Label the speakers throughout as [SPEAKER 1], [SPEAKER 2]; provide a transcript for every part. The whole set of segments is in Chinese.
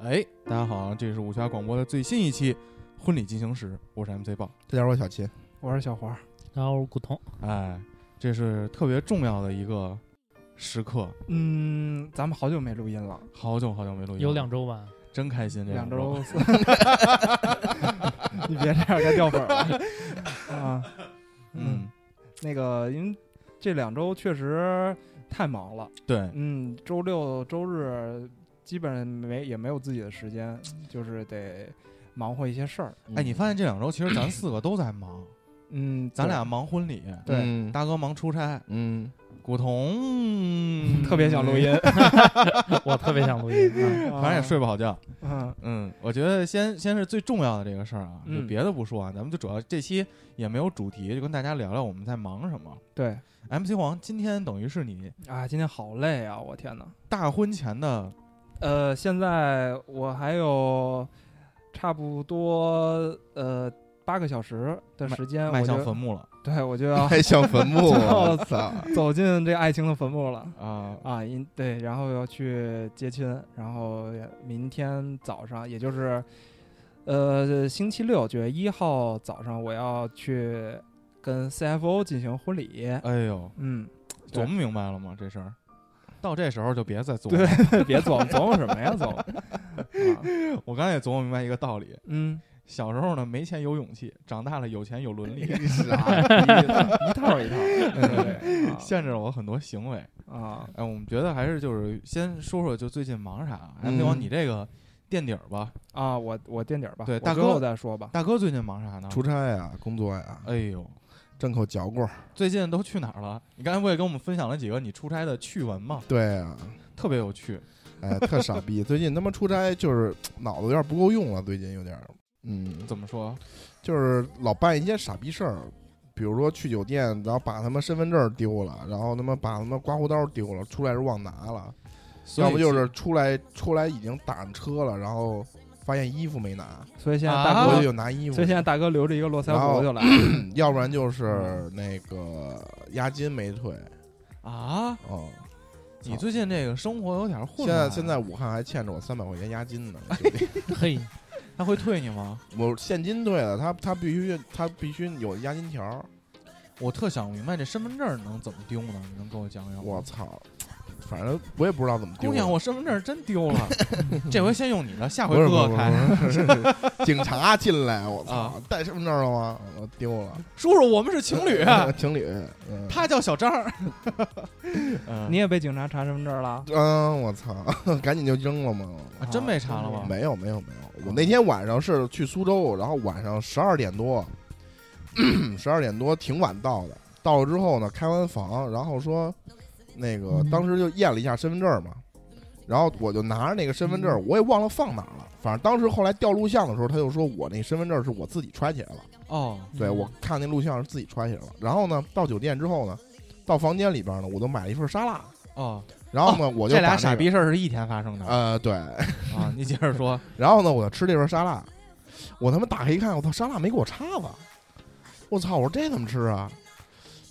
[SPEAKER 1] 哎长，啊这是五七八广播的最新一期《婚礼进行时》，我是 MC 豹。
[SPEAKER 2] 大家好，我小秦。
[SPEAKER 3] 我是小华，
[SPEAKER 4] 然后古潼，
[SPEAKER 1] 哎，这是特别重要的一个时刻，
[SPEAKER 3] 嗯，咱们好久没录音了，
[SPEAKER 1] 好久好久没录音了，
[SPEAKER 4] 有两周吧？
[SPEAKER 1] 真开心，这
[SPEAKER 3] 两
[SPEAKER 1] 周
[SPEAKER 3] 周， 你别这样该掉粉儿了 啊！
[SPEAKER 1] 嗯，
[SPEAKER 3] 那个，因为这两周确实太忙了，
[SPEAKER 1] 对，
[SPEAKER 3] 嗯，周六周日基本上没也没有自己的时间，就是得忙活一些事儿，
[SPEAKER 1] 哎，
[SPEAKER 2] 嗯
[SPEAKER 1] 你发现这两周其实咱四个都在忙，
[SPEAKER 3] 嗯，
[SPEAKER 1] 咱俩忙婚礼，
[SPEAKER 3] 对
[SPEAKER 2] 嗯
[SPEAKER 1] 大哥忙出差，
[SPEAKER 2] 嗯，
[SPEAKER 1] 古潼
[SPEAKER 3] 对特别想录，音，啊
[SPEAKER 4] 我特别想录音。嗯
[SPEAKER 1] 反正也睡不好觉。
[SPEAKER 3] 嗯，
[SPEAKER 1] 嗯，我觉得先先是最重要的这个事儿啊，就
[SPEAKER 3] 嗯
[SPEAKER 1] 别的不说啊，咱们就主要这期也没有主题，就跟大家聊聊我们在忙什么。
[SPEAKER 3] 对
[SPEAKER 1] MC 黄，今天等于是你
[SPEAKER 3] 啊，今天好累啊，我天哪！
[SPEAKER 1] 大婚前的
[SPEAKER 3] 呃，现在我还有差不多呃八个小时的时间，
[SPEAKER 1] 迈
[SPEAKER 3] 哎我就
[SPEAKER 1] 向坟墓了
[SPEAKER 3] 对我 就 要
[SPEAKER 2] 太像坟墓了，
[SPEAKER 3] 啊我
[SPEAKER 2] 我操！
[SPEAKER 3] 走进这爱情的坟墓了
[SPEAKER 1] 啊、
[SPEAKER 3] 啊！因对，然后要去接亲，然后明天早上，也就是呃星期六九月一号早上，我要去跟 CFO 进行婚礼。
[SPEAKER 1] 哎呦，
[SPEAKER 3] 嗯， 对
[SPEAKER 1] 琢磨明白了吗？这事儿到这时候就别再琢磨
[SPEAKER 3] 对
[SPEAKER 1] 了。，
[SPEAKER 3] 别琢磨琢磨什么呀，琢磨。啊
[SPEAKER 1] 我刚才也琢磨明白一个道理：
[SPEAKER 3] 嗯，
[SPEAKER 1] 小时候呢没钱有勇气，长大了有钱有伦理，
[SPEAKER 3] 一套一套，对啊
[SPEAKER 1] 限制了我很多行为。
[SPEAKER 3] 啊，
[SPEAKER 1] 哎，我们觉得还是就是先说说就最近忙啥
[SPEAKER 2] 嗯
[SPEAKER 1] ，MC 黄你这个垫底儿吧。
[SPEAKER 3] 啊，我我垫底儿吧，
[SPEAKER 1] 对
[SPEAKER 3] 我
[SPEAKER 1] 大
[SPEAKER 3] 之
[SPEAKER 1] 哥
[SPEAKER 3] 后再说吧。
[SPEAKER 1] 大哥最近忙啥呢？
[SPEAKER 2] 出差呀，工作呀，
[SPEAKER 1] 哎呦，
[SPEAKER 2] 挣口嚼棍儿。
[SPEAKER 1] 最近都去哪儿了？你刚才不也跟我们分享了几个你出差的趣闻吗？
[SPEAKER 2] 对呀，
[SPEAKER 1] 特别有趣。
[SPEAKER 2] 哎，特傻逼。最近他妈出差就是脑子有点不够用了，最近有点儿，嗯，
[SPEAKER 1] 怎么说？
[SPEAKER 2] 就是老办一些傻逼事儿。比如说去酒店，然后把他妈身份证丢了，然后他妈把他妈刮胡刀丢了，出来时候忘拿了，
[SPEAKER 1] 所以
[SPEAKER 2] 要不就是出来出来已经打上车了，然后发现衣服没拿，
[SPEAKER 3] 所以现在
[SPEAKER 1] 啊
[SPEAKER 3] 大
[SPEAKER 2] 我
[SPEAKER 3] 哥
[SPEAKER 2] 就，有拿衣服
[SPEAKER 3] 所以
[SPEAKER 2] 去。
[SPEAKER 3] 现在大哥留着一个络腮
[SPEAKER 2] 然后
[SPEAKER 3] 胡就来，
[SPEAKER 2] 要不然就是那个押金没退，
[SPEAKER 1] 啊，
[SPEAKER 2] 哦，
[SPEAKER 1] 你最近这个生活有点混
[SPEAKER 2] 现
[SPEAKER 1] 乱啊。
[SPEAKER 2] 在现在武汉还欠着我三百块钱押金呢，兄弟
[SPEAKER 4] 嘿，
[SPEAKER 1] 他会退你吗？
[SPEAKER 2] 我现金退了，他他必须他必须有押金条儿，
[SPEAKER 1] 我特想明白这身份证能怎么丢呢？你能给我讲讲吗？
[SPEAKER 2] 我操，反正我也不知道怎么丢
[SPEAKER 1] 姑
[SPEAKER 2] 的。
[SPEAKER 1] 娘，我身份证真丢 了，这回先用你的，下
[SPEAKER 2] 不
[SPEAKER 1] 回
[SPEAKER 2] 是
[SPEAKER 1] 哥哥
[SPEAKER 2] 不是
[SPEAKER 1] 开。
[SPEAKER 2] 不是不 是，警察进来，我操
[SPEAKER 1] 啊，
[SPEAKER 2] 带身份证了吗？我丢了，
[SPEAKER 1] 叔叔，我们是情侣，啊
[SPEAKER 2] 情侣，嗯
[SPEAKER 1] 他叫 小张儿。嗯
[SPEAKER 3] 你也被警察查身份证了？
[SPEAKER 2] 嗯，我操， 赶紧就扔了嘛。
[SPEAKER 1] 啊真被查了吗？
[SPEAKER 2] 没有没有没有，我那天晚上是去苏州，然后晚上十二点多， 十二点多挺晚到的。到了之后呢，开完房，然后说那个
[SPEAKER 1] 嗯
[SPEAKER 2] 当时就验了一下身份证嘛，然后我就拿着那个身份
[SPEAKER 1] 嗯
[SPEAKER 2] 证，我也忘了放哪儿了。反正当时后来调录像的时候，他就说我那身份证是我自己揣起来了。
[SPEAKER 1] 哦，
[SPEAKER 2] 对我看那录像是自己揣起来了。然后呢，到酒店之后呢，到房间里边呢，我就买了一份沙拉。
[SPEAKER 1] 哦，
[SPEAKER 2] 然后呢，我就
[SPEAKER 1] 这
[SPEAKER 2] 把
[SPEAKER 1] 俩
[SPEAKER 2] 那
[SPEAKER 1] 傻
[SPEAKER 2] 个
[SPEAKER 1] 逼事儿是一天发生的
[SPEAKER 2] 呃，对，
[SPEAKER 1] 啊！你接着 说，
[SPEAKER 2] 然后呢，我就吃这份沙拉，我他妈打开一看，我操，沙拉没给我叉子，我操，我说这怎么吃啊？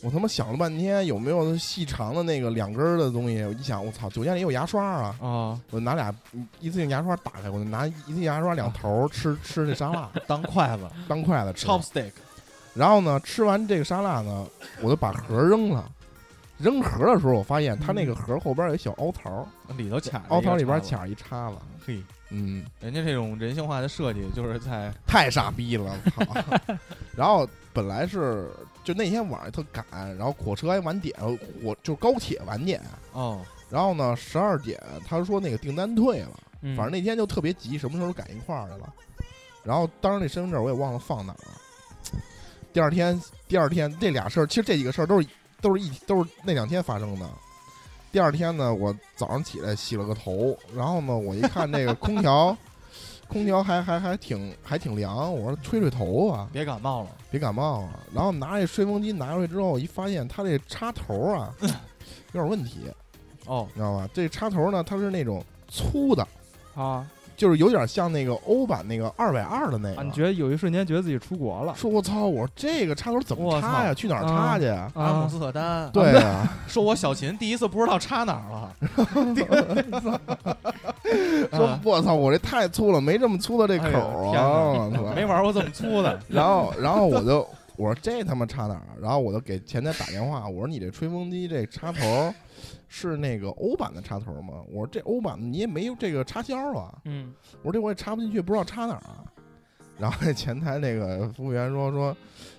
[SPEAKER 2] 我他妈想了半天，有没有细长的那个两根儿的东西？我一想，我操，酒店里有牙刷啊，
[SPEAKER 1] 哦，
[SPEAKER 2] 我拿俩一次性牙刷打开，我就拿一次性牙刷两头儿吃吃这沙拉
[SPEAKER 1] 当筷子
[SPEAKER 2] 当筷子吃。
[SPEAKER 1] ，chopstick。
[SPEAKER 2] 然后呢，吃完这个沙拉呢，我就把盒儿扔了。扔盒儿的时候，我发现它那个盒儿后边儿有一小凹槽儿，
[SPEAKER 1] 里头卡着一个
[SPEAKER 2] 凹槽儿里边儿
[SPEAKER 1] 叉
[SPEAKER 2] 卡着一叉子。
[SPEAKER 1] 子，嘿，
[SPEAKER 2] 嗯，
[SPEAKER 1] 人家这种人性化的设计就是在
[SPEAKER 2] 太傻逼了，操！然后本来是就那天晚上特赶，然后火车还晚点，火就高铁晚点，
[SPEAKER 1] 哦，
[SPEAKER 2] 然后呢十二点他说那个订单退了，
[SPEAKER 4] 嗯
[SPEAKER 2] 反正那天就特别急，什么时候赶一块儿去了。然后当时那身份证我也忘了放哪儿了。第二天，第二天这俩事儿，其实这几个事儿都是都是一都是那两天发生的。第二天呢，我早上起来洗了个头，然后呢，我一看那个空调， 空调还还还挺还挺凉，我说吹吹头啊，
[SPEAKER 1] 别感冒了，
[SPEAKER 2] 别感冒啊。然后拿这吹风机拿出来之后，一发现它这插头啊有点问题，
[SPEAKER 1] 哦，
[SPEAKER 2] 你知道吧？这插头呢，它是那种粗的，
[SPEAKER 3] 啊，
[SPEAKER 2] 就是有点像那个欧版那个二百二的那
[SPEAKER 3] 啊，你
[SPEAKER 2] 个。
[SPEAKER 3] 觉得有一瞬间觉得自己出国了
[SPEAKER 2] 说我操，我说这个插头怎么
[SPEAKER 1] 我
[SPEAKER 2] 插呀？
[SPEAKER 1] 操
[SPEAKER 2] 去哪儿插去呀？
[SPEAKER 1] 阿姆
[SPEAKER 3] 啊？
[SPEAKER 1] 斯特丹，
[SPEAKER 2] 对啊呀，
[SPEAKER 1] 说我小琴第一次不知道插哪儿了，
[SPEAKER 2] 说我操，我这太粗了，没这么粗的这口
[SPEAKER 1] 啊哎
[SPEAKER 2] 啊！
[SPEAKER 1] 呦
[SPEAKER 2] 我
[SPEAKER 1] 天 哪
[SPEAKER 2] 操
[SPEAKER 1] 没玩过这么粗的，
[SPEAKER 2] 然后，然后我就我说这他妈插哪儿啊？然后我就给前台打电话，我说你这吹风机这插头是那个欧版的插头吗？我说这欧版的你也没有这个插销啊，
[SPEAKER 4] 嗯，
[SPEAKER 2] 我说这我也插不进去，不知道插哪儿啊。然后那前台那个服务员说说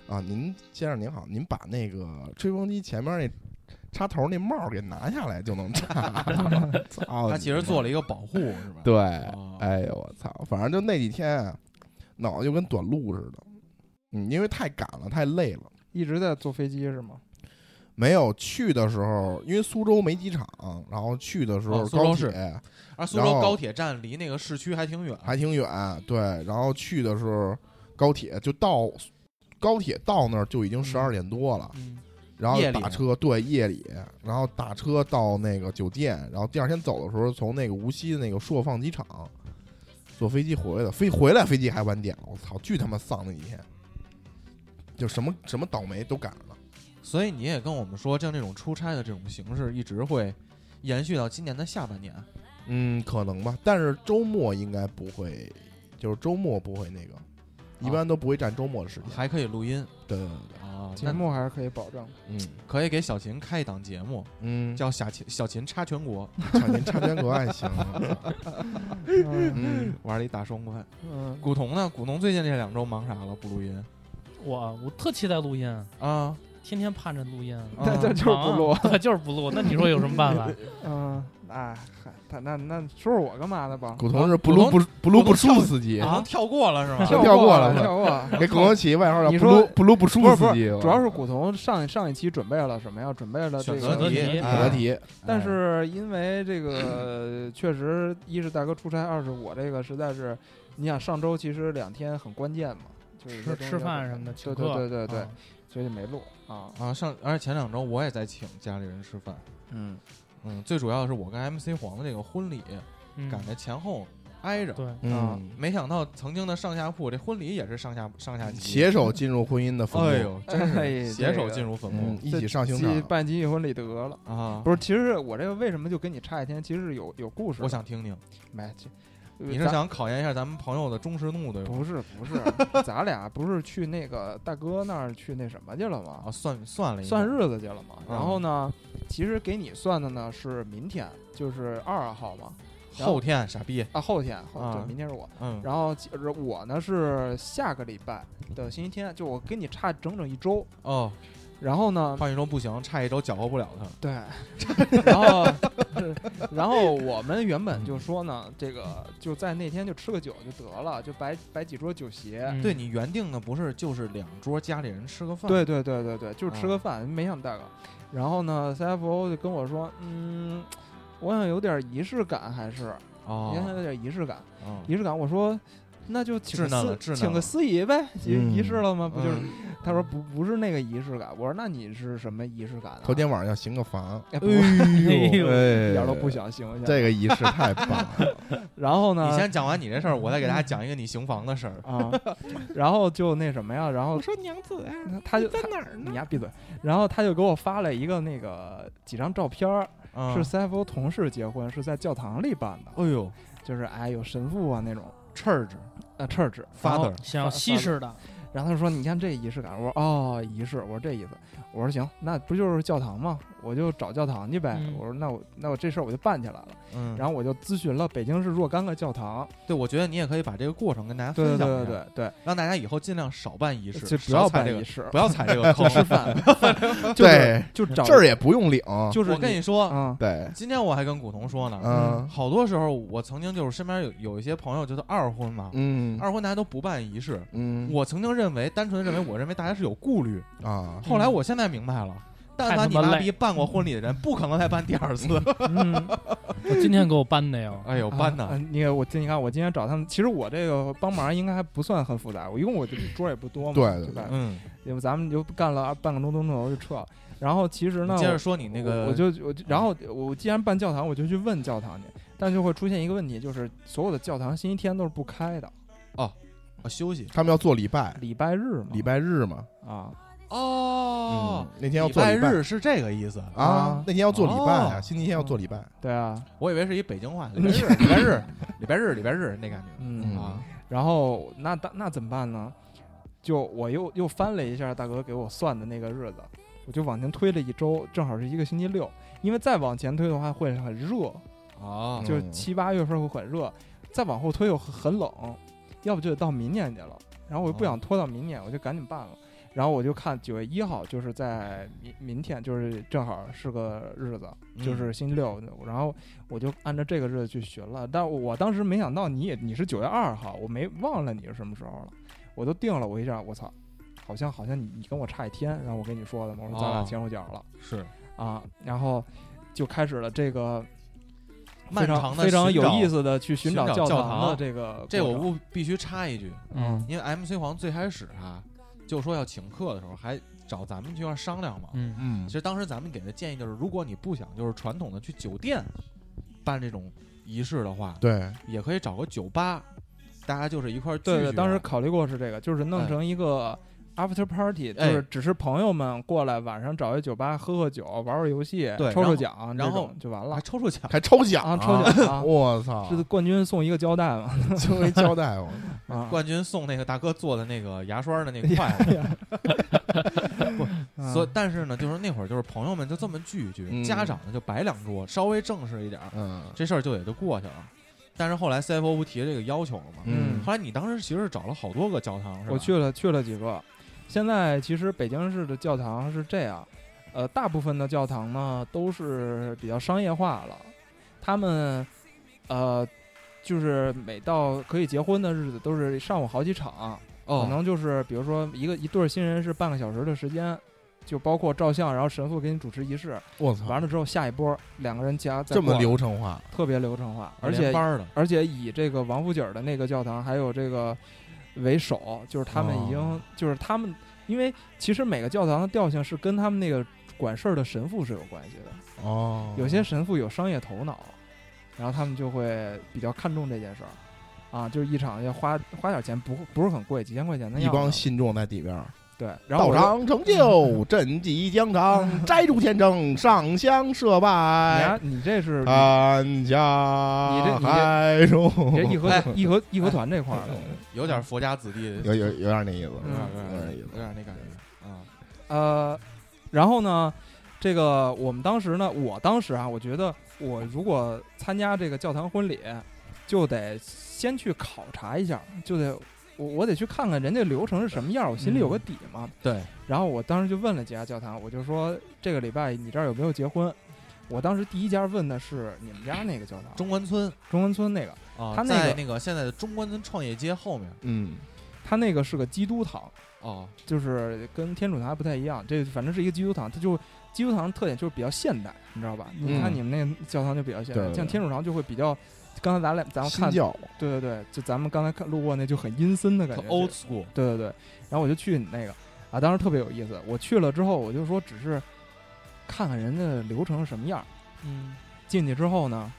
[SPEAKER 2] 啊，您先生您好，您把那个吹风机前面那插头那帽儿给拿下来就能插。操
[SPEAKER 1] 他其实做
[SPEAKER 2] 了
[SPEAKER 1] 了一个保护，是吧？
[SPEAKER 2] 对，
[SPEAKER 1] 哦
[SPEAKER 2] 哎呦我操，反正就那几天啊，脑子就跟短路似的，嗯，因为太赶了，太累了。
[SPEAKER 3] 一直在坐飞机是吗？
[SPEAKER 2] 没有去的时候，因为苏州没机场，然后去的时候、
[SPEAKER 1] 哦苏
[SPEAKER 2] 高
[SPEAKER 1] 州
[SPEAKER 2] 铁
[SPEAKER 1] 是而苏州高铁站离那个市区还挺远，
[SPEAKER 2] 还挺远，对，然后去的时候高铁就到高铁到那儿就已经十二点多了，
[SPEAKER 4] 嗯
[SPEAKER 2] 然后
[SPEAKER 1] 夜里
[SPEAKER 2] 打
[SPEAKER 1] 呢
[SPEAKER 2] 车对夜里，然后打车到那个酒店，然后第二天走的时候从那个无锡的那个朔放机场坐飞机回来的，飞回来飞机还晚点了，我操，巨他妈丧那几天，就什么什么倒霉都赶上了。
[SPEAKER 1] 所以你也跟我们说，像这种出差的这种形式，一直会延续到今年的下半年。
[SPEAKER 2] 嗯，可能吧，但是周末应该不会，就是周末不会那个，一般都不会占周末的时间。
[SPEAKER 1] 还可以录音
[SPEAKER 2] 对对对对，
[SPEAKER 1] 啊，
[SPEAKER 3] 节
[SPEAKER 1] 那
[SPEAKER 3] 目还是可以保证。
[SPEAKER 2] 嗯
[SPEAKER 1] 可以给小秦开一档节目，
[SPEAKER 2] 嗯，
[SPEAKER 1] 叫小秦小秦插全国，
[SPEAKER 2] 小您插全国还行。
[SPEAKER 3] 嗯
[SPEAKER 2] 嗯，
[SPEAKER 1] 玩了一大双关。
[SPEAKER 3] 嗯，
[SPEAKER 1] 古潼呢？古潼最近这两周忙啥了？不录音
[SPEAKER 4] 我我特期待录音，
[SPEAKER 1] 啊？
[SPEAKER 4] 天天盼着录音，
[SPEAKER 1] 啊
[SPEAKER 3] 那这就是不
[SPEAKER 4] 忙
[SPEAKER 3] 录。
[SPEAKER 4] 对， 就是不录。那你说有什么办法？
[SPEAKER 3] 嗯，哎，嗨，他那那说说我干嘛的吧？
[SPEAKER 2] 古潼是
[SPEAKER 1] 古
[SPEAKER 2] 不撸
[SPEAKER 1] 潼
[SPEAKER 2] 不不撸
[SPEAKER 1] 古潼
[SPEAKER 2] 不出司机，
[SPEAKER 3] 啊
[SPEAKER 4] 啊
[SPEAKER 1] 古潼跳过了是
[SPEAKER 2] 跳
[SPEAKER 1] 吗？
[SPEAKER 2] 过
[SPEAKER 3] 过
[SPEAKER 2] 了
[SPEAKER 3] 嗯跳过 了。
[SPEAKER 2] 给古潼起一外号叫
[SPEAKER 3] 你
[SPEAKER 2] 不
[SPEAKER 3] 说
[SPEAKER 2] 撸不撸不出
[SPEAKER 3] 不是不
[SPEAKER 2] 司
[SPEAKER 3] 是
[SPEAKER 2] 机。我
[SPEAKER 3] 主要是古潼上上一期准备了什么呀？准备呃了这
[SPEAKER 1] 选
[SPEAKER 3] 个
[SPEAKER 1] 择
[SPEAKER 4] 题
[SPEAKER 1] 题，
[SPEAKER 4] 选
[SPEAKER 2] 选择题，
[SPEAKER 1] 嗯
[SPEAKER 3] 但
[SPEAKER 2] 哎
[SPEAKER 3] 是因为这个确实，一是大哥出差，二是我这个实在是，你想上周其实两天很关键嘛，就是
[SPEAKER 4] 吃吃饭什么的，请
[SPEAKER 3] 对
[SPEAKER 4] 客
[SPEAKER 3] 对对对对
[SPEAKER 4] 啊，
[SPEAKER 3] 所以就没录啊。
[SPEAKER 1] 啊，上而且前两周我也在请家里人吃饭，
[SPEAKER 3] 嗯，
[SPEAKER 1] 嗯，最主要的是我跟 MC 黄的这个婚礼
[SPEAKER 4] 嗯
[SPEAKER 1] 赶在前后挨着，
[SPEAKER 4] 对，
[SPEAKER 3] 啊
[SPEAKER 2] 嗯，
[SPEAKER 1] 没想到曾经的上下铺这婚礼也是上下上下级，
[SPEAKER 2] 携手进入婚姻的坟
[SPEAKER 1] 哎
[SPEAKER 2] 墓，
[SPEAKER 1] 呦，真
[SPEAKER 3] 哎
[SPEAKER 1] 是携
[SPEAKER 3] 这
[SPEAKER 1] 手
[SPEAKER 3] 个
[SPEAKER 1] 进入坟
[SPEAKER 2] 嗯
[SPEAKER 1] 墓，
[SPEAKER 2] 一起上刑
[SPEAKER 3] 这
[SPEAKER 2] 场。
[SPEAKER 3] 办集体婚礼得了。
[SPEAKER 1] 啊！
[SPEAKER 3] 不是，其实我这个为什么就跟你差一天，其实是有有故事的。
[SPEAKER 1] 我想听听，
[SPEAKER 3] 没，这
[SPEAKER 1] 你是
[SPEAKER 3] 咱
[SPEAKER 1] 想考验一下咱们朋友的忠实度对吧？
[SPEAKER 3] 不是不是，咱俩不是去那个大哥那儿去那什么去了吗？
[SPEAKER 1] 啊，算算了一下，
[SPEAKER 3] 算日子去了嘛。
[SPEAKER 1] 嗯
[SPEAKER 3] 然后呢，其实给你算的呢是明天，就是二号嘛，然后
[SPEAKER 1] 后天傻逼，
[SPEAKER 3] 啊后天，后
[SPEAKER 1] 啊
[SPEAKER 3] 对，明天是我。
[SPEAKER 1] 嗯，
[SPEAKER 3] 然后其实我呢是下个礼拜的星期天，就我跟你差整整一周。
[SPEAKER 1] 哦，
[SPEAKER 3] 然 后呢，
[SPEAKER 1] 换一周不行，差一周搅和不了他，
[SPEAKER 3] 对，然后然后我们原本就说呢，这个就在那天就吃个酒就得了，就摆摆几桌酒席。
[SPEAKER 4] 嗯
[SPEAKER 1] 对你原定的不是就是两桌家里人吃个饭，
[SPEAKER 3] 对对对对对，就是吃
[SPEAKER 1] 嗯啊
[SPEAKER 3] 个饭，没想大哥。然后呢，CFO 就跟我说，嗯，我想有点仪式感，还是你看
[SPEAKER 1] 哦，
[SPEAKER 3] 有点仪式感，
[SPEAKER 1] 哦
[SPEAKER 3] 仪式感。我说，那就请个
[SPEAKER 1] 稚嫩了
[SPEAKER 3] 司
[SPEAKER 1] 稚嫩
[SPEAKER 3] 请个
[SPEAKER 1] 了
[SPEAKER 3] 司仪呗，
[SPEAKER 2] 嗯
[SPEAKER 3] 仪仪式了吗？不就是？
[SPEAKER 1] 嗯
[SPEAKER 3] 他说不不是那个仪式感。我说那你是什么仪式感、啊？
[SPEAKER 2] 头天晚上要行个房，
[SPEAKER 3] 哎不一
[SPEAKER 4] 哎呦，
[SPEAKER 2] 一
[SPEAKER 3] 点都
[SPEAKER 1] 呃
[SPEAKER 3] 不想行一下。
[SPEAKER 2] 这个仪式太棒 了。
[SPEAKER 3] 然后呢？
[SPEAKER 1] 你先讲完你这事儿，我再给大家讲一个你行房的事儿。
[SPEAKER 3] 啊，然后就那什么呀，然后
[SPEAKER 1] 说娘子啊呀，
[SPEAKER 3] 他就在哪儿呢？你丫闭嘴！然后他就给我发了一个那个几张照片儿，
[SPEAKER 1] 嗯
[SPEAKER 3] 是 CFO 同事结婚，是在教堂里办的，
[SPEAKER 1] 哎呦
[SPEAKER 3] 就是哎有神父啊那种，
[SPEAKER 1] ，church
[SPEAKER 3] 呃 church 然后
[SPEAKER 1] father，
[SPEAKER 4] 想要西式的，
[SPEAKER 3] 然后他说：“你看这仪式感。”我说：“哦，仪式。”我说：“这意思。”我说：“行，那不就是教堂吗？我就找教堂去呗。
[SPEAKER 4] 嗯
[SPEAKER 3] 我说：“那我那我这事儿我就办起来了。
[SPEAKER 1] 嗯，啊
[SPEAKER 3] 然后我就咨询了北京市若干个教堂，
[SPEAKER 1] 对，我觉得你也可以把这个过程跟大家
[SPEAKER 3] 对
[SPEAKER 1] 分享
[SPEAKER 3] 对
[SPEAKER 1] 一下，
[SPEAKER 3] 对对
[SPEAKER 1] 让大家以后尽量少办仪
[SPEAKER 3] 对，
[SPEAKER 1] 式，
[SPEAKER 3] 就不
[SPEAKER 1] 少
[SPEAKER 3] 要
[SPEAKER 1] 踩
[SPEAKER 3] 办
[SPEAKER 1] 这
[SPEAKER 3] 仪
[SPEAKER 1] 个，
[SPEAKER 3] 式，
[SPEAKER 1] 不要踩这个坑。
[SPEAKER 3] 吃饭， 就是
[SPEAKER 2] 对，
[SPEAKER 3] 就找
[SPEAKER 2] 这儿也不用领。
[SPEAKER 3] 就是
[SPEAKER 1] 我跟你说，
[SPEAKER 3] 啊，
[SPEAKER 2] 对，
[SPEAKER 1] 今天我还跟古潼说呢，
[SPEAKER 2] 嗯
[SPEAKER 1] 好多时候我曾经就是身边有有一些朋友就是二婚嘛，
[SPEAKER 2] 嗯
[SPEAKER 1] 二婚大家都不办仪式。
[SPEAKER 2] 嗯，
[SPEAKER 1] 我曾经认为，单纯认为，我认为大家是有顾虑。
[SPEAKER 2] 啊，
[SPEAKER 3] 嗯
[SPEAKER 1] 后来我现在明白了，但
[SPEAKER 4] 太
[SPEAKER 1] 凡
[SPEAKER 4] 他
[SPEAKER 1] 你
[SPEAKER 4] 妈
[SPEAKER 1] 妈
[SPEAKER 4] 累
[SPEAKER 1] 逼办过婚礼的人，不可能再办第二 次。
[SPEAKER 3] 嗯，
[SPEAKER 4] 我今天给我搬的哟，
[SPEAKER 1] 哎呦，搬
[SPEAKER 3] 啊啊
[SPEAKER 1] 的，
[SPEAKER 3] 你看我今你看我今天找他们，其实我这个帮忙应该还不算很复杂，我一共我这桌也不多嘛，
[SPEAKER 2] 对
[SPEAKER 3] 对
[SPEAKER 2] 对
[SPEAKER 3] 吧？
[SPEAKER 1] 嗯，
[SPEAKER 3] 要不咱们就干了半个钟钟头就撤了。然后其实呢，
[SPEAKER 1] 接
[SPEAKER 3] 我
[SPEAKER 1] 着说你那个，
[SPEAKER 3] 我我就我就然后我既然办教堂，我就去问教堂去。但就会出现一个问题，就是所有的教堂星期天都是不开的，
[SPEAKER 1] 啊，休息
[SPEAKER 2] 他们要做礼拜，
[SPEAKER 3] 礼拜日嘛，
[SPEAKER 2] 礼拜日嘛，
[SPEAKER 3] 啊，
[SPEAKER 1] 哦
[SPEAKER 2] 嗯，，
[SPEAKER 3] 哦
[SPEAKER 2] 那天要
[SPEAKER 1] 礼
[SPEAKER 2] 做
[SPEAKER 1] 拜
[SPEAKER 2] 礼拜
[SPEAKER 1] 日是这个意思。
[SPEAKER 2] 啊
[SPEAKER 3] 啊，
[SPEAKER 2] 那天要做礼拜啊，
[SPEAKER 1] 哦
[SPEAKER 2] 星期天要做礼拜，
[SPEAKER 3] 对啊，
[SPEAKER 1] 我以为是一北京话，礼拜日，礼拜 日，礼拜日，礼拜日那感觉
[SPEAKER 3] 嗯，
[SPEAKER 1] 啊。
[SPEAKER 3] 然后那大那怎么办呢？就我又又翻了一下大哥给我算的那个日子，我就往前推了一周，正好是一个星期六，因为再往前推的话会很热，
[SPEAKER 1] 哦
[SPEAKER 3] 就是
[SPEAKER 2] 嗯
[SPEAKER 3] 七八月份会很热，再往后推又很很冷，要不就得到明年去了。然后我又不
[SPEAKER 1] 哦
[SPEAKER 3] 想拖到明年，我就赶紧办了。然后我就看九月一号，就是在明明天，就是正好是个日子，就
[SPEAKER 1] 嗯
[SPEAKER 3] 是星期六。然后我就按照这个日子去寻了，但我当时没想到你也你是九月二号，我没忘了你是什么时候了，我都定了。我一下，我操，好像好像你你跟我差一天，然后我跟你说的嘛，我说咱俩
[SPEAKER 1] 哦
[SPEAKER 3] 前后脚了、
[SPEAKER 1] 是
[SPEAKER 3] 啊，然后就开始了这个
[SPEAKER 1] 漫长的
[SPEAKER 3] 非常
[SPEAKER 1] 寻
[SPEAKER 3] 有
[SPEAKER 1] 找
[SPEAKER 3] 意思的去寻
[SPEAKER 1] 寻找
[SPEAKER 3] 教
[SPEAKER 1] 教
[SPEAKER 3] 堂的
[SPEAKER 1] 堂
[SPEAKER 3] 这个
[SPEAKER 1] 这
[SPEAKER 3] 过
[SPEAKER 1] 我
[SPEAKER 3] 程
[SPEAKER 1] 不必须插一句，
[SPEAKER 3] 嗯
[SPEAKER 4] 嗯
[SPEAKER 1] 因为 MC 黄最开始啊，就说要请客的时候，还找咱们去要商量嘛。
[SPEAKER 4] 嗯，
[SPEAKER 2] 嗯
[SPEAKER 1] 其，实当时咱们给的建议就是，如果你不想就是传统的去酒店办这种仪式的话，
[SPEAKER 2] 对，
[SPEAKER 1] 也可以找个酒吧，大家就是一块儿聚
[SPEAKER 3] 对
[SPEAKER 1] 聚
[SPEAKER 3] 对，当时
[SPEAKER 1] 啊
[SPEAKER 3] 考虑过是这个，就是弄
[SPEAKER 1] 哎
[SPEAKER 3] 成一个 after party，、
[SPEAKER 1] 哎
[SPEAKER 3] 就是只是朋友们过来晚上找一酒吧喝喝酒、玩玩游戏、
[SPEAKER 1] 对然
[SPEAKER 3] 抽抽
[SPEAKER 1] 后
[SPEAKER 3] 奖这种，
[SPEAKER 1] 然后
[SPEAKER 3] 就完了
[SPEAKER 1] 还抽抽奖，
[SPEAKER 2] 还抽奖，
[SPEAKER 3] 啊，抽奖啊，
[SPEAKER 2] 我操
[SPEAKER 3] 这，冠军送一个胶带嘛
[SPEAKER 2] 就没交代我，
[SPEAKER 3] 啊，
[SPEAKER 1] 冠军送那个大哥做的那个牙刷的那个筷子。
[SPEAKER 3] 啊
[SPEAKER 1] 所以但是呢，就是那会儿就是朋友们就这么聚一聚，
[SPEAKER 2] 嗯
[SPEAKER 1] 家长呢就摆两桌，稍微正式一点儿，
[SPEAKER 2] 嗯
[SPEAKER 1] 这事儿就也就过去了。但是后来 CFO 不提这个要求了嘛？
[SPEAKER 3] 嗯
[SPEAKER 1] 后来你当时其实是找了好多个教堂，是吧？
[SPEAKER 3] 我去了去了几个，现在其实北京市的教堂是这样，呃，大部分的教堂呢都是比较商业化了，他们呃就是每到可以结婚的日子都是上午好几场，可
[SPEAKER 1] 哦，
[SPEAKER 3] 能就是比如说一个一对儿新人是半个小时的时间。就包括照相，然后神父给你主持仪式，
[SPEAKER 2] 我操，
[SPEAKER 3] 完了之后下一波两个人加再
[SPEAKER 2] 哦这么
[SPEAKER 3] 过，
[SPEAKER 2] 流程化，
[SPEAKER 3] 特别流程化，而
[SPEAKER 1] 连
[SPEAKER 3] 且
[SPEAKER 1] 班儿的，
[SPEAKER 3] 而且以这个王府井儿的那个教堂还有这个为首，就是他们已经、
[SPEAKER 2] 哦
[SPEAKER 3] 就是他们，因为其实每个教堂的调性是跟他们那个管事儿的神父是有关系的，
[SPEAKER 2] 哦，
[SPEAKER 3] 有些神父有商业头脑，然后他们就会比较看重这件事儿。啊，就是一场要花花点钱，不不是很贵，几千块钱的
[SPEAKER 2] 一
[SPEAKER 3] 样
[SPEAKER 2] 帮
[SPEAKER 3] 子
[SPEAKER 2] 信众在底边儿，
[SPEAKER 3] 对，然
[SPEAKER 2] 道
[SPEAKER 3] 后我
[SPEAKER 2] 长
[SPEAKER 3] 就
[SPEAKER 2] 成就，镇济疆场，摘除天征，上香设
[SPEAKER 3] 你
[SPEAKER 2] 拜，
[SPEAKER 3] 啊你这是
[SPEAKER 2] 安家海中，
[SPEAKER 3] 你这义和
[SPEAKER 1] 哎
[SPEAKER 3] 义和义和团这块儿的，
[SPEAKER 1] 有点佛家子弟，
[SPEAKER 2] 有有有点那意思，
[SPEAKER 1] 有点
[SPEAKER 3] 嗯
[SPEAKER 1] 有点
[SPEAKER 2] 有点意思
[SPEAKER 1] 有点那感觉啊。
[SPEAKER 3] 呃，然后呢，这个我们当时呢，我当时啊，我觉得我如果参加这个教堂婚礼，就得先去考察一下，就得我我得去看看人家流程是什么样，我心里有个底嘛。
[SPEAKER 1] 对，
[SPEAKER 3] 然后我当时就问了几家教堂，我就说这个礼拜你这儿有没有结婚？我当时第一家问的是你们家那个教堂，
[SPEAKER 1] 中关村
[SPEAKER 3] 中关村那个，
[SPEAKER 1] 啊，
[SPEAKER 3] 他那
[SPEAKER 1] 在
[SPEAKER 3] 个
[SPEAKER 1] 那个现在的中关村创业街后面
[SPEAKER 2] 嗯，
[SPEAKER 3] 他那个是个基督堂，
[SPEAKER 1] 哦，
[SPEAKER 3] 就是跟天主堂还不太一样，这反正是一个基督堂，它就基督堂的特点就是比较现代，你知道吧？
[SPEAKER 2] 嗯
[SPEAKER 3] 你看你们那教堂就比较现代，
[SPEAKER 2] 对对对
[SPEAKER 3] 像天主堂就会比较，刚才咱俩咱们
[SPEAKER 2] 新
[SPEAKER 3] 看，对
[SPEAKER 2] 教，
[SPEAKER 3] 对对，就咱们刚才看路过那就很阴森的感
[SPEAKER 1] 特
[SPEAKER 3] 觉
[SPEAKER 1] old school，
[SPEAKER 3] 对对对，然后我就去你那个啊，当时特别有意思，我去了之后我就说只是看看人家流程是什么样儿，
[SPEAKER 1] 嗯，
[SPEAKER 3] 进去之后呢，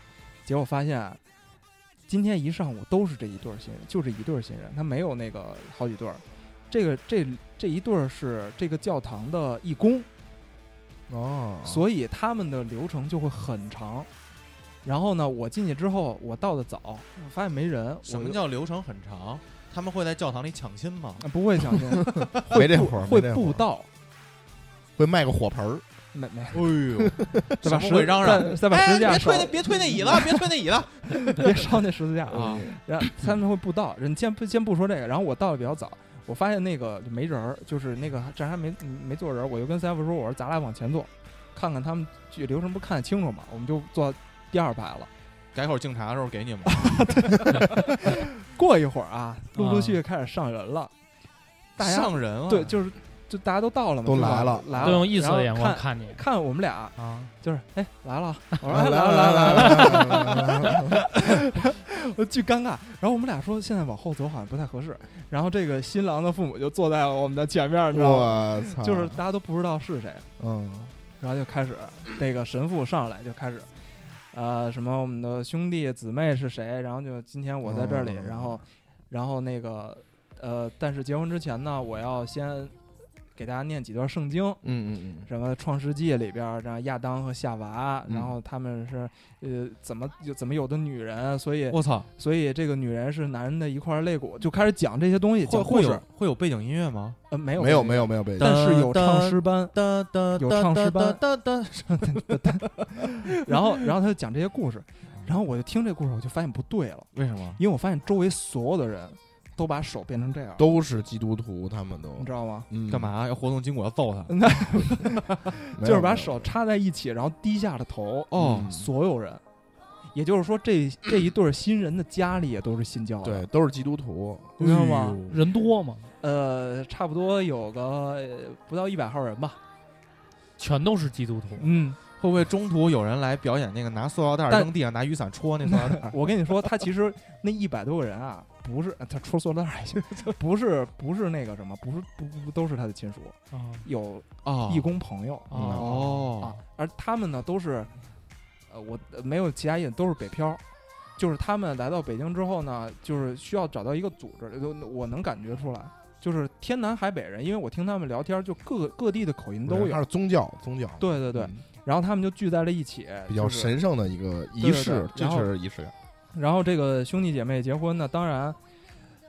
[SPEAKER 3] 结果发现今天一上午都是这一对儿新人，就这一对儿新人，他没有那个好几对儿。这个这这一对儿是这个教堂的义工，
[SPEAKER 1] 啊
[SPEAKER 2] 哦，
[SPEAKER 3] 所以他们的流程就会很长。然后呢，我进去之后，我到的早，我发现没人。我
[SPEAKER 1] 什么
[SPEAKER 3] 就
[SPEAKER 1] 叫流程很长？他们会在教堂里抢亲吗？
[SPEAKER 3] 啊不会相 信？
[SPEAKER 2] 以没这会儿，
[SPEAKER 3] 会
[SPEAKER 2] 没这
[SPEAKER 3] 布
[SPEAKER 2] 儿
[SPEAKER 3] 道？
[SPEAKER 2] 会卖个火盆儿，
[SPEAKER 3] 没没，
[SPEAKER 1] 哎呦，
[SPEAKER 3] 再把
[SPEAKER 1] 什么
[SPEAKER 3] 十
[SPEAKER 1] 鬼嚷嚷
[SPEAKER 3] 再再把十字架
[SPEAKER 1] 哎别
[SPEAKER 3] 烧
[SPEAKER 1] 推，那别推那椅了，别推那椅了
[SPEAKER 3] 别烧那十字架啊！
[SPEAKER 1] 啊！
[SPEAKER 3] 然后他们会布道，人先不先不说这个，然后我到的比较早，我发现那个就没人儿，就是那个这儿还没没坐人儿，我就跟三夫说，我说咱俩往前坐，看看他们具流程不看得清楚嘛，我们就坐第二排了。
[SPEAKER 1] 改口敬茶的时候给你们，
[SPEAKER 3] 过一会儿啊，陆陆续续开始上人了， 大家
[SPEAKER 1] 上人啊了，
[SPEAKER 3] 对，就是就大家都到了嘛，
[SPEAKER 2] 都
[SPEAKER 3] 就往
[SPEAKER 2] 来了
[SPEAKER 3] 来了，
[SPEAKER 4] 都用异色的眼
[SPEAKER 3] 然后
[SPEAKER 4] 光
[SPEAKER 3] 看
[SPEAKER 4] 看你
[SPEAKER 3] 看我们俩，
[SPEAKER 4] 啊，
[SPEAKER 3] 就是哎来了，我说
[SPEAKER 2] 来
[SPEAKER 3] 哎来
[SPEAKER 2] 来
[SPEAKER 3] 了来了来了，
[SPEAKER 2] 来来，
[SPEAKER 3] 我呃巨尴尬。然后我们俩说现在往后走好像不太合适，然后这个新郎的父母就坐在我们的前面，你知道吗？
[SPEAKER 2] 我操，
[SPEAKER 3] 就是大家都不知道是谁，
[SPEAKER 2] 嗯，
[SPEAKER 3] 然后就开始那个神父上来就开始，呃，什么我们的兄弟姊妹是谁，然后就今天我在这里，
[SPEAKER 2] 哦
[SPEAKER 3] 然后，然后那个，呃，但是结婚之前呢，我要先给大家念几段圣经，
[SPEAKER 2] 嗯嗯
[SPEAKER 3] 什么《创世纪》里边儿，然后亚当和夏娃，
[SPEAKER 2] 嗯
[SPEAKER 3] 然后他们是呃怎么有怎么有的女人，所以
[SPEAKER 1] 我操，
[SPEAKER 3] 所以这个女人是男人的一块肋骨，就开始讲这些东西，
[SPEAKER 1] 会
[SPEAKER 3] 讲
[SPEAKER 1] 会
[SPEAKER 3] 故
[SPEAKER 1] 有
[SPEAKER 3] 事，
[SPEAKER 1] 会有背景音乐吗？
[SPEAKER 3] 呃，没有
[SPEAKER 2] 嗯，没有
[SPEAKER 3] 故事
[SPEAKER 2] 没有没有被
[SPEAKER 3] 但是
[SPEAKER 1] 噔
[SPEAKER 3] 有唱诗班，
[SPEAKER 1] 哒哒
[SPEAKER 3] 有
[SPEAKER 1] 哒
[SPEAKER 3] 唱
[SPEAKER 1] 哒
[SPEAKER 3] 诗班
[SPEAKER 1] 哒哒哒，
[SPEAKER 3] 然后然后他就讲这些故事，然后我就听这故事，我就发现不对了，
[SPEAKER 1] 为什么？
[SPEAKER 3] 因为我发现周围所有的人都把手变成这样，
[SPEAKER 2] 都是基督徒，他们都
[SPEAKER 3] 你知道吗？
[SPEAKER 2] 嗯
[SPEAKER 1] 干？嘛要活动筋骨要揍他？
[SPEAKER 2] 没有
[SPEAKER 3] 就是
[SPEAKER 2] 没
[SPEAKER 3] 把
[SPEAKER 2] 有
[SPEAKER 3] 手插在一起，然后低下了头，
[SPEAKER 1] 哦
[SPEAKER 2] 嗯
[SPEAKER 3] 所有人。也就是说这，这一对儿新人的家里也都是信教的，
[SPEAKER 2] 对，都是基督徒，哎
[SPEAKER 3] 你知道吗？
[SPEAKER 4] 人多嘛，
[SPEAKER 3] 呃，差不多有个呃不到一百号人吧。
[SPEAKER 4] 全都是基督徒。
[SPEAKER 3] 嗯，
[SPEAKER 1] 会不会中途有人来表演那个拿塑料袋
[SPEAKER 3] 但
[SPEAKER 1] 扔地上，拿雨伞戳那塑 料袋？
[SPEAKER 3] 我跟你说，他其实那一百多个人啊，不是他戳塑料袋儿还行， 不是不是那个什么，不是不不不都是他的亲属，
[SPEAKER 4] 啊
[SPEAKER 3] 有
[SPEAKER 1] 哦
[SPEAKER 3] 义工朋友、
[SPEAKER 4] 哦
[SPEAKER 3] 啊
[SPEAKER 1] 哦，，
[SPEAKER 3] 而他们呢都是，呃，我呃没有其他意见，都是北漂。就是他们来到北京之后呢，就是需要找到一个组织，呃我能感觉出来，就是天南海北人，因为我听他们聊天，就各个各地的口音都
[SPEAKER 2] 他
[SPEAKER 3] 有。
[SPEAKER 2] 是宗教宗教，
[SPEAKER 3] 对对对，
[SPEAKER 2] 嗯，
[SPEAKER 3] 然后他们就聚在了一起，
[SPEAKER 2] 比较
[SPEAKER 3] 就是
[SPEAKER 2] 神圣的一个仪
[SPEAKER 3] 对
[SPEAKER 2] 式
[SPEAKER 3] 对，
[SPEAKER 2] 这
[SPEAKER 3] 然后
[SPEAKER 2] 确实仪式感。
[SPEAKER 3] 然后这个兄弟姐妹结婚呢，当然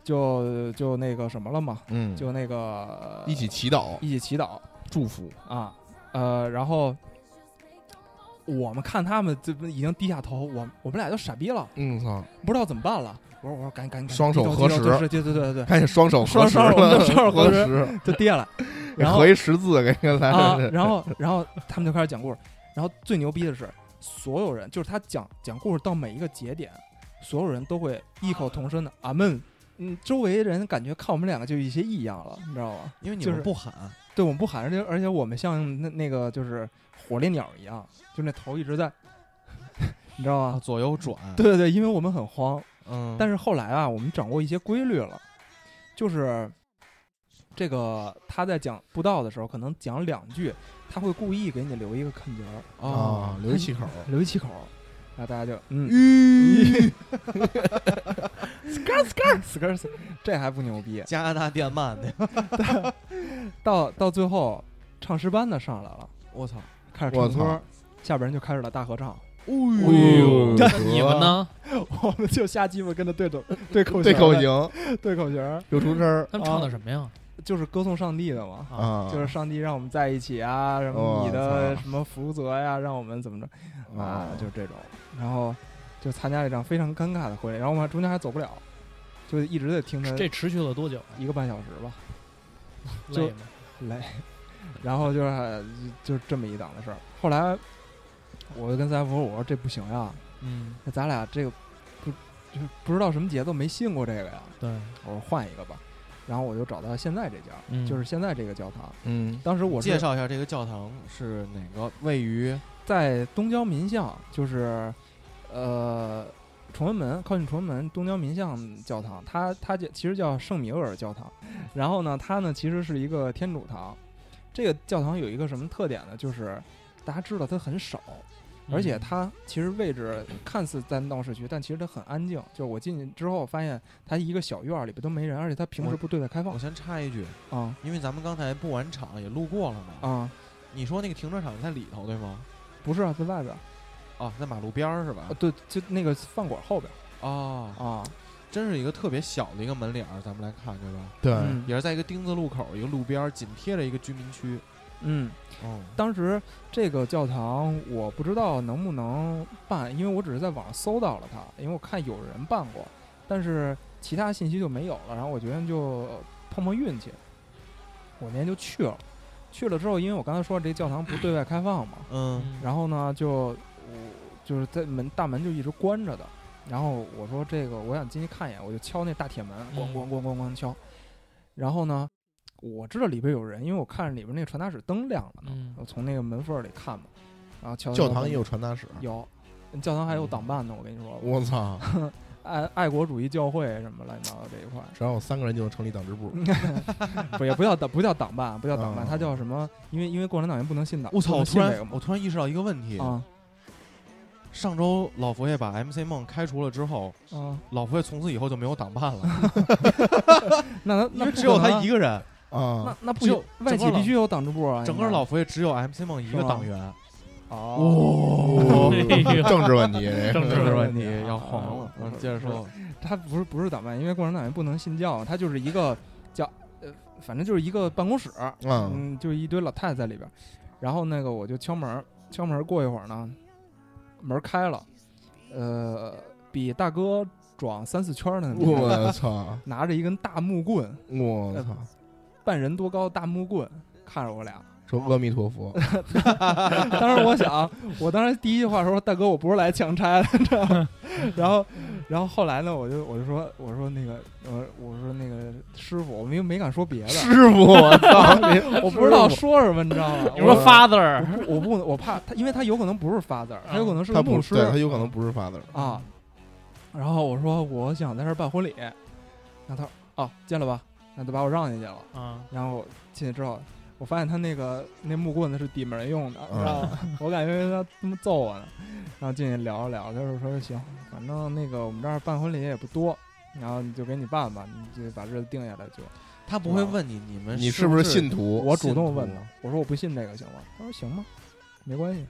[SPEAKER 3] 就就那个什么了嘛，
[SPEAKER 2] 嗯，
[SPEAKER 3] 就那个
[SPEAKER 2] 一起祈祷
[SPEAKER 3] 一起祈祷
[SPEAKER 2] 祝福，
[SPEAKER 3] 啊，呃，然后我们看他们这不已经低下头，我我们俩都傻逼了，
[SPEAKER 2] 嗯，操，
[SPEAKER 3] 不知道怎么办了。我说我说赶紧赶紧，
[SPEAKER 2] 双手合十
[SPEAKER 3] 低头低头对对对对对，
[SPEAKER 2] 赶紧双手合
[SPEAKER 3] 双
[SPEAKER 2] 十
[SPEAKER 3] 手我们
[SPEAKER 2] 了，
[SPEAKER 3] 都双手合
[SPEAKER 2] 合
[SPEAKER 3] 十
[SPEAKER 2] 十，
[SPEAKER 3] 就跌了然后
[SPEAKER 2] 合一十字，给给来
[SPEAKER 3] 啊。然后然后他们就开始讲故事，然后最牛逼的是，所有人就是他讲讲故事到每一个节点，所有人都会异口同声的阿门。嗯，周围人感觉看我们两个就有一些异样了，你知道吗？
[SPEAKER 1] 因为你
[SPEAKER 3] 就
[SPEAKER 1] 们
[SPEAKER 3] 是啊
[SPEAKER 1] 不喊，
[SPEAKER 3] 对我们不喊，而且而且我们像那那个就是火烈鸟一样，就那头一直在， 你知道
[SPEAKER 1] 啊
[SPEAKER 3] 吗？
[SPEAKER 1] 左右转，
[SPEAKER 3] 对对对，因为我们很慌，
[SPEAKER 1] 嗯，
[SPEAKER 3] 但
[SPEAKER 1] 是
[SPEAKER 3] 是后来啊，我们掌握一些规律了，就是这个他在讲布道的时候，可能讲两句，他会故意给你留一个空节儿，
[SPEAKER 2] 啊
[SPEAKER 1] 哦，，
[SPEAKER 2] 留一气口，
[SPEAKER 3] 留一气口儿，然后大家就 嗯， 死根儿死，这还不牛逼？
[SPEAKER 1] 加拿大电鳗的，
[SPEAKER 3] 到到最后，唱诗班的上来了，
[SPEAKER 1] 我操，
[SPEAKER 3] 开始
[SPEAKER 2] 我
[SPEAKER 3] 唱
[SPEAKER 2] 操
[SPEAKER 3] 歌儿，下边人就开始了大合唱，
[SPEAKER 1] 哦
[SPEAKER 4] 哎
[SPEAKER 2] 呦
[SPEAKER 4] 那你们呢？
[SPEAKER 3] 我们就瞎鸡巴跟着对着对口
[SPEAKER 2] 对
[SPEAKER 3] 对
[SPEAKER 2] 口型，
[SPEAKER 3] 对口型儿，
[SPEAKER 2] 又出声儿
[SPEAKER 4] 他们唱的什么呀？
[SPEAKER 3] 就是歌颂上帝的嘛。
[SPEAKER 4] 啊，
[SPEAKER 2] 啊，哦
[SPEAKER 3] 就是上帝让我们在一起啊，什么
[SPEAKER 2] 我
[SPEAKER 3] 你的
[SPEAKER 2] 操哦
[SPEAKER 3] 什么福泽呀，让我们怎么着啊，就是这种。然后就参加了一场非常尴尬的婚礼，然后我们中间还走不了，就一直得听他
[SPEAKER 4] 这持续了多久？啊
[SPEAKER 3] 一个半小时吧，就
[SPEAKER 4] 累吗？
[SPEAKER 3] 累。 然后就是还就这么一档子事儿。后来我就跟三福我说这不行呀，
[SPEAKER 1] 嗯，
[SPEAKER 3] 那咱俩这个不就不知道什么节奏，没信过这个呀。
[SPEAKER 4] 对，
[SPEAKER 3] 我说换一个吧。然后我就找到现在这家，
[SPEAKER 4] 嗯
[SPEAKER 3] 就是现在这个教堂。
[SPEAKER 2] 嗯，
[SPEAKER 3] 当时我是
[SPEAKER 1] 介绍一下这个教堂是哪个？位于
[SPEAKER 3] 在东郊民巷，就是呃崇文门靠近崇文门东郊民巷教堂，它它叫其实叫圣米厄尔教堂。然后呢，它呢其实是一个天主堂。这个教堂有一个什么特点呢？就是大家知道它很少，
[SPEAKER 4] 嗯
[SPEAKER 3] 而
[SPEAKER 1] 嗯
[SPEAKER 3] 且它其实位置看似在闹市区，但其实它很安静。就是我进去之后发现，它一个小院儿里边都没人，而且它平时不对外开放
[SPEAKER 1] 我先插一句，
[SPEAKER 3] 啊
[SPEAKER 1] 因为咱们刚才不完场也路过了嘛。
[SPEAKER 3] 啊，
[SPEAKER 1] 你说那个停车场在里头对吗？
[SPEAKER 3] 不是啊，在外边儿
[SPEAKER 1] 哦，在马路边儿是吧
[SPEAKER 3] 啊，？对，就那个饭馆后边儿
[SPEAKER 1] 哦，
[SPEAKER 3] 啊，
[SPEAKER 1] 真是一个特别小的一个门脸儿，咱们来看对吧？
[SPEAKER 2] 对，
[SPEAKER 3] 嗯
[SPEAKER 1] 呃也是在一个丁字路口，一个路边儿，紧贴着一个居民区。
[SPEAKER 3] 嗯。
[SPEAKER 1] 哦，
[SPEAKER 3] 当时这个教堂我不知道能不能办，因为我只是在网上搜到了它，因为我看有人办过，但是其他信息就没有了。然后我决定就碰碰运气，我那天就去了。去了之后，因为我刚才说这教堂不对外开放嘛，
[SPEAKER 1] 嗯，
[SPEAKER 3] 然后呢就我就是在门大门就一直关着的。然后我说这个我想进去看一眼，我就敲那大铁门，咣
[SPEAKER 4] 嗯
[SPEAKER 3] 咣咣咣咣敲。然后呢，我知道里边有人，因为我看着里边那个传达室灯亮了呢。
[SPEAKER 4] 嗯
[SPEAKER 3] 我从那个门缝儿里看嘛，然后敲
[SPEAKER 2] 教堂也有传达室，
[SPEAKER 3] 有，教堂还
[SPEAKER 4] 嗯
[SPEAKER 3] 有党办呢。我跟你说，
[SPEAKER 2] 我操，
[SPEAKER 3] 爱爱国主义教会什么乱七八糟这一块
[SPEAKER 2] 只要有三个人就能成立党支部，
[SPEAKER 3] 嗯儿，不也不叫党不叫党办，不叫党办，
[SPEAKER 2] 啊
[SPEAKER 3] 它叫什么？因为因为共产党员不能信党，
[SPEAKER 1] 哦我操！我
[SPEAKER 3] 不能
[SPEAKER 1] 突
[SPEAKER 3] 信这个啊
[SPEAKER 1] 然
[SPEAKER 3] 嘛
[SPEAKER 1] 我突然意识到一个问题，
[SPEAKER 3] 啊
[SPEAKER 1] 上周老佛爷把 MC 梦开除了之后，
[SPEAKER 3] 啊，
[SPEAKER 1] 老佛爷从此以后就没有党办了，
[SPEAKER 3] 那那
[SPEAKER 1] 因
[SPEAKER 3] 那
[SPEAKER 1] 为只有他一
[SPEAKER 3] 个，
[SPEAKER 1] 个人，
[SPEAKER 2] 啊
[SPEAKER 3] 那那不
[SPEAKER 1] 只
[SPEAKER 3] 行
[SPEAKER 1] 有，整个
[SPEAKER 3] 外企
[SPEAKER 1] 老
[SPEAKER 3] 必须有党支部啊，
[SPEAKER 1] 整个
[SPEAKER 3] 应该
[SPEAKER 1] 老佛爷只有 MC 梦一
[SPEAKER 3] 是
[SPEAKER 1] 个
[SPEAKER 3] 吗
[SPEAKER 1] 党员，
[SPEAKER 3] 哦，
[SPEAKER 2] 哦
[SPEAKER 4] 哎呦
[SPEAKER 2] 政治问题，这
[SPEAKER 4] 政
[SPEAKER 1] 这
[SPEAKER 4] 治
[SPEAKER 1] 是
[SPEAKER 3] 问
[SPEAKER 1] 问
[SPEAKER 3] 题
[SPEAKER 1] 题
[SPEAKER 3] 啊
[SPEAKER 1] 要黄了。嗯接着说，
[SPEAKER 3] 他不是不是党办，因为共产党员不能信教，他就是一个叫呃，反正就是一个办公室，
[SPEAKER 2] 嗯
[SPEAKER 3] 嗯，就是一堆老太太在里边儿。然后那个我就敲门儿，敲门儿过一会儿呢，门儿开了，呃，比大哥壮三四圈儿呢，
[SPEAKER 2] 我操，
[SPEAKER 3] 拿着一根大木棍，
[SPEAKER 2] 我 操，
[SPEAKER 3] 半人多高的大木棍。看着我俩，
[SPEAKER 2] 说阿弥陀佛，
[SPEAKER 3] 当时我想，我当时第一句话说：“大哥，我不是来强拆的，你 知道吗？”然后，
[SPEAKER 2] 嗯
[SPEAKER 3] 然后后来呢，我就我就说，我说那个，我我说那个师傅，我们又没敢说别的，
[SPEAKER 2] 师傅，我 操，
[SPEAKER 3] 我不知道说什么，你知道吗？
[SPEAKER 4] 你说 father，
[SPEAKER 3] 我不我不我怕他，因为他有可能不是 father，他有可能
[SPEAKER 2] 嗯
[SPEAKER 3] 是
[SPEAKER 2] 他
[SPEAKER 3] 个
[SPEAKER 2] 不
[SPEAKER 3] 牧
[SPEAKER 2] 是，
[SPEAKER 3] 师
[SPEAKER 2] 对他有可能不是 father，
[SPEAKER 3] 啊。然后我说我想在这儿办婚礼，然后他说哦进来吧，那就把我让进去了。
[SPEAKER 4] 啊，
[SPEAKER 3] 然后我进去之后，我发现他那个那木棍子是抵门用的，
[SPEAKER 2] 嗯
[SPEAKER 3] 然后我感觉他他妈揍我呢。然后进去聊了聊，他就说行，反正那个我们这儿办婚礼也不多，然后你就给你办吧，你就把日子定下来就。
[SPEAKER 1] 他不会问你你们
[SPEAKER 2] 你
[SPEAKER 1] 是
[SPEAKER 2] 是不
[SPEAKER 1] 是
[SPEAKER 2] 是信徒？
[SPEAKER 3] 我主动问
[SPEAKER 2] 信徒
[SPEAKER 3] 的，我说我不信这个行吗？他说行吧，没关系，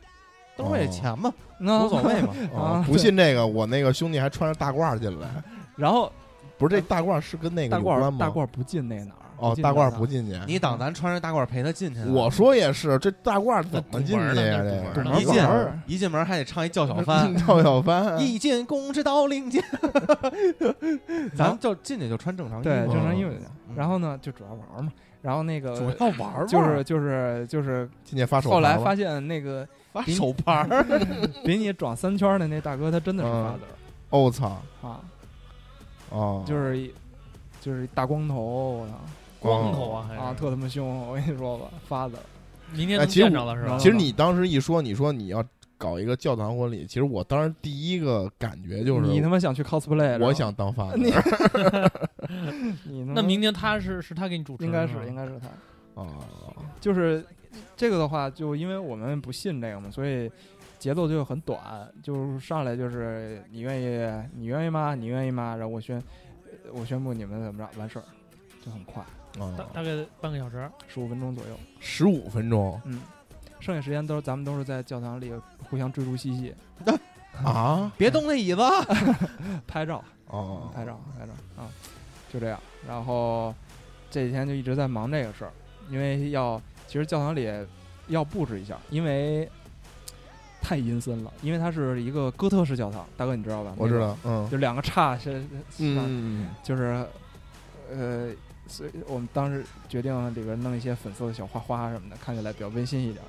[SPEAKER 1] 都为钱嘛，
[SPEAKER 3] 那
[SPEAKER 1] 无所谓嘛。
[SPEAKER 2] 啊
[SPEAKER 3] 啊，
[SPEAKER 2] 不信这个，我那个兄弟还穿着大褂进来，
[SPEAKER 3] 然后
[SPEAKER 2] 不是这大褂是跟那个
[SPEAKER 3] 大
[SPEAKER 2] 有
[SPEAKER 3] 褂
[SPEAKER 2] 关
[SPEAKER 3] 儿大
[SPEAKER 2] 吗？
[SPEAKER 3] 褂儿不进那哪儿？
[SPEAKER 2] 哦，
[SPEAKER 3] 进
[SPEAKER 2] 大褂
[SPEAKER 3] 哪儿
[SPEAKER 2] 不进去。
[SPEAKER 1] 你挡咱穿着大褂陪他进去啊，
[SPEAKER 2] 我说也是，这大褂怎么进去呀？
[SPEAKER 4] 那
[SPEAKER 2] 这，
[SPEAKER 4] 堵门
[SPEAKER 1] 一
[SPEAKER 4] 呢
[SPEAKER 1] 进
[SPEAKER 3] 玩儿
[SPEAKER 1] 一进门还得唱一叫小 番
[SPEAKER 2] 赵小帆，
[SPEAKER 1] 一见公之刀令箭， 咱们就进去就穿正常衣
[SPEAKER 3] 对
[SPEAKER 1] 服，
[SPEAKER 3] 正常衣服就行。
[SPEAKER 1] 嗯
[SPEAKER 3] 然后呢，就主要玩儿嘛。然后那
[SPEAKER 1] 主
[SPEAKER 3] 个
[SPEAKER 1] 要玩儿嘛
[SPEAKER 3] 就是就是就是，
[SPEAKER 2] 进去发手
[SPEAKER 3] 后来
[SPEAKER 2] 牌
[SPEAKER 3] 发
[SPEAKER 2] 了
[SPEAKER 3] 现那个
[SPEAKER 1] 发手牌儿，
[SPEAKER 3] 比你壮三圈儿的那大哥，他真的是
[SPEAKER 2] 嗯
[SPEAKER 3] 发子
[SPEAKER 2] 哦我操
[SPEAKER 3] 啊，
[SPEAKER 2] 哦，
[SPEAKER 3] 就是一就是一大光头，我操
[SPEAKER 4] 光头啊，还是
[SPEAKER 3] 啊，特他妈凶！我跟你说吧，发子
[SPEAKER 4] 明天
[SPEAKER 2] 哎
[SPEAKER 4] 能
[SPEAKER 2] 其实
[SPEAKER 4] 见着了是吧？
[SPEAKER 2] 其实你当时一说，你说你要搞一个教堂婚礼，其实我当时第一个感觉就
[SPEAKER 3] 你他
[SPEAKER 2] 是，
[SPEAKER 3] 妈想去 cosplay？是吧
[SPEAKER 2] 我想当发
[SPEAKER 3] 你
[SPEAKER 2] 的
[SPEAKER 3] 你他妈
[SPEAKER 4] 那明嗯天他是是他给你主持
[SPEAKER 3] 应
[SPEAKER 4] 人
[SPEAKER 3] 该
[SPEAKER 4] 吗，
[SPEAKER 3] 是应该是他，
[SPEAKER 2] 啊，
[SPEAKER 3] 就是这个的话，就因为我们不信这个嘛，所以节奏就很短，就是上来就是你愿意，你愿意吗？你愿意吗？然后我宣，呃我宣布你们怎么着，完事儿，就很快，
[SPEAKER 4] 大大概半个小时，
[SPEAKER 3] 十五分钟左右。
[SPEAKER 2] 十五分钟
[SPEAKER 3] 嗯，剩下时间都是咱们都是在教堂里互相追逐嬉戏，
[SPEAKER 2] 啊
[SPEAKER 1] 别动那椅子。
[SPEAKER 3] 拍照，
[SPEAKER 2] 哦
[SPEAKER 3] 拍照，拍照啊，就这样。然后这几天就一直在忙这个事儿，因为要其实教堂里要布置一下，因为太阴森了，因为它是一个哥特式教堂，大哥你知道吧？
[SPEAKER 2] 我知
[SPEAKER 3] 那
[SPEAKER 2] 道，嗯
[SPEAKER 3] 个，就两个叉是，是
[SPEAKER 2] 嗯，
[SPEAKER 3] 就是呃，所以我们当时决定里边弄一些粉色的小花花什么的，看起来比较温馨一点，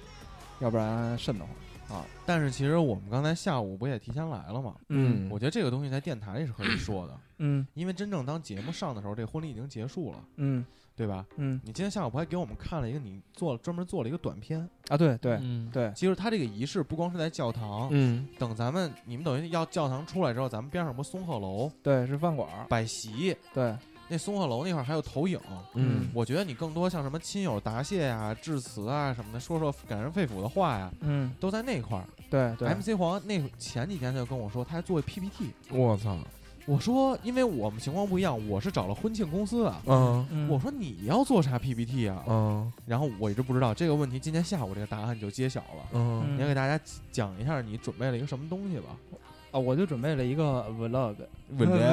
[SPEAKER 3] 要不然瘆得慌。
[SPEAKER 1] 但是其实我们刚才下午不也提前来了嘛？
[SPEAKER 2] 嗯
[SPEAKER 1] 我觉得这个东西在电台里是可以说的，
[SPEAKER 3] 嗯
[SPEAKER 1] 因为真正当节目上的时候，这婚礼已经结束了，
[SPEAKER 3] 嗯
[SPEAKER 1] 对吧？
[SPEAKER 3] 嗯
[SPEAKER 1] 你今天下午不还给我们看了一个你做专门做了一个短片？
[SPEAKER 3] 啊，对对
[SPEAKER 4] 嗯，
[SPEAKER 3] 对，
[SPEAKER 1] 其实他这个仪式不光是在教堂，
[SPEAKER 2] 嗯
[SPEAKER 1] 等咱们你们等于要教堂出来之后，咱们边上不是松鹤楼
[SPEAKER 3] 对，是饭馆儿，
[SPEAKER 1] 摆席，
[SPEAKER 3] 对，
[SPEAKER 1] 那松鹤楼那块儿还有投影。
[SPEAKER 2] 嗯
[SPEAKER 1] 我觉得你更多像什么亲友答谢呀、致辞啊什么的，说说感人肺腑的话呀，
[SPEAKER 3] 嗯，
[SPEAKER 1] 都在那块儿。
[SPEAKER 3] 对对，
[SPEAKER 1] MC 黄那前几天他就跟我说，他还做 PPT。
[SPEAKER 2] 我操，
[SPEAKER 1] 我说，因为我们情况不一样，我是找了婚庆公司啊。
[SPEAKER 2] 嗯
[SPEAKER 3] 嗯
[SPEAKER 1] 我说你要做啥 PPT 啊？
[SPEAKER 2] 嗯
[SPEAKER 1] 然后我一直不知道这个问题，今天下午这个答案就揭晓了。
[SPEAKER 2] 嗯，
[SPEAKER 1] 你要给大家讲一下你准备了一个什么东西吧？
[SPEAKER 3] 啊，我就准备了一个 vlog，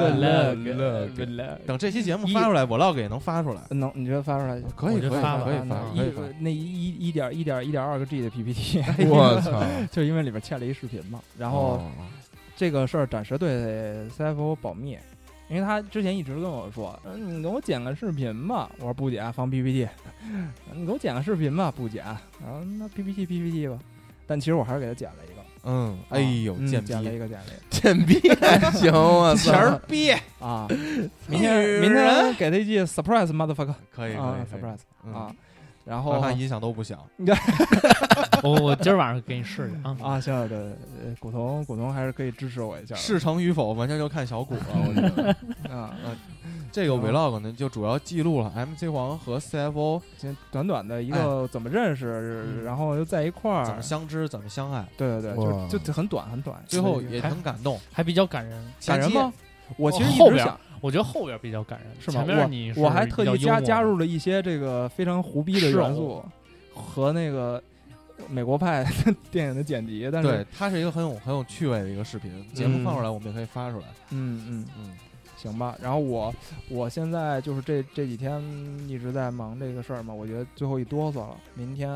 [SPEAKER 2] vlog
[SPEAKER 3] vlog，vlog，
[SPEAKER 1] 等这期节目发出来，vlog 也能发出来。
[SPEAKER 3] 能你觉得发出来就
[SPEAKER 1] 可以
[SPEAKER 4] 我觉得
[SPEAKER 1] 可以
[SPEAKER 4] 发吧
[SPEAKER 1] 可以
[SPEAKER 3] 啊
[SPEAKER 1] 发
[SPEAKER 3] 那
[SPEAKER 1] 可以发。
[SPEAKER 3] 一那一一点一点一点二个 G 的 PPT，
[SPEAKER 2] 嗯我操，
[SPEAKER 3] 就因为里边欠了一视频嘛。然后
[SPEAKER 2] 哦
[SPEAKER 3] 这个事儿暂时对 CFO 保密，因为他之前一直跟我说，嗯，你给我剪个视频吧。我说不剪，放 PPT。你嗯给我剪个视频吧，不剪。然后那 PPT PPT 吧，但其实我还是给他剪了一个，
[SPEAKER 1] 嗯，哎呦，
[SPEAKER 3] 嗯
[SPEAKER 1] 贱逼
[SPEAKER 3] 剪了一个，剪了一个。
[SPEAKER 2] 贱逼还 行，我操
[SPEAKER 1] 钱儿逼，
[SPEAKER 3] 啊，明天
[SPEAKER 1] 女
[SPEAKER 3] 明天
[SPEAKER 1] 人
[SPEAKER 3] 给他一句 surprise motherfucker
[SPEAKER 1] 可以可
[SPEAKER 3] 啊
[SPEAKER 1] 以可以
[SPEAKER 3] surprise
[SPEAKER 1] 嗯
[SPEAKER 3] 啊，然后
[SPEAKER 1] 我看
[SPEAKER 3] 啊
[SPEAKER 1] 音响都不响，
[SPEAKER 4] 我我今儿晚上给你试试啊，
[SPEAKER 3] 行了对对对，呃古潼古潼还是可以支持我一下 的
[SPEAKER 1] 事成与否完全就看小谷了。我觉得，
[SPEAKER 3] 啊
[SPEAKER 1] 嗯这个
[SPEAKER 3] 嗯
[SPEAKER 1] vlog 呢，就主要记录了 MC 黄和 CFO
[SPEAKER 3] 先短短的一个怎么认识，
[SPEAKER 4] 嗯
[SPEAKER 3] 然后又在一块
[SPEAKER 1] 怎么
[SPEAKER 3] 儿，
[SPEAKER 1] 相知，怎么相爱，
[SPEAKER 3] 对对
[SPEAKER 2] 哇
[SPEAKER 3] 对，就就很短很短，
[SPEAKER 1] 最后
[SPEAKER 3] 所以
[SPEAKER 1] 也很感动。
[SPEAKER 4] 还比较感人。
[SPEAKER 3] 感人
[SPEAKER 1] 前期
[SPEAKER 3] 吗？？我其实
[SPEAKER 4] 后
[SPEAKER 3] 一直
[SPEAKER 4] 边
[SPEAKER 3] 想，
[SPEAKER 4] 我觉得后边比较感人，
[SPEAKER 3] 是吗
[SPEAKER 4] 前面你是
[SPEAKER 3] 我还特意
[SPEAKER 4] 比较幽
[SPEAKER 3] 加
[SPEAKER 4] 默
[SPEAKER 3] 加入了一些这个非常胡逼的
[SPEAKER 4] 是哦
[SPEAKER 3] 元素和那个美国派电影的剪辑，但
[SPEAKER 1] 对
[SPEAKER 3] 是，
[SPEAKER 1] 它是一个很有很有趣味的一个视频，节目放出来我们也可以发出来。
[SPEAKER 3] 嗯嗯，
[SPEAKER 1] 嗯，
[SPEAKER 3] 行吧。然后我我现在就是这这几天一直在忙这个事儿嘛，我觉得最后一哆嗦了，明天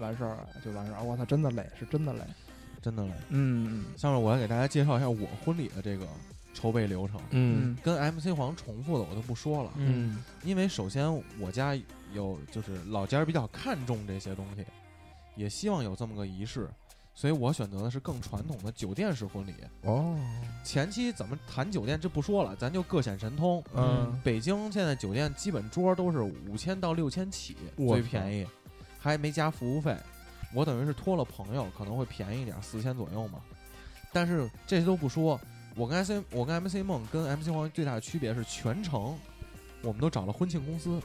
[SPEAKER 3] 完事儿就完事儿。我操，真的累，是真的累。
[SPEAKER 1] 真的嘞。
[SPEAKER 3] 嗯
[SPEAKER 1] 下面我要给大家介绍一下我婚礼的这个筹备流程，
[SPEAKER 3] 嗯
[SPEAKER 1] 跟 MC 黄重复的我就不说了，
[SPEAKER 4] 嗯，
[SPEAKER 1] 因为首先我家有就是老家比较看重这些东西，也希望有这么个仪式，所以我选择的是更传统的酒店式婚礼。
[SPEAKER 2] 哦，
[SPEAKER 1] 前期怎么谈酒店这不说了，咱就各显神通。
[SPEAKER 4] 嗯
[SPEAKER 1] 北京现在酒店基本桌都是五千到六千起，
[SPEAKER 2] 我
[SPEAKER 1] 最
[SPEAKER 2] 操
[SPEAKER 1] 便宜，还没加服务费。我等于是托了朋友，可能会便宜一点，四千左右嘛。但是这些都不说，我跟 MC 我跟 MC 梦跟 MC 黄最大的区别是，全程我们都找了婚庆公司，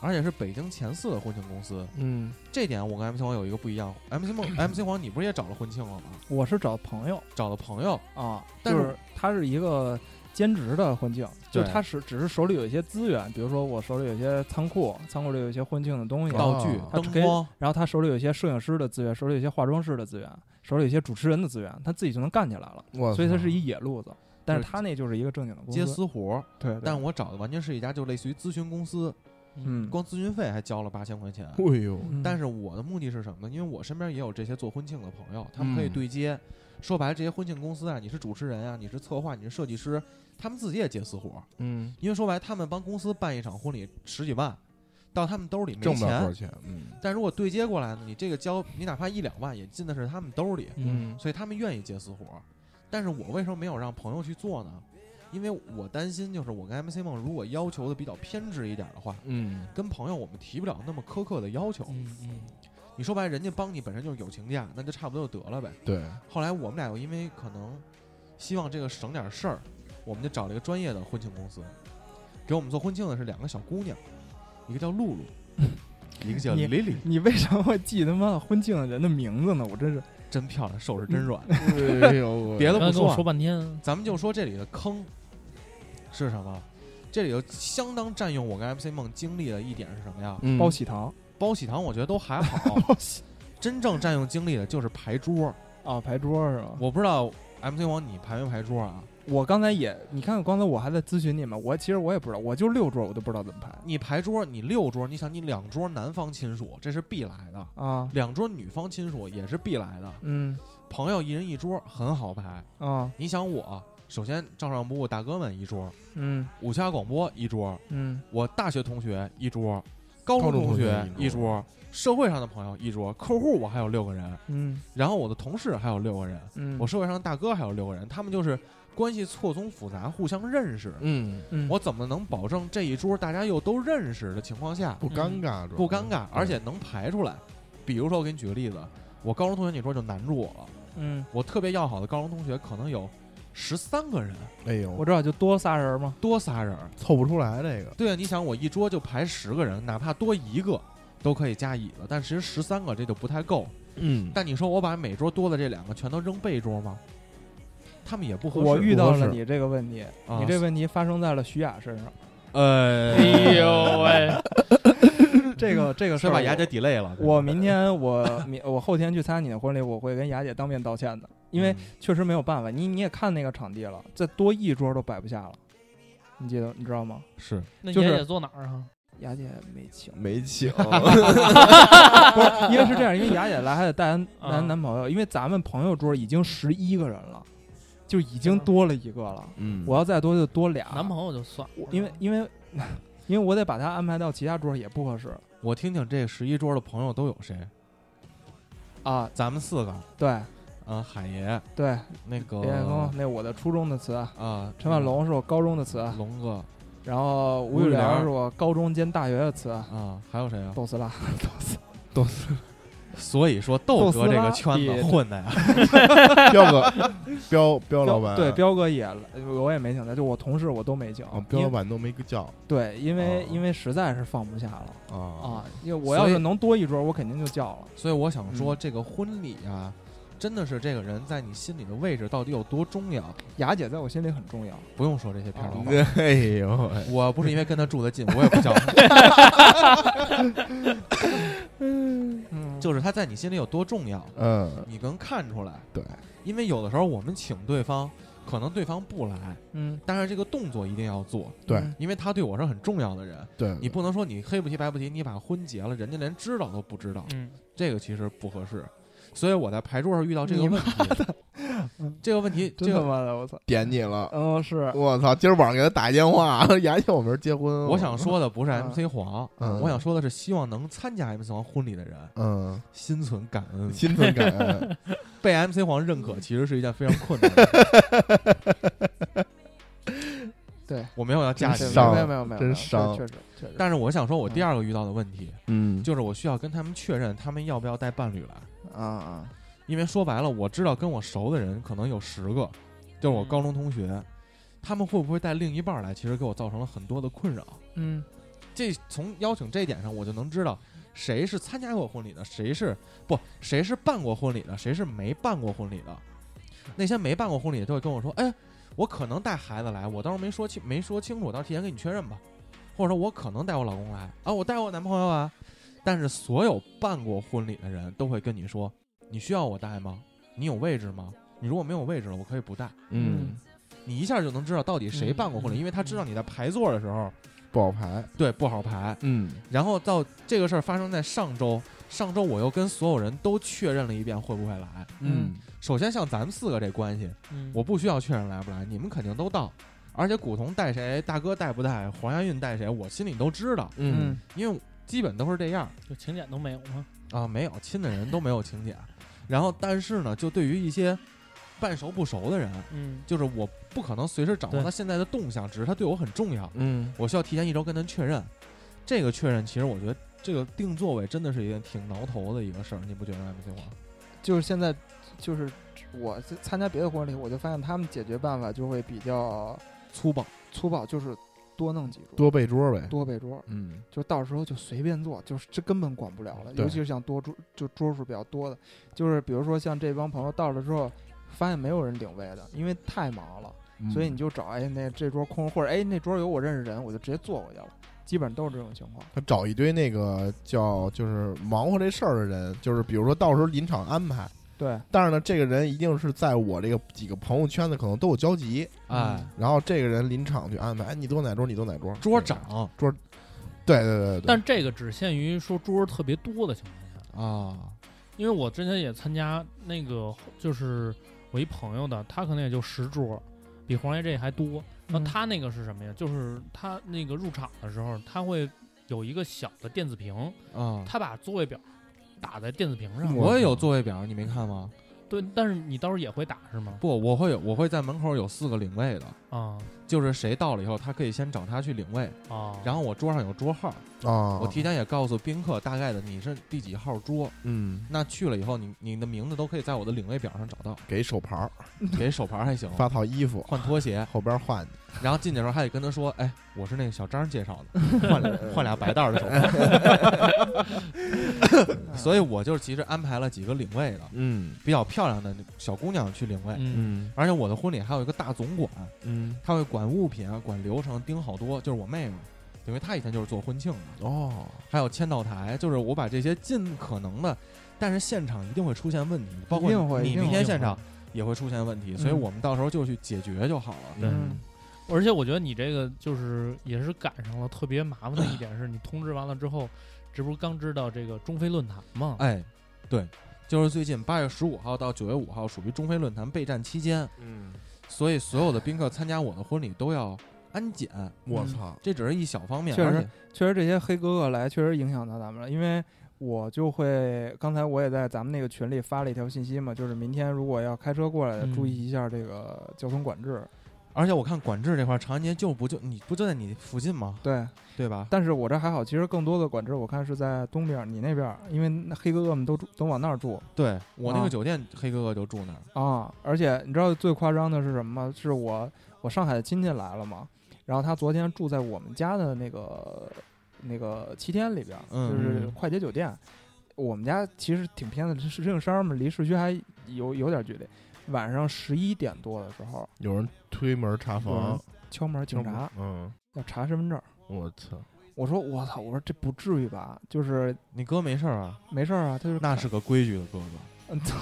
[SPEAKER 1] 而且是北京前四的婚庆公司。
[SPEAKER 4] 嗯
[SPEAKER 1] 这点我跟 MC 黄有一个不一样。MC 梦 MC 黄，你不是也找了婚庆了吗？
[SPEAKER 3] 我是找朋友
[SPEAKER 1] 找了朋友，
[SPEAKER 3] 啊，
[SPEAKER 1] 但
[SPEAKER 3] 就是是他是一个。兼职的婚庆，就
[SPEAKER 1] 对
[SPEAKER 3] 他是只是手里有一些资源，比如说我手里有一些仓库，仓库里有一些婚庆的东西，
[SPEAKER 1] 道具
[SPEAKER 2] 哦、
[SPEAKER 3] 他
[SPEAKER 1] 灯
[SPEAKER 3] 给
[SPEAKER 1] 光。
[SPEAKER 3] 然后他手里有一些摄影师的资源，手里有一些化妆师的资源，手里有一些主持人的资源，他自己就能干起来了。
[SPEAKER 2] 我
[SPEAKER 3] 所以他是
[SPEAKER 2] 一
[SPEAKER 3] 一野路子，但是他那就是一个正经的公司。
[SPEAKER 1] 接私活儿，
[SPEAKER 3] 对，对
[SPEAKER 1] 但我找的完全是一家就类似于咨询公司，
[SPEAKER 3] 嗯，
[SPEAKER 1] 光咨询费还交了八千块钱。
[SPEAKER 2] 哎呦，
[SPEAKER 3] 嗯
[SPEAKER 1] 但是我的目的是什么呢？因为我身边也有这些做婚庆的朋友，他们可以
[SPEAKER 2] 嗯
[SPEAKER 1] 对接。说白了，这些婚庆公司啊，你是主持人啊，你是策划，你是设计师，他们自己也接私活儿。
[SPEAKER 2] 嗯，
[SPEAKER 1] 因为说白了，他们帮公司办一场婚礼十几万，到他们兜里没
[SPEAKER 2] 挣不了多少
[SPEAKER 1] 钱。
[SPEAKER 2] 钱，嗯
[SPEAKER 1] 但如果对接过来呢，你这个交你哪怕一两万也进的是他们兜里。
[SPEAKER 4] 嗯
[SPEAKER 1] 所以他们愿意接私活儿。但是我为什么没有让朋友去做呢？因为我担心，就是我跟 MC 梦如果要求的比较偏执一点的话，
[SPEAKER 2] 嗯，
[SPEAKER 1] 跟朋友我们提不了那么苛刻的要求。
[SPEAKER 4] 嗯嗯
[SPEAKER 1] 你说白了，人家帮你本身就是友情价，那就差不多就得了呗。
[SPEAKER 2] 对，
[SPEAKER 1] 后来我们俩又因为可能希望这个省点事儿，我们就找了一个专业的婚庆公司，给我们做婚庆的是两个小姑娘，一个叫露露，一个叫
[SPEAKER 3] 你
[SPEAKER 1] Lily，
[SPEAKER 3] 你为什么会记他妈婚庆的人的名字呢？我真是，
[SPEAKER 1] 真漂亮，手是真软。
[SPEAKER 2] 哎呦喂，
[SPEAKER 1] 嗯别的不
[SPEAKER 4] 刚才跟
[SPEAKER 1] 说
[SPEAKER 4] 我
[SPEAKER 1] 啊
[SPEAKER 4] 说半天，
[SPEAKER 1] 咱们就说这里的坑是什么？这里头相当占用我跟 MC 梦精力的一点是什么呀？
[SPEAKER 2] 嗯
[SPEAKER 3] 包喜糖
[SPEAKER 1] 包喜糖我觉得都还好
[SPEAKER 3] ，包喜
[SPEAKER 1] 真正占用精力的就是排桌。
[SPEAKER 3] 啊，牌桌是吧？
[SPEAKER 1] 我不知道 MC 王你排没排桌啊？
[SPEAKER 3] 我刚才也，你看刚才我还在咨询你们，我其实我也不知道，我就六桌，我都不知道怎么排
[SPEAKER 1] 你排桌，你六桌，你想你两桌男方亲属这是必来的，
[SPEAKER 3] 啊，
[SPEAKER 1] 两桌女方亲属也是必来的，
[SPEAKER 3] 嗯
[SPEAKER 1] 朋友一人一桌很好排。
[SPEAKER 3] 啊，
[SPEAKER 1] 你想我，首先照上不误大哥们一桌，
[SPEAKER 3] 嗯
[SPEAKER 1] 五七八广播一桌，
[SPEAKER 3] 嗯
[SPEAKER 1] 我大学同学一桌，高
[SPEAKER 2] 高中
[SPEAKER 1] 同
[SPEAKER 2] 同
[SPEAKER 1] 学
[SPEAKER 2] 学
[SPEAKER 1] 一
[SPEAKER 2] 一桌
[SPEAKER 1] 桌，社会上的朋友一桌，客户我还有六个人，
[SPEAKER 3] 嗯
[SPEAKER 1] 然后我的同事还有六个人，
[SPEAKER 3] 嗯，
[SPEAKER 1] 我社会上大哥还有六个人，他们就是关系错综复杂，互相认识。
[SPEAKER 2] 嗯，
[SPEAKER 3] 嗯
[SPEAKER 1] 我怎么能保证这一桌大家又都认识的情况下
[SPEAKER 2] 不尴尬，主要
[SPEAKER 1] 不尴尬，
[SPEAKER 2] 啊是嗯
[SPEAKER 1] 而且能排出来？比如说，我给你举个例子，我高中同学那桌就难住我了，
[SPEAKER 3] 嗯，
[SPEAKER 1] 我特别要好的高中同学可能有十三个人，
[SPEAKER 2] 哎呦，
[SPEAKER 3] 我知道就多仨人嘛，
[SPEAKER 1] 多仨人儿。
[SPEAKER 2] 凑不出来这个，
[SPEAKER 1] 对啊，你想我一桌就排十个人，哪怕多一个都可以加椅子，但其实十三个这就不太够。
[SPEAKER 2] 嗯，
[SPEAKER 1] 但你说我把每桌多的这两个全都扔背桌吗？他们也不合适。
[SPEAKER 3] 我遇
[SPEAKER 2] 不
[SPEAKER 3] 到
[SPEAKER 2] 合适，
[SPEAKER 3] 了你这个问题，
[SPEAKER 1] 啊
[SPEAKER 3] 你这问题发生在了徐雅身上。
[SPEAKER 1] 呃，
[SPEAKER 4] 哎 呦喂，
[SPEAKER 3] 这个这个事
[SPEAKER 1] 是
[SPEAKER 3] 儿
[SPEAKER 1] 把
[SPEAKER 3] 我，
[SPEAKER 1] 雅姐 delay 了。
[SPEAKER 3] 我明天我明 我后天去参加你的婚礼，我会跟雅姐当面道歉的，
[SPEAKER 1] 嗯
[SPEAKER 3] 因为确实没有办法。你你也看那个场地了，再多一桌都摆不下了，你记得你知道吗？
[SPEAKER 1] 是
[SPEAKER 4] 那
[SPEAKER 3] 就是
[SPEAKER 4] 爷爷坐哪儿啊？
[SPEAKER 3] 雅姐没请
[SPEAKER 2] 没请，
[SPEAKER 3] 因为是这样，因为雅姐来还得带男
[SPEAKER 4] 啊
[SPEAKER 3] 男男朋友，因为咱们朋友桌已经十一个人了，就已经多了一个了，
[SPEAKER 2] 嗯，
[SPEAKER 3] 我要再多就多俩
[SPEAKER 4] 男朋友就算了
[SPEAKER 3] 我，因为因为 因为我得把他安排到其他桌也不合适
[SPEAKER 1] 我听听这十一桌的朋友都有谁？
[SPEAKER 3] 啊，
[SPEAKER 1] 咱们四个，
[SPEAKER 3] 对
[SPEAKER 1] 嗯，海爷
[SPEAKER 3] 对，
[SPEAKER 1] 那个
[SPEAKER 3] 林海峰那我的初中的词。
[SPEAKER 1] 啊，
[SPEAKER 3] 陈万龙是我高中的词，啊
[SPEAKER 1] 龙哥
[SPEAKER 3] 然后
[SPEAKER 1] 吴
[SPEAKER 3] 吴
[SPEAKER 1] 玉
[SPEAKER 3] 玉良
[SPEAKER 1] 良
[SPEAKER 3] 是我高中兼大学的词，
[SPEAKER 1] 啊，还有谁啊？
[SPEAKER 3] 逗死了，
[SPEAKER 2] 都是
[SPEAKER 1] 所以说豆
[SPEAKER 3] 豆
[SPEAKER 1] 哥
[SPEAKER 3] 丝
[SPEAKER 1] 这
[SPEAKER 3] 拉
[SPEAKER 1] 个圈
[SPEAKER 3] 比
[SPEAKER 1] 子混的呀，
[SPEAKER 2] 彪哥，彪彪老板，
[SPEAKER 3] 对，彪哥也，我也没请他，就我同事我都没请
[SPEAKER 2] 啊，。彪老
[SPEAKER 3] 因为
[SPEAKER 2] 板都没个叫
[SPEAKER 3] 对，因为
[SPEAKER 2] 哦
[SPEAKER 3] 因为实在是放不下了
[SPEAKER 2] 啊
[SPEAKER 3] 啊，因为我要
[SPEAKER 1] 所
[SPEAKER 3] 是
[SPEAKER 1] 以
[SPEAKER 3] 能多一桌，我肯定就叫了。
[SPEAKER 1] 所以我想说
[SPEAKER 3] 嗯
[SPEAKER 1] 这个婚礼啊，真的是这个人在你心里的位置到底有多重要？
[SPEAKER 3] 雅姐在我心里很重要，
[SPEAKER 1] 不用说这些片儿了
[SPEAKER 3] 哦
[SPEAKER 1] 吧。
[SPEAKER 2] 哎呦 喂，
[SPEAKER 1] 我不是因为跟他住得近，我也不叫他，
[SPEAKER 3] 嗯，
[SPEAKER 1] 就是他在你心里有多重要，
[SPEAKER 2] 嗯，
[SPEAKER 1] 你能看出来。
[SPEAKER 2] 对，
[SPEAKER 1] 因为有的时候我们请对方，可能对方不来，
[SPEAKER 3] 嗯，
[SPEAKER 1] 但是这个动作一定要做，
[SPEAKER 2] 对
[SPEAKER 3] 嗯
[SPEAKER 1] 因为他对我是很重要的人。
[SPEAKER 2] 对，
[SPEAKER 1] 你不能说你黑不提白不提，你把婚结了，人家连知道都不知道，
[SPEAKER 4] 嗯，
[SPEAKER 1] 这个其实不合适。所以我在牌桌上遇到这个问题， 这个问题，
[SPEAKER 3] 真
[SPEAKER 1] 这
[SPEAKER 3] 他
[SPEAKER 1] 个
[SPEAKER 3] 妈的，我操！
[SPEAKER 2] 点你了，
[SPEAKER 3] 嗯，是，
[SPEAKER 2] 我操，今儿晚上给他打一电话， 雅姐，我们这儿结婚哦，
[SPEAKER 1] 我想说的不是
[SPEAKER 3] 嗯
[SPEAKER 1] MC 黄，
[SPEAKER 2] 嗯
[SPEAKER 1] 我想说的是希望能参加 MC 黄婚礼的人
[SPEAKER 2] 嗯，
[SPEAKER 1] 心存感恩，
[SPEAKER 2] 心存感恩，
[SPEAKER 1] 被 MC 黄认
[SPEAKER 3] 嗯
[SPEAKER 1] 可其实是一件非常困难的事。
[SPEAKER 3] 对，
[SPEAKER 1] 我没有要嫁
[SPEAKER 3] 真
[SPEAKER 1] 你
[SPEAKER 3] 是，嗯
[SPEAKER 2] 伤
[SPEAKER 3] 没有没有没有，
[SPEAKER 2] 真
[SPEAKER 3] 没有
[SPEAKER 2] 伤
[SPEAKER 3] 确实确实。
[SPEAKER 1] 但是我想说，我第二个遇到的问题
[SPEAKER 2] 嗯，
[SPEAKER 1] 就是我需要跟他们确认他们要不要带伴侣来，
[SPEAKER 3] 啊啊，
[SPEAKER 1] 因为说白了，我知道跟我熟的人可能有十个，就是
[SPEAKER 3] 嗯
[SPEAKER 1] 我高中同学，他们会不会带另一半来，其实给我造成了很多的困扰。
[SPEAKER 3] 嗯
[SPEAKER 1] 这从邀请这一点上，我就能知道谁是参加过婚礼的，谁是不谁是办过婚礼的，谁是没办过婚礼的。那些没办过婚礼的就会跟我说：“哎，我可能带孩子来，我当时没说清没说清楚，我到时候提前跟你确认吧。”或者说我可能带我老公来啊，我带我男朋友啊。但是所有办过婚礼的人都会跟你说：“你需要我带吗？你有位置吗？你如果没有位置了，我可以不带。
[SPEAKER 2] 嗯，
[SPEAKER 1] 你一下就能知道到底谁办过婚礼，
[SPEAKER 4] 嗯
[SPEAKER 1] 因为他知道你在排座的时候，
[SPEAKER 2] 不好排，
[SPEAKER 1] 对不好排。
[SPEAKER 2] 嗯
[SPEAKER 1] 然后到这个事儿发生在上周，上周我又跟所有人都确认了一遍会不会来。
[SPEAKER 2] 嗯
[SPEAKER 3] 嗯，
[SPEAKER 1] 首先像咱们四个这关系，
[SPEAKER 4] 嗯
[SPEAKER 1] 我不需要确认来不来，你们肯定都到。而且古潼带谁，大哥带不带，黄家韵带谁，我心里都知道，
[SPEAKER 2] 嗯，
[SPEAKER 1] 因为基本都是这样
[SPEAKER 4] 就请柬都没有吗？
[SPEAKER 1] 啊，没有亲的人都没有请柬。然后但是呢，就对于一些半熟不熟的人，
[SPEAKER 4] 嗯
[SPEAKER 1] 就是我不可能随时掌握
[SPEAKER 4] 对
[SPEAKER 1] 他现在的动向，只是他对我很重要。
[SPEAKER 2] 嗯，
[SPEAKER 1] 我需要提前一周跟他确认。这个确认，其实我觉得这个定座位真的是一件挺挠头的一个事儿，你不觉得吗？MC 黄？
[SPEAKER 3] 就是现在，就是我参加别的婚礼，我就发现他们解决办法就会比较
[SPEAKER 1] 粗暴，
[SPEAKER 3] 粗暴，就是多弄几桌，
[SPEAKER 2] 多备桌呗，
[SPEAKER 3] 多备桌，
[SPEAKER 2] 嗯
[SPEAKER 3] 就到时候就随便做，就是这根本管不了了。
[SPEAKER 2] 对
[SPEAKER 3] 尤其是像多桌，就桌数比较多的，就是比如说像这帮朋友到了之后，发现没有人领位的，因为太忙了，
[SPEAKER 2] 嗯，
[SPEAKER 3] 所以你就找哎那这桌空，或者哎那桌有我认识人，我就直接坐过去了。基本都是这种情况。
[SPEAKER 2] 嗯他找一堆那个叫就是忙活这事儿的人，就是比如说到时候临场安排，
[SPEAKER 3] 对，
[SPEAKER 2] 但是呢，这个人一定是在我这个几个朋友圈子可能都有交集，
[SPEAKER 1] 哎，
[SPEAKER 3] 嗯
[SPEAKER 2] 然后这个人临场去安排，哎，你坐哪桌，你坐哪桌，
[SPEAKER 1] 桌长
[SPEAKER 2] 对，对对对对，
[SPEAKER 4] 但这个只限于说桌儿特别多的情况下，
[SPEAKER 1] 啊，
[SPEAKER 4] 因为我之前也参加那个，就是我一朋友的，他可能也就十桌，比黄爷这还多。那
[SPEAKER 3] 嗯
[SPEAKER 4] 他那个是什么呀？就是他那个入场的时候，他会有一个小的电子屏，
[SPEAKER 1] 啊，
[SPEAKER 4] 他把座位表打在电子屏上。
[SPEAKER 1] 我也有座位表，你没看吗？
[SPEAKER 4] 对，但是你到时候也会打是吗？
[SPEAKER 1] 不，我会有，我会在门口有四个领位的，
[SPEAKER 4] 啊
[SPEAKER 1] 就是谁到了以后，他可以先找他去领位，
[SPEAKER 4] 啊，
[SPEAKER 1] 然后我桌上有桌号，
[SPEAKER 2] 啊，
[SPEAKER 1] 我提前也告诉宾客大概的你是第几号桌，
[SPEAKER 2] 嗯，
[SPEAKER 1] 那去了以后，你你的名字都可以在我的领位表上找到，
[SPEAKER 2] 给手牌儿
[SPEAKER 1] 给手牌还行，
[SPEAKER 2] 发套衣服，
[SPEAKER 1] 换拖鞋，
[SPEAKER 2] 后边换去，
[SPEAKER 1] 然后进去的时候还得跟他说，哎，我是那个小张介绍的，换俩换俩白带儿的手环。
[SPEAKER 3] 嗯
[SPEAKER 1] 所以我就是其实安排了几个领位的，
[SPEAKER 2] 嗯
[SPEAKER 1] 比较漂亮的小姑娘去领位，
[SPEAKER 4] 嗯
[SPEAKER 2] 嗯
[SPEAKER 1] 而且我的婚礼还有一个大总管，
[SPEAKER 2] 嗯，
[SPEAKER 1] 他会管物品啊、管流程，盯好多，就是我妹妹，因为她以前就是做婚庆的，
[SPEAKER 2] 哦，
[SPEAKER 1] 还有签到台，就是我把这些尽可能的，但是现场一定会出现问题，包括
[SPEAKER 3] 一定会
[SPEAKER 1] 你
[SPEAKER 3] 一
[SPEAKER 1] 你
[SPEAKER 3] 定
[SPEAKER 1] 明
[SPEAKER 3] 会
[SPEAKER 1] 天现场也会出现问题，所以
[SPEAKER 3] 嗯
[SPEAKER 1] 我们到时候就去解决就好了。
[SPEAKER 4] 对
[SPEAKER 2] 嗯
[SPEAKER 4] 而且我觉得你这个就是也是赶上了特别麻烦的一点是，你通知完了之后，这不是刚知道这个中非论坛吗？
[SPEAKER 1] 哎，对，就是最近八月十五号到九月五号属于中非论坛备战期间，
[SPEAKER 2] 嗯，
[SPEAKER 1] 所以所有的宾客参加我的婚礼都要安检，嗯
[SPEAKER 2] 我操，
[SPEAKER 1] 这只是一小方面，
[SPEAKER 3] 确实
[SPEAKER 1] 而且
[SPEAKER 3] 确实这些黑哥哥来确实影响到咱们了，因为我就会刚才我也在咱们那个群里发了一条信息嘛，就是明天如果要开车过来的，
[SPEAKER 4] 嗯
[SPEAKER 3] 注意一下这个交通管制，
[SPEAKER 1] 而且我看管制这块儿，长安街就不就你不就在你附近吗？
[SPEAKER 3] 对，
[SPEAKER 1] 对吧？
[SPEAKER 3] 但是我这还好，其实更多的管制我看是在东边儿，你那边儿，因为那黑哥哥们都住都往那儿住
[SPEAKER 1] 对我那
[SPEAKER 3] 啊
[SPEAKER 1] 个酒店，黑哥哥就住那儿。
[SPEAKER 3] 啊。而且你知道最夸张的是什么吗？是我我上海的亲戚来了嘛，然后他昨天住在我们家的那个那个七天里边儿，
[SPEAKER 1] 嗯
[SPEAKER 3] 就是
[SPEAKER 4] 嗯
[SPEAKER 3] 快捷酒店。我们家其实挺偏的，是石景山嘛，离市区还有有点距离。晚上十一点多的时候，
[SPEAKER 2] 有人推门查
[SPEAKER 3] 有人
[SPEAKER 2] 房，
[SPEAKER 3] 敲门，警察
[SPEAKER 2] 嗯，
[SPEAKER 3] 要查身份证儿。
[SPEAKER 2] 我操，
[SPEAKER 3] 我说我操，我说这不至于吧？就是
[SPEAKER 1] 你哥没事儿啊？
[SPEAKER 3] 没事儿啊，他就是
[SPEAKER 1] 那是个规矩的哥哥
[SPEAKER 3] 嗯，操，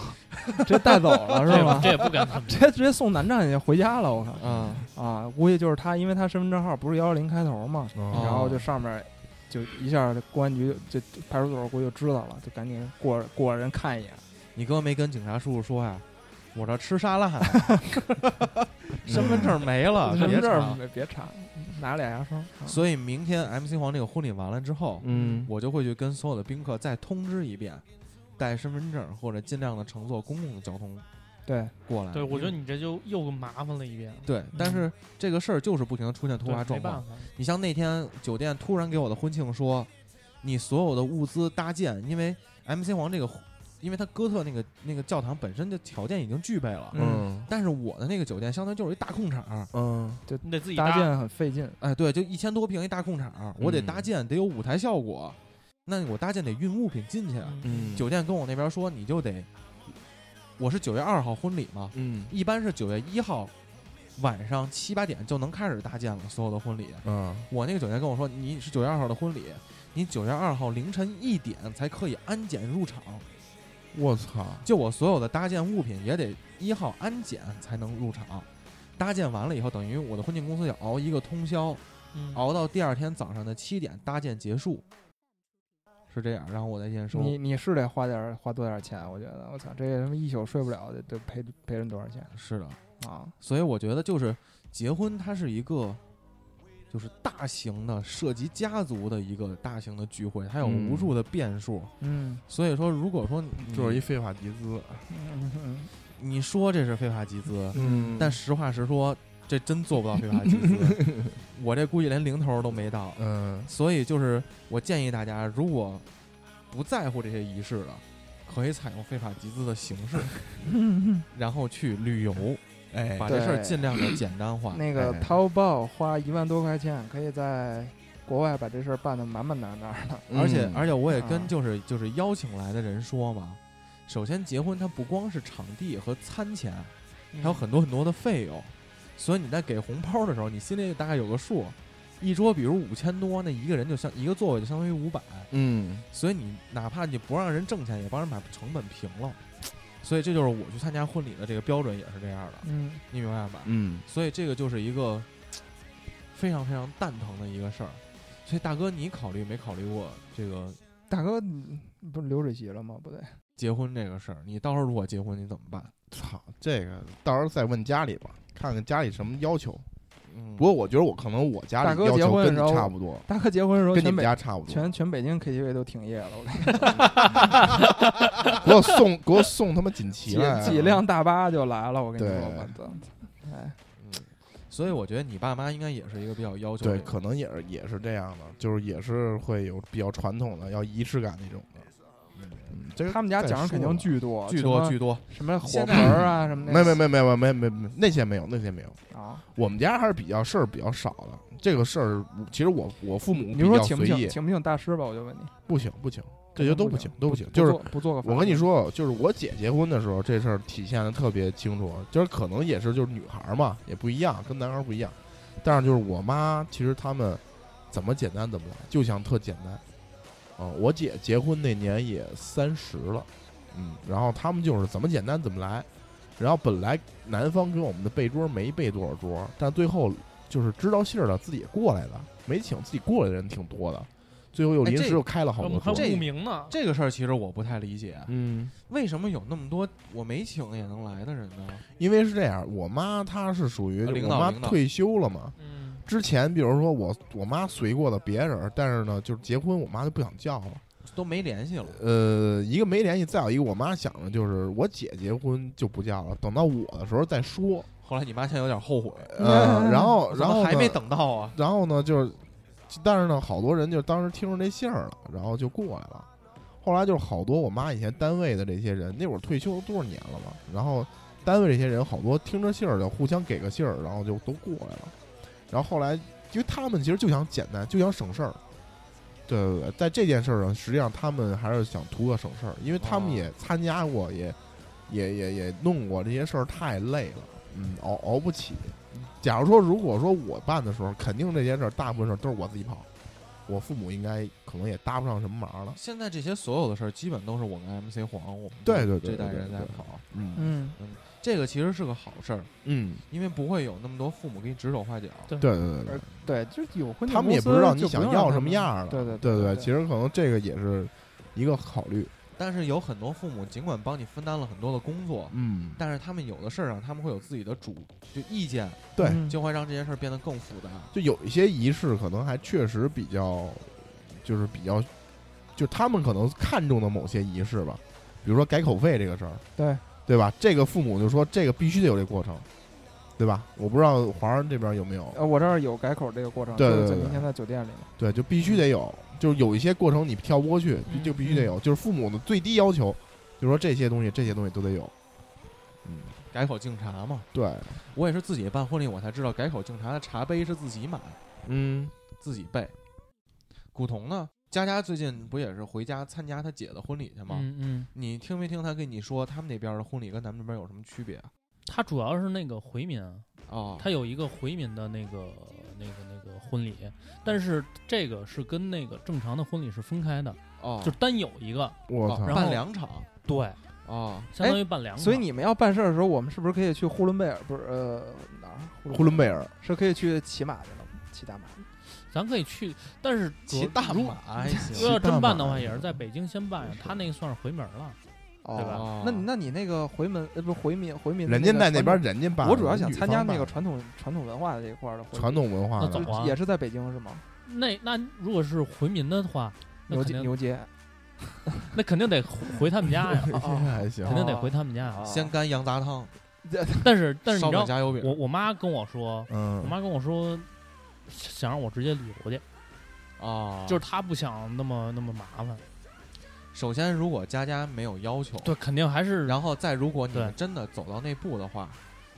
[SPEAKER 3] 直接带走 了
[SPEAKER 4] 这
[SPEAKER 3] 是
[SPEAKER 4] 也
[SPEAKER 3] 吗
[SPEAKER 4] 这？也不 敢怎么
[SPEAKER 3] 直接直接送南站去回家了，我靠
[SPEAKER 1] 啊。
[SPEAKER 3] 啊！估计就是他，因为他身份证号不是幺幺零开头嘛，
[SPEAKER 2] 嗯
[SPEAKER 1] 哦
[SPEAKER 3] 然后就上面就一下公安局就就派出所估计就知道了，就赶紧过过人看一眼。
[SPEAKER 1] 你哥没跟警察叔叔说呀？我这吃沙拉 呢，身份证没
[SPEAKER 4] 啊
[SPEAKER 1] 了，
[SPEAKER 3] 身
[SPEAKER 1] 别
[SPEAKER 3] 份
[SPEAKER 1] 查
[SPEAKER 3] 证没别查，拿俩牙刷。啊
[SPEAKER 1] 所以明天 MC 黄这个婚礼完了之后，
[SPEAKER 2] 嗯，
[SPEAKER 1] 我就会去跟所有的宾客再通知一遍，带身份证或者尽量的乘坐公共交通
[SPEAKER 3] 对，
[SPEAKER 1] 过来。
[SPEAKER 4] 对，我觉得你这就又麻烦了一遍，
[SPEAKER 1] 对，但是这个事儿就是不停的出现突
[SPEAKER 4] 嗯对
[SPEAKER 1] 发状
[SPEAKER 4] 没
[SPEAKER 1] 况
[SPEAKER 4] 办。法，
[SPEAKER 1] 你像那天酒店突然给我的婚庆说，你所有的物资搭建，因为 MC 黄这个，因为他哥特那个那个教堂本身就条件已经具备了，
[SPEAKER 2] 嗯
[SPEAKER 1] 但是我的那个酒店相当于就是一大空场儿，
[SPEAKER 2] 嗯，
[SPEAKER 4] 你得自己
[SPEAKER 3] 搭
[SPEAKER 4] 搭。
[SPEAKER 3] 建很费劲，
[SPEAKER 1] 哎，对，就一千多平一大空场儿，我得搭
[SPEAKER 2] 嗯
[SPEAKER 1] 建，得有舞台效果，那我搭建得运物品进去。啊
[SPEAKER 3] 啊
[SPEAKER 2] 嗯
[SPEAKER 1] 酒店跟我那边说，你就得，我是九月二号婚礼嘛，
[SPEAKER 2] 嗯
[SPEAKER 1] 一般是九月一号晚上七八点就能开始搭建了所有的婚礼。
[SPEAKER 2] 啊，
[SPEAKER 1] 我那个酒店跟我说，你是九月二号的婚礼，你九月二号凌晨一点才可以安检入场，
[SPEAKER 2] 我操，
[SPEAKER 1] 就我所有的搭建物品也得一号安检才能入场。搭建完了以后，等于我的婚庆公司要熬一个通宵，
[SPEAKER 4] 嗯
[SPEAKER 1] 熬到第二天早上的七点搭建结束，是这样。然后我再验收，
[SPEAKER 3] 你你是得花点儿花多点儿钱，我觉得我操，这他妈一宿睡不了，得得赔赔人多少钱
[SPEAKER 1] 是的。
[SPEAKER 3] 啊？
[SPEAKER 1] 所以我觉得就是结婚，它是一个就是大型的涉及家族的一个大型的聚会，它有
[SPEAKER 2] 嗯
[SPEAKER 1] 无数的变数。
[SPEAKER 3] 嗯，
[SPEAKER 1] 所以说，如果说你
[SPEAKER 2] 就是一非法集资，
[SPEAKER 3] 嗯嗯
[SPEAKER 1] 你说这是非法集资，
[SPEAKER 2] 嗯
[SPEAKER 1] 但实话实说，这真做不到非法集资。 我这估计连零头都没到。
[SPEAKER 2] 嗯，
[SPEAKER 1] 所以就是我建议大家，如果不在乎这些仪式了，可以采用非法集资的形式，
[SPEAKER 3] 嗯
[SPEAKER 1] 然后去旅游，
[SPEAKER 2] 哎
[SPEAKER 1] 把这事儿
[SPEAKER 3] 对
[SPEAKER 1] 尽量的简单化。
[SPEAKER 3] 那个
[SPEAKER 2] 哎
[SPEAKER 3] 淘宝花一万多块钱，可以在国外把这事儿办得满满当当的。
[SPEAKER 1] 而且
[SPEAKER 2] 嗯
[SPEAKER 1] 而且我也
[SPEAKER 3] 啊
[SPEAKER 1] 跟就是就是邀请来的人说嘛，首先结婚它不光是场地和餐钱，还
[SPEAKER 4] 嗯
[SPEAKER 1] 有很多很多的费用，所以你在给红包的时候，你心里大概有个数。一桌比如五千多，那一个人就相一个座位就相当于五百，
[SPEAKER 2] 嗯
[SPEAKER 1] 所以你哪怕你不让人挣钱，也帮人把成本平了。所以这就是我去参加婚礼的这个标准也是这样的，
[SPEAKER 3] 嗯，
[SPEAKER 1] 你明白吧？
[SPEAKER 2] 嗯，
[SPEAKER 1] 所以这个就是一个非常非常蛋疼的一个事儿。所以大哥，你考虑没考虑过这个
[SPEAKER 3] 大哥，你不是流水席了吗？不对，
[SPEAKER 1] 结婚这个事儿，你到时候如果结婚，你怎么办？
[SPEAKER 2] 操，这个到时候再问家里吧，看看家里什么要求。
[SPEAKER 1] 嗯
[SPEAKER 2] 不过我觉得我可能我家
[SPEAKER 3] 大
[SPEAKER 2] 里
[SPEAKER 3] 哥
[SPEAKER 2] 要
[SPEAKER 3] 结
[SPEAKER 2] 求
[SPEAKER 3] 婚
[SPEAKER 2] 跟你
[SPEAKER 3] 的时候
[SPEAKER 2] 差不多，
[SPEAKER 3] 大哥结婚的时候，
[SPEAKER 2] 跟你
[SPEAKER 3] 全
[SPEAKER 2] 们
[SPEAKER 3] 北
[SPEAKER 2] 家差不多。
[SPEAKER 3] 全全北京 KTV 都停业了，我跟你
[SPEAKER 2] 给我送给我送他妈锦 旗来啊，
[SPEAKER 3] 几几辆大巴就来了，我跟你
[SPEAKER 2] 对
[SPEAKER 3] 说吧，操！哎，
[SPEAKER 1] 所以我觉得你爸妈应该也是一个比较要求
[SPEAKER 2] 对，
[SPEAKER 1] 这个
[SPEAKER 2] 可能也是也是这样的，就是也是会有比较传统的要仪式感那种的。嗯，这个
[SPEAKER 3] 他们家讲
[SPEAKER 2] 再
[SPEAKER 3] 人肯定
[SPEAKER 2] 说
[SPEAKER 3] 巨多，
[SPEAKER 1] 巨
[SPEAKER 3] 什
[SPEAKER 1] 多
[SPEAKER 3] 么
[SPEAKER 2] 啊
[SPEAKER 1] 巨多。
[SPEAKER 3] 什么火
[SPEAKER 1] 现
[SPEAKER 3] 盆
[SPEAKER 1] 在
[SPEAKER 3] 儿啊什么
[SPEAKER 2] 吧
[SPEAKER 3] 的，
[SPEAKER 2] 没没没没没没没没那些没有那些没有，
[SPEAKER 3] 啊！
[SPEAKER 2] 我们家还是比较事儿比较少的。这个事儿其实我我父母
[SPEAKER 3] 你
[SPEAKER 2] 比
[SPEAKER 3] 就说
[SPEAKER 2] 较
[SPEAKER 3] 请不
[SPEAKER 2] 随
[SPEAKER 3] 请
[SPEAKER 2] 意，
[SPEAKER 3] 请不请大师吧？我就问你，
[SPEAKER 2] 不行不行，这些都
[SPEAKER 3] 不
[SPEAKER 2] 不行都不行，
[SPEAKER 3] 不
[SPEAKER 2] 就是
[SPEAKER 3] 做不做个法
[SPEAKER 2] 我跟你
[SPEAKER 3] 事
[SPEAKER 2] 说，就是我姐结婚的时候，这事儿体现的特别清楚，就是可能也是就是女孩儿嘛，也不一样，跟男孩儿不一样。但是就是我妈，其实他们怎么简单怎么来，就想特简单。啊、我姐结婚那年也三十了，嗯，然后他们就是怎么简单怎么来。然后本来男方给我们的备桌没备多少桌，但最后就是知道信儿的自己过来的，没请自己过来的人挺多的，最后又
[SPEAKER 1] 哎
[SPEAKER 2] 临
[SPEAKER 1] 这
[SPEAKER 2] 时又开了好
[SPEAKER 4] 我
[SPEAKER 2] 多
[SPEAKER 4] 们还
[SPEAKER 2] 桌。
[SPEAKER 4] 有慕名呢，
[SPEAKER 1] 这个事儿其实我不太理解，
[SPEAKER 2] 嗯，
[SPEAKER 1] 为什么有那么多我没请也能来的人呢？
[SPEAKER 2] 因为是这样，我妈她是属于
[SPEAKER 1] 啊领
[SPEAKER 2] 我
[SPEAKER 1] 导
[SPEAKER 2] 妈
[SPEAKER 1] 领导
[SPEAKER 2] 退休了嘛。
[SPEAKER 4] 嗯，
[SPEAKER 2] 之前比如说我我妈随过的别人，但是呢，就是结婚我妈就不想叫了，
[SPEAKER 1] 都没联系了。
[SPEAKER 2] 呃，一个没联系，再有一个，我妈想的就是我姐结婚就不嫁了，等到我的时候再说。
[SPEAKER 1] 后来你妈现在有点后悔，
[SPEAKER 2] 呃，然后
[SPEAKER 1] 怎么
[SPEAKER 2] 然后呢
[SPEAKER 1] 还没，等到啊？
[SPEAKER 2] 然后呢就是，但是呢，好多人就当时听着这信儿了，然后就过来了。后来就是好多我妈以前单位的这些人，那会儿退休都多少年了嘛，然后单位这些人好多听着信儿就互相给个信儿，然后就都过来了。然后后来，因为他们其实就想简单，就想省事儿。对对对，在这件事儿上，实际上他们还是想图个省事儿，因为他们
[SPEAKER 1] 哦
[SPEAKER 2] 也参加过，也也也也弄过这些事儿，太累了，嗯，熬熬不起。假如说，如果说我办的时候，肯定这件事儿大部分事儿都是我自己跑，我父母应该可能也搭不上什么忙了。
[SPEAKER 1] 现在这些所有的事儿，基本都是我跟 MC 黄，我们
[SPEAKER 2] 对对对
[SPEAKER 1] 这代
[SPEAKER 2] 对对
[SPEAKER 1] 人在
[SPEAKER 2] 对
[SPEAKER 1] 跑。
[SPEAKER 2] 嗯
[SPEAKER 3] 嗯
[SPEAKER 1] 这个其实是个好事儿，
[SPEAKER 2] 嗯，
[SPEAKER 1] 因为不会有那么多父母给你指手画脚。
[SPEAKER 2] 对对对对，
[SPEAKER 3] 对，就有婚介
[SPEAKER 2] 他们也
[SPEAKER 3] 公司
[SPEAKER 2] 不知道你
[SPEAKER 3] 就
[SPEAKER 2] 想
[SPEAKER 3] 用
[SPEAKER 2] 要
[SPEAKER 3] 让
[SPEAKER 2] 什
[SPEAKER 3] 他
[SPEAKER 2] 么
[SPEAKER 3] 们
[SPEAKER 2] 样儿了
[SPEAKER 3] 对对
[SPEAKER 2] 对
[SPEAKER 3] 对
[SPEAKER 2] 其实可能这个也是一个考虑。
[SPEAKER 1] 但是有很多父母尽管帮你分担了很多的工作，
[SPEAKER 2] 嗯，
[SPEAKER 1] 但是他们有的事儿上他们会有自己的主就意见，
[SPEAKER 2] 对
[SPEAKER 3] 嗯
[SPEAKER 1] 就会让这件事儿变得更复杂。
[SPEAKER 2] 就有一些仪式可能还确实比较，就是比较，就他们可能看重的某些仪式吧，比如说改口费这个事儿，
[SPEAKER 3] 对
[SPEAKER 2] 对吧？这个父母就说这个必须得有这过程，对吧？我不知道华人这边有没有，
[SPEAKER 3] 呃，我这儿有改口这个过程，
[SPEAKER 2] 对
[SPEAKER 3] 就是
[SPEAKER 2] 对
[SPEAKER 3] 在
[SPEAKER 2] 对
[SPEAKER 3] 明天在酒店里嘛。
[SPEAKER 2] 对，就必须得有，就是有一些过程你跳不过去，
[SPEAKER 4] 嗯
[SPEAKER 2] 就必须得有，就是父母的最低要求，就说这些东西这些东西都得有。嗯，
[SPEAKER 1] 改口敬茶嘛，
[SPEAKER 2] 对，
[SPEAKER 1] 我也是自己办婚礼，我才知道改口敬茶的茶杯是自己买、
[SPEAKER 2] 嗯
[SPEAKER 1] 自己备。古潼呢，佳佳最近不也是回家参加她姐的婚礼去吗？
[SPEAKER 4] 嗯嗯，
[SPEAKER 1] 你听没听她跟你说他们那边的婚礼跟咱们这边有什么区别啊？
[SPEAKER 4] 他主要是那个回民啊，
[SPEAKER 1] 哦，
[SPEAKER 4] 他有一个回民的那个那个那个婚礼，但是这个是跟那个正常的婚礼是分开的，
[SPEAKER 1] 哦，
[SPEAKER 4] 就单有一个，
[SPEAKER 2] 我
[SPEAKER 1] 哦
[SPEAKER 2] 操，
[SPEAKER 4] 然后
[SPEAKER 1] 办两场
[SPEAKER 4] 对，
[SPEAKER 1] 哦，
[SPEAKER 4] 相当于办两场。
[SPEAKER 3] 所以你们要办事儿的时候，我们是不是可以去呼伦贝尔？不是呃哪儿？
[SPEAKER 2] 呼伦贝尔，
[SPEAKER 3] 是可以去骑马去了，骑大马。
[SPEAKER 4] 咱可以去，但是
[SPEAKER 1] 骑
[SPEAKER 4] 主
[SPEAKER 1] 大
[SPEAKER 4] 如
[SPEAKER 1] 马 还
[SPEAKER 4] 如
[SPEAKER 1] 行
[SPEAKER 4] 果要真办的
[SPEAKER 2] 骑大马
[SPEAKER 4] 话，也是在北京先办呀，他那个算是回门了。对吧
[SPEAKER 1] 哦
[SPEAKER 2] 嗯
[SPEAKER 3] 那你那你那个回门呃不是回民回民的
[SPEAKER 2] 人
[SPEAKER 3] 个
[SPEAKER 2] 家
[SPEAKER 3] 传统，
[SPEAKER 2] 在那边人家办，
[SPEAKER 3] 我主要想
[SPEAKER 2] 女
[SPEAKER 3] 参
[SPEAKER 2] 方
[SPEAKER 3] 加那
[SPEAKER 2] 办
[SPEAKER 3] 个传统传统文化的这一块儿的婚礼
[SPEAKER 2] 传，统文化
[SPEAKER 4] 那
[SPEAKER 2] 的
[SPEAKER 4] 怎么啊
[SPEAKER 3] 也是在北京是吗？
[SPEAKER 4] 那那如果是回民的话，那
[SPEAKER 3] 牛
[SPEAKER 4] 肯
[SPEAKER 3] 街
[SPEAKER 4] 定
[SPEAKER 3] 牛街
[SPEAKER 4] 那肯定得回他们家呀，
[SPEAKER 2] 还行
[SPEAKER 4] 肯定得回他们家。
[SPEAKER 3] 啊，
[SPEAKER 1] 哦先干羊杂汤，
[SPEAKER 4] 但是但是
[SPEAKER 1] 烧
[SPEAKER 4] 你知
[SPEAKER 1] 饼
[SPEAKER 4] 道，
[SPEAKER 1] 加油饼，
[SPEAKER 4] 我我妈跟我说，我
[SPEAKER 2] 嗯，
[SPEAKER 4] 妈跟我说，想让我直接旅游去，
[SPEAKER 1] 哦，
[SPEAKER 4] 就是她不想那么那么麻烦。
[SPEAKER 1] 首先如果佳佳没有要求，
[SPEAKER 4] 对，肯定还是
[SPEAKER 1] 然后再如果你们
[SPEAKER 4] 对
[SPEAKER 1] 真的走到那步的话，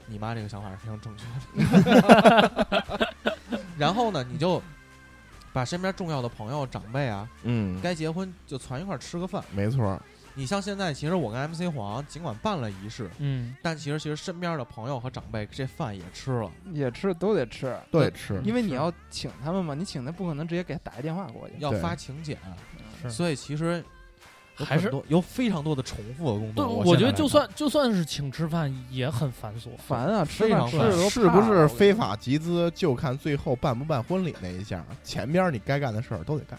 [SPEAKER 1] 你妈这个想法是非常正确的。 然后呢，你就把身边重要的朋友、长辈啊，
[SPEAKER 2] 嗯，
[SPEAKER 1] 该结婚就攒一块儿吃个饭。
[SPEAKER 2] 没错儿，
[SPEAKER 1] 你像现在，其实我跟 MC 黄尽管办了仪式，
[SPEAKER 4] 嗯，
[SPEAKER 1] 但其实其实身边的朋友和长辈这饭也吃了，
[SPEAKER 3] 也吃都得吃，
[SPEAKER 2] 都得吃。
[SPEAKER 3] 因为你
[SPEAKER 4] 是
[SPEAKER 3] 要请他们嘛，你请他不可能直接给他打一电话过去。
[SPEAKER 1] 要
[SPEAKER 2] 对
[SPEAKER 1] 发请柬，
[SPEAKER 4] 是
[SPEAKER 1] 所以其实有
[SPEAKER 4] 还
[SPEAKER 1] 很
[SPEAKER 4] 是
[SPEAKER 1] 多有非常多的重复的工
[SPEAKER 4] 对，
[SPEAKER 1] 作。
[SPEAKER 4] 我
[SPEAKER 1] 现
[SPEAKER 4] 觉
[SPEAKER 1] 在
[SPEAKER 4] 得
[SPEAKER 1] 来
[SPEAKER 4] 就
[SPEAKER 1] 看
[SPEAKER 4] 算就算是请吃饭也很繁琐。
[SPEAKER 3] 烦啊，吃
[SPEAKER 1] 非
[SPEAKER 3] 饭
[SPEAKER 1] 常
[SPEAKER 3] 吃
[SPEAKER 1] 烦
[SPEAKER 3] 的
[SPEAKER 2] 是
[SPEAKER 3] 都
[SPEAKER 2] 不
[SPEAKER 3] 怕了我
[SPEAKER 2] 是
[SPEAKER 3] 跟你
[SPEAKER 2] 非
[SPEAKER 3] 说
[SPEAKER 2] 法集资，就看最后办不办婚礼那一下，前边儿你该干的事儿都得干。